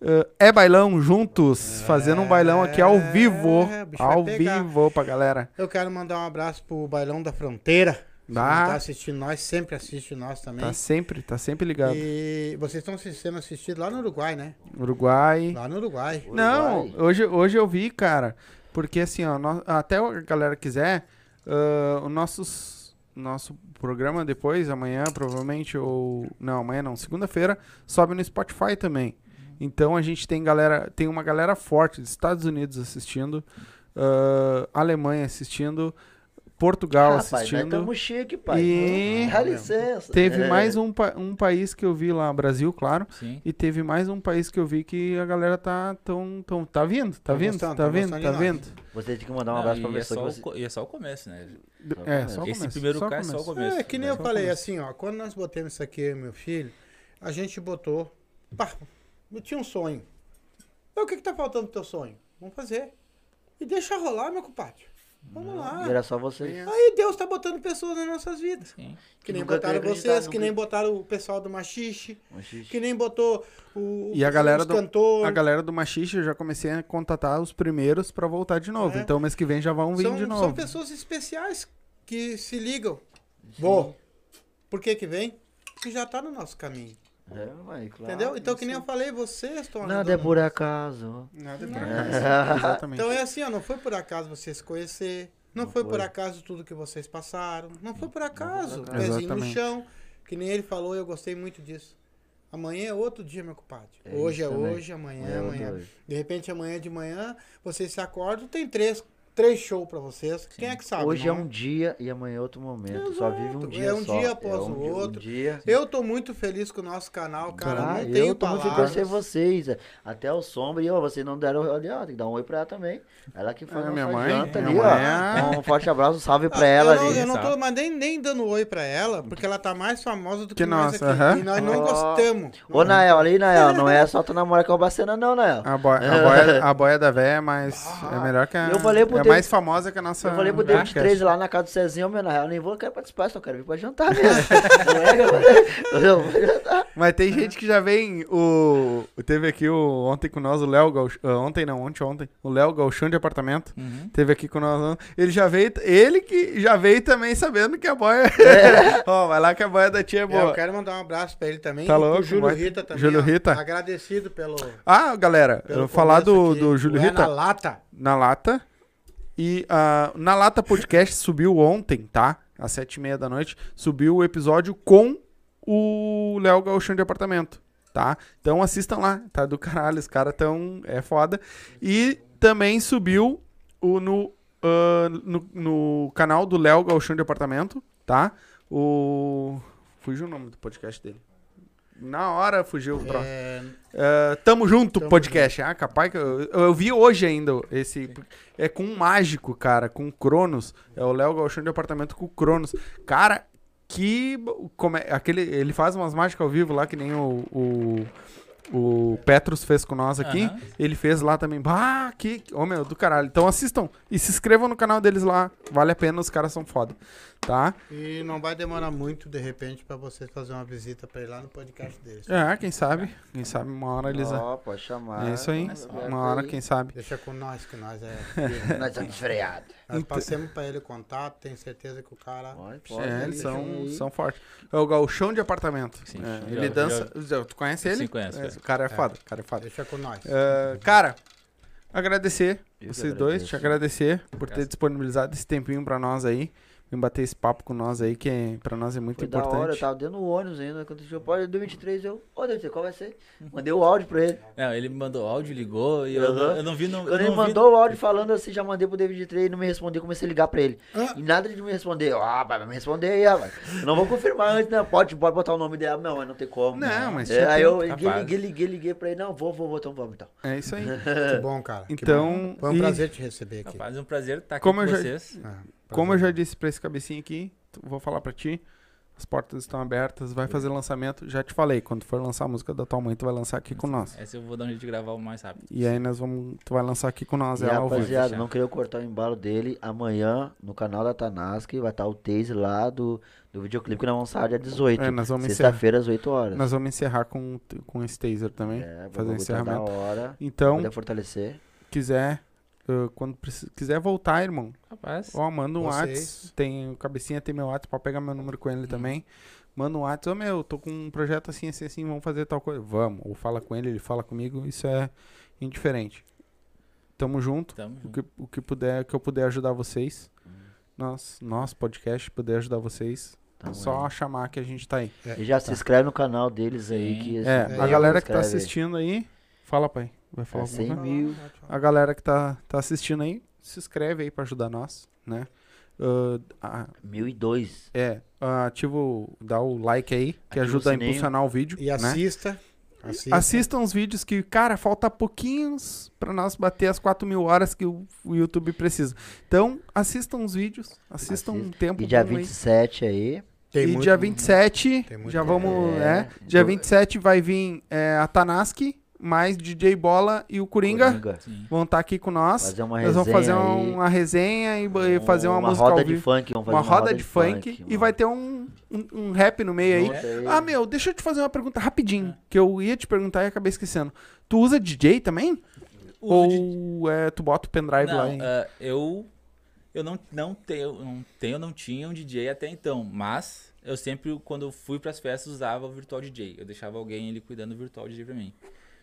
S1: eh, É Bailão juntos, fazendo um bailão aqui ao vivo.
S2: É, o bicho vai
S1: ao
S2: pegar.
S1: vivo pra galera.
S2: Eu quero mandar um abraço pro Bailão da Fronteira. Se não
S1: Bah.
S2: tá assistindo nós, sempre assiste nós também.
S1: Tá sempre, tá sempre ligado.
S2: E vocês estão se- sendo assistidos lá no Uruguai, né?
S1: Uruguai.
S2: Lá no Uruguai.
S1: Não, hoje, hoje eu vi, cara. Porque assim, ó, nó- até a galera quiser, ah, o nossos, nosso programa depois, amanhã provavelmente, ou. Não, amanhã não, segunda-feira, sobe no Spotify também. Então a gente tem galera, tem uma galera forte dos Estados Unidos assistindo, ah, Alemanha assistindo, Portugal
S3: Rapaz, nós
S2: é
S1: assistindo.
S3: tamo chique, pai.
S2: Hum,
S1: E-
S3: Dá licença.
S1: Teve
S3: É.
S1: mais um, pa- um país que eu vi lá, Brasil, claro.
S4: Sim.
S1: E teve mais um país que eu vi que a galera tá tão, tão tá vindo, tá
S2: Tão
S1: vindo,
S2: gostando,
S1: tá
S2: tão
S1: vindo,
S2: gostando
S1: tá
S2: de
S1: vindo.
S3: Você tem que mandar um
S4: Não,
S3: abraço pra
S4: e, é
S3: pessoa
S4: só
S3: que
S4: o
S3: você.
S4: co- e é só o começo, né?
S3: Só
S1: É,
S3: começa.
S1: só o
S4: Esse
S1: começo,
S4: primeiro
S1: só o
S4: caso é só o
S1: começo.
S4: começo.
S2: É, que nem
S1: Só
S2: eu falei,
S1: começo.
S2: assim, ó, quando nós botamos isso aqui, eu e meu filho, a gente botou. Pá, eu tinha um sonho. Mas o que, que tá faltando pro teu sonho? Vamos fazer. E deixa rolar, meu compadre. Vamos lá.
S3: E era só vocês.
S2: Aí Deus tá botando pessoas nas nossas vidas.
S4: Sim.
S2: Que nem
S3: Nunca
S2: botaram
S3: acreditaram,
S2: vocês, que
S3: nunca-
S2: nem botaram o pessoal do Machixe,
S3: Um xixi.
S2: que nem botou o, o-
S1: E a galera
S2: os
S1: do-
S2: cantores.
S1: A galera do Machixe eu já comecei a contatar os primeiros pra voltar de novo.
S2: É.
S1: Então mês que vem já vão vir
S2: são,
S1: de
S2: são
S1: novo.
S2: pessoas especiais que se ligam. Vou. Por que que vem? Porque já tá no nosso caminho.
S3: É, vai, claro.
S2: entendeu? Então, que nem eu falei, vocês estão
S3: Nada é por acaso.
S1: Nada pra cá. É, Exatamente.
S2: Então é assim, ó, não foi por acaso vocês conhecer, não, foi, por
S3: foi.
S2: acaso tudo que vocês passaram, não foi por acaso,
S1: acaso.
S2: pezinho no
S1: Exatamente.
S2: chão, que nem ele falou, eu gostei muito disso. Amanhã é outro dia, meu compadre.
S3: É
S2: hoje é
S3: isso também.
S2: hoje, amanhã é
S3: Amanhã é
S2: amanhã.
S3: outro hoje.
S2: De repente amanhã de manhã, vocês se acordam, tem três, três shows pra vocês. Quem é que sabe?
S3: Hoje
S2: não
S3: é um dia e amanhã é outro momento. Só vive um
S2: Exato.
S3: dia
S2: É um
S3: só.
S2: dia após
S3: É
S2: o
S3: um dia- um
S2: outro.
S3: dia.
S2: Eu tô muito feliz com o nosso canal, cara.
S3: Ah,
S2: não
S3: eu
S2: tenho
S3: tô muito
S2: palavras.
S3: feliz em vocês. é. Até o Sombra e ó, vocês não deram olha, ó, tem que dar um oi pra ela também. Ela que foi
S1: Ah,
S3: nossa
S1: minha mãe,
S3: janta
S1: minha
S3: ali,
S1: mãe. é.
S3: ó. Um forte abraço, um salve pra
S2: Ah,
S3: ela
S2: eu não,
S3: ali.
S2: Eu não tô
S4: Sabe.
S2: mas nem, nem dando oi pra ela, porque ela tá mais famosa do que,
S1: Que
S2: nós
S1: nossa,
S2: aqui.
S1: aham.
S2: E nós não
S3: Ó.
S2: gostamos.
S3: Ô, Nael, olha aí, Nael,
S1: [LAUGHS]
S3: não é só tu namorar com a Bacena, não, Nael.
S1: A, boi- a boia, a boia da véia é mais.
S2: Ah,
S1: é melhor que a.
S3: eu falei pro
S1: é
S3: David-
S1: mais famosa que a nossa.
S3: Eu falei pro
S1: podcast.
S3: David 13 lá na casa do Cezinho, meu, na real, eu nem vou, eu quero participar, só quero vir pra jantar mesmo.
S1: [LAUGHS]
S3: não é, cara? Eu não vou jantar.
S1: Mas tem gente que já vem. O. Teve aqui o, ontem com nós, o Léo Gauchão. ontem não, ontem, ontem. O Léo Gauchão de apartamento.
S2: Uhum.
S1: Teve aqui com nós. ah, Ele já veio. Ele que já veio também sabendo que a boia. [LAUGHS] Ó, vai lá que a boia da tia é
S2: É, Eu
S1: boa.
S2: quero mandar um abraço pra ele também.
S1: Tá
S2: e pro
S1: louco,
S2: Júlio
S1: vai-
S2: Rita também.
S1: Júlio
S2: ó.
S1: Rita.
S2: Agradecido pelo.
S1: Ah, galera, eu
S2: pelo
S1: vou falar do,
S2: começo aqui.
S1: do Júlio
S2: É
S1: Rita.
S2: Na lata.
S1: na lata. E ah, na lata podcast [LAUGHS] subiu ontem, tá? Às sete e meia da noite subiu o episódio com o Léo Galchão de apartamento, tá? Então assistam lá, tá do caralho, os caras tão é foda. E também subiu o no ah, no, no canal do Léo Galchão de apartamento, tá? O fugiu o nome do podcast dele. Na hora fugiu o troço.
S2: É,
S1: Ah, tamo junto, podcast. Ah, capaz que eu, eu- eu vi hoje ainda esse. É com um mágico, cara, com o Cronos. É o Léo Galchão de apartamento com o Cronos. Cara, que. bo- Como é, aquele, ele faz umas mágicas ao vivo lá, que nem o. o o Petrus fez com nós aqui,
S4: Aham.
S1: ele fez lá também. Ah, que. Ô meu, do caralho. Então assistam e se inscrevam no canal deles lá. Vale a pena, os caras são foda. Tá?
S2: e não vai demorar muito, de repente, pra vocês fazer uma visita pra ele lá no podcast deles.
S1: É, quem sabe? Quem sabe uma hora eles.
S3: Ó, pode chamar.
S1: é isso aí.
S3: Tá aberto
S1: Uma hora,
S3: aí.
S1: quem sabe.
S2: Deixa com nós, que nós
S1: [LAUGHS]
S2: é.
S3: Nós estamos freados.
S1: Então-
S2: Nós passamos pra ele o contato, tenho certeza que o cara.
S3: Pode,
S1: É, eles
S3: deixa
S1: são,
S3: aí.
S1: são fortes. É o galchão de apartamento.
S4: Sim,
S1: É,
S4: já-
S1: ele
S4: já-
S1: dança. já- tu conhece ele?
S4: Sim, conheço,
S1: É,
S4: conheço.
S1: O cara é foda. O cara é foda.
S2: Deixa com nós.
S1: Ah, cara, agradecer
S3: Eu que
S1: vocês dois, te agradecer por ter disponibilizado esse tempinho pra nós aí. Vem bater esse papo com nós aí, que é- pra nós é muito
S3: Foi
S1: importante.
S3: da hora, tá? eu tava dentro do ônibus ainda, quando chegou pode, do 23 eu, ô Deus, qual vai ser? Mandei o áudio pra ele.
S4: Não, ele me mandou áudio, ligou e eu,
S3: Aham.
S4: eu não vi. Não, eu
S3: Quando ele
S4: não vi-
S3: mandou o áudio falando assim, já mandei pro David 3 e não me respondeu, comecei a ligar pra ele. E nada de me responder. Eu, Ah, vai me responder aí, rapaz. Eu não vou confirmar antes, não. Pode, pode botar o nome dela, não, mas não tem como.
S1: Não, mas
S3: É,
S1: tinha
S3: aí
S1: que-
S3: eu liguei,
S4: Capaz.
S3: liguei, liguei, liguei pra ele. Não, vou, vou, vou, então vamos então.
S1: É isso
S3: [LAUGHS]
S1: aí.
S2: Que bom, cara. que
S1: Então,
S2: bom. Foi um
S1: e-
S2: prazer te receber aqui.
S4: Rapaz, é um prazer estar aqui
S1: Como
S4: com
S1: eu já-
S4: vocês.
S2: Ah,
S1: Como eu já disse pra esse cabecinho aqui, tu- vou falar pra ti. As portas estão abertas, vai fazer lançamento. Já te falei, quando for lançar a música da tua mãe, tu vai lançar aqui com nós.
S4: Essa eu vou dar um jeito de gravar o mais rápido.
S1: E aí nós vamos. Tu vai lançar aqui com nós,
S3: E,
S1: ela ao vivo.
S3: rapaziada, não queria cortar o embalo dele. Amanhã, no canal da Tanaski, vai estar o Taze lá do, do videoclipe que nós vamos lançar dia 18.
S1: É, nós vamos encerrar.
S3: Sexta-feira, às 8 horas.
S1: Nós vamos encerrar com, com esse taser também.
S3: É,
S1: fazer o
S3: fazer tá da
S1: encerramento.
S3: hora.
S1: Então,
S3: Poder fortalecer.
S1: quiser. uh, quando precis- quiser voltar, irmão,
S4: Rapaz,
S1: ó, manda um
S2: Vocês.
S1: WhatsApp. Tem o cabecinha, tem meu WhatsApp pra pegar meu número com
S3: Uhum.
S1: ele também. Manda um WhatsApp, ô meu, tô com um projeto assim, assim, assim, vamos fazer tal coisa. Vamos. Ou fala com ele, ele fala comigo, isso é indiferente. Tamo junto.
S4: tamo
S1: O
S4: junto.
S1: que, o que puder, que eu puder ajudar vocês.
S3: Uhum.
S1: Nós, nós, podcast, puder ajudar vocês.
S3: Tamo
S1: só
S3: aí.
S1: chamar que a gente tá aí.
S3: E já se inscreve no canal deles aí.
S4: Sim.
S3: Que,
S1: É,
S3: assim,
S1: a
S3: se
S1: galera que tá
S3: inscreve aí.
S1: assistindo aí, fala, pai. Vai falar
S3: É
S1: alguma
S3: 100
S1: coisa?
S3: mil.
S1: A galera que tá, tá assistindo aí, se inscreve aí pra ajudar nós, né? Ahn, a-
S3: 1002.
S1: é, ah, ativa o. dá o like aí, que
S3: Ativa o
S1: ajuda a
S3: sininho.
S1: impulsionar o vídeo.
S2: E
S1: né?
S2: assista. Assista.
S1: Assistam os vídeos que, cara, falta pouquinhos pra nós bater as 4 mil horas que o, o YouTube precisa. Então, assistam os vídeos, assistam um
S3: Assista.
S1: tempo
S3: E dia
S1: bom aí.
S3: 27 aí.
S2: Tem
S1: e
S2: muito-
S1: dia
S4: né?
S1: 27,
S2: Tem muito
S1: já
S2: tempo.
S1: vamos,
S3: É.
S1: é, dia
S3: Do-
S1: 27 vai vir é, a Tanaski, mais DJ Bola e o Coringa, vão estar aqui com nós.
S3: Fazer uma
S1: Nós vamos fazer um,
S3: resenha aí.
S1: uma resenha e e fazer uma, música
S3: roda
S1: ao
S3: de
S1: vivo.
S3: funk. Vamos fazer
S1: uma, roda de funk, e
S3: mano. é?
S1: vai ter um, um, um rap no meio aí.
S3: Junta aí.
S1: Ah, meu, deixa eu te fazer uma pergunta
S4: É.
S1: rapidinho, que eu ia te perguntar e acabei esquecendo. Tu usa DJ também?
S4: Uso
S1: Ou
S4: de-
S1: é, tu bota o pendrive lá
S4: Não,
S1: em...
S4: ah, eu eu não, não tenho, não tenho, não tinha um DJ até então, mas eu sempre quando eu fui pras festas usava o virtual DJ. Eu deixava alguém ali cuidando do virtual DJ pra mim.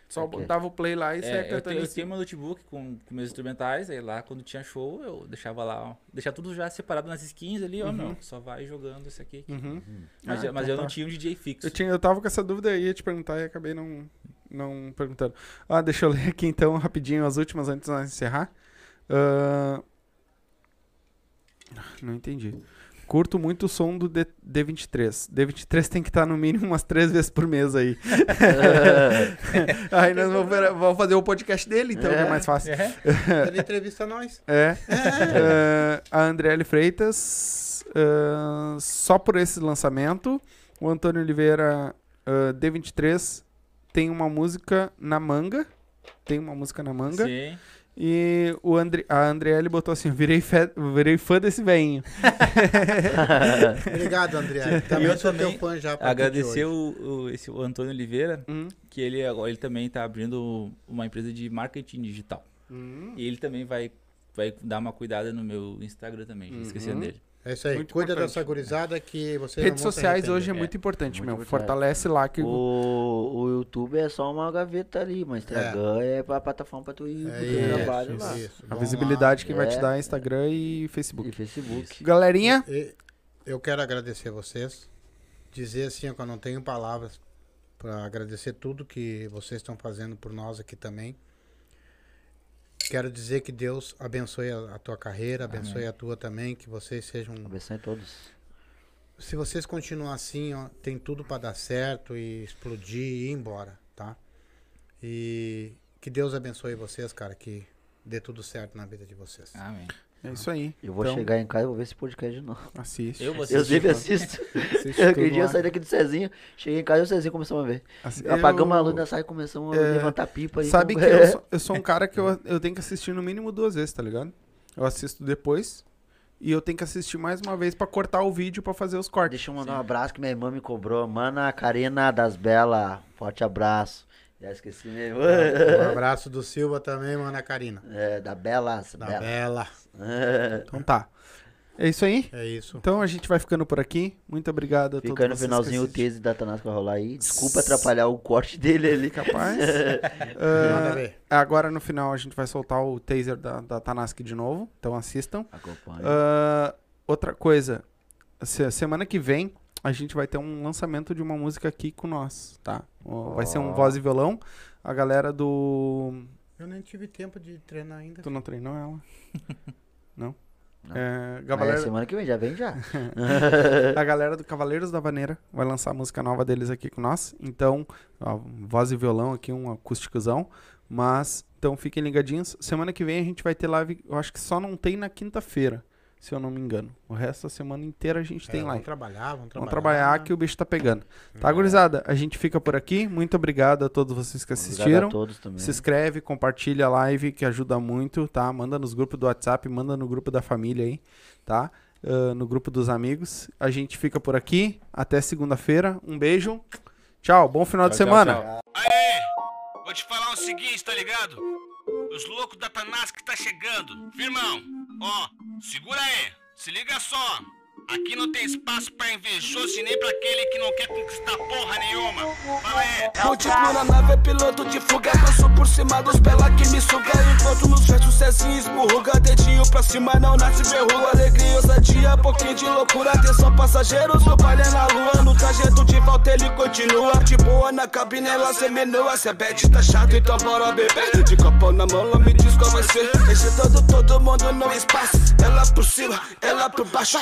S1: Só
S3: ok.
S1: botava o play lá e
S4: É,
S1: saia
S4: eu,
S1: cantando
S4: tenho, eu
S1: assim.
S4: tenho meu notebook com, com meus instrumentais, aí lá quando tinha show eu deixava lá, ó, deixava tudo já separado nas skins ali, ó, meu, só vai jogando isso aqui.
S1: Uhum.
S4: Mas,
S1: Ah,
S4: eu- mas
S1: então
S4: eu não
S1: tá.
S4: tinha um DJ fixo.
S1: Eu, tinha, eu tava com essa dúvida e ia te perguntar e acabei não, não perguntando. Ah, deixa eu ler aqui então rapidinho as últimas antes de nós encerrar. Ah, Não entendi. Curto muito o som do D- D23. D23 tem que estar no mínimo umas três vezes por mês aí. [LAUGHS] aí nós vamos, ver- vamos fazer o podcast dele, então, que é mais fácil. É.
S2: [LAUGHS] Ele entrevista nós.
S1: Eh, É. a Andriele Freitas, eh, só por esse lançamento. O Antônio Oliveira, eh, D23, tem uma música na manga. Tem uma música na manga.
S4: Sim.
S1: E o Andri, a Andriele botou assim: virei, fe- virei fã desse velhinho. [LAUGHS]
S2: Obrigado, André. Também
S4: eu
S2: sou
S4: também
S2: teu fã já. a partir de
S4: Agradecer
S2: hoje.
S4: o, o- esse, o Antônio Oliveira,
S1: Hum.
S4: que ele, agora- ele também está abrindo uma empresa de marketing digital.
S1: Hum.
S4: E ele também vai, vai dar uma cuidada no meu Instagram também, já
S1: Uhum.
S4: esquecendo dele.
S2: É isso aí.
S1: Muito
S2: Cuida
S1: importante. né?
S2: dessa gurizada que você
S1: Redes sociais hoje é
S4: É,
S1: muito importante,
S3: muito
S1: meu.
S3: importante.
S1: Fortalece lá que.
S3: O, o YouTube é só uma gaveta ali, mas Instagram é, pra plataforma pra tu
S2: É
S3: ir botando
S1: É isso,
S3: trabalho lá.
S1: A visibilidade que vai
S3: É.
S1: te dar é Instagram e
S3: E
S1: Facebook.
S3: Facebook.
S1: Galerinha,
S2: E eu quero agradecer vocês. Dizer assim, ó, que eu não tenho palavras para agradecer tudo que vocês estão fazendo por nós aqui também. Quero dizer que Deus abençoe a, a tua carreira, abençoe a tua também, que vocês sejam.
S3: Abençoe todos.
S2: Se vocês continuam assim, ó, tem tudo para dar certo e explodir e ir embora, tá? E que Deus abençoe vocês, cara, que dê tudo certo na vida de
S4: [LAUGHS]
S2: vocês.
S4: Amém.
S1: é isso aí.
S3: Eu vou
S1: Então,
S3: chegar em casa e vou ver esse podcast de novo.
S1: Assiste.
S4: Eu vou
S3: Eu
S4: assistir.
S3: sempre assisto.
S1: Assiste
S3: Aquele
S1: tudo
S3: dia [LAUGHS] eu
S1: lá.
S3: saí daqui do Cezinho, cheguei em casa e o Cezinho começamos a ver.
S1: Assi-
S3: Apagamos a
S1: Eu-
S3: luz da sala e começamos a
S1: É,
S3: levantar pipa. é? e-
S1: Sabe que
S3: [LAUGHS]
S1: eu sou, eu sou um cara que eu, eu tenho que assistir no mínimo duas vezes, tá ligado? Eu assisto depois e eu tenho que assistir mais uma vez pra cortar o vídeo pra fazer os cortes.
S3: Deixa eu mandar um abraço que minha irmã me cobrou. Mana Karina das Belas, forte abraço. Já esqueci minha irmã.
S2: Um abraço do Silva também, Ana Karina.
S3: [LAUGHS] É, da Belas.
S2: Da
S3: Bela.
S2: Bela.
S1: Então tá. É isso aí.
S2: É isso.
S1: Então a gente vai ficando por aqui. Muito obrigado a todos
S3: Fica aí no
S1: vocês
S3: finalzinho
S1: que
S3: o
S1: assistiram.
S3: tese da Tanás que vai rolar aí. Desculpa atrapalhar o corte dele ali.
S1: Capaz.
S2: Nada a
S1: Ah,
S3: [LAUGHS]
S2: ver.
S1: agora no final a gente vai soltar o taser da, da Tanask de novo. Então assistam.
S3: Acompanha.
S1: Ah, outra coisa, se- semana que vem a gente vai ter um lançamento de uma música aqui com nós, tá? Ó, Vai ser um voz e violão. A galera do.
S2: Eu nem tive tempo de treinar ainda.
S1: Tu não treinou ela? não?
S3: Não.
S1: É,
S3: Mas é
S1: galera-
S3: semana que vem, já vem já.
S1: a galera do Cavaleiros da Vaneira vai lançar a música nova deles aqui com nós. Então, ó, voz e violão aqui, um acústicozão. Mas, então fiquem ligadinhos. Semana que vem a gente vai ter live. Eu acho que só não tem na quinta-feira, se eu não me engano. O resto da semana inteira a gente tem
S2: É,
S1: live.
S2: Vamos trabalhar, vamos trabalhar.
S1: Vamos trabalhar que o bicho tá pegando. Tá, gurizada? A gente fica por aqui. Muito obrigado a todos vocês que
S3: Obrigado a
S1: assistiram.
S3: todos também.
S1: Se inscreve, compartilha a live, que ajuda muito, tá? Manda nos grupos do WhatsApp, manda no grupo da família aí, tá? Ah, no grupo dos amigos. A gente fica por aqui. Até segunda-feira. Um beijo. Tchau. Bom final de
S4: Tchau,
S1: semana.
S4: tchau, tchau.
S6: Vou te falar o seguinte, tá ligado? Os loucos da Tanasca tá chegando. Firmão, ó, segura aí. Se liga só. Aqui não tem espaço pra invejoso e nem pra aquele que não quer conquistar porra nenhuma. Fala aí. Continua na nave, é piloto de fuga. Passou por cima dos bela que me suga. Enquanto nos versos Cezinho esmurruga. Dedinho pra cima, não nasce verruga. Alegria, ousadia, pouquinho de loucura. Atenção, passageiros, seu baile é na lua. No trajeto de volta ele continua. De boa na cabine, ela seminua. Se é bad, tá chato, então bora beber. De copo na mão, ela me diz qual vai ser. é Esse todo, todo mundo não espaço. Ela por cima, ela por baixo.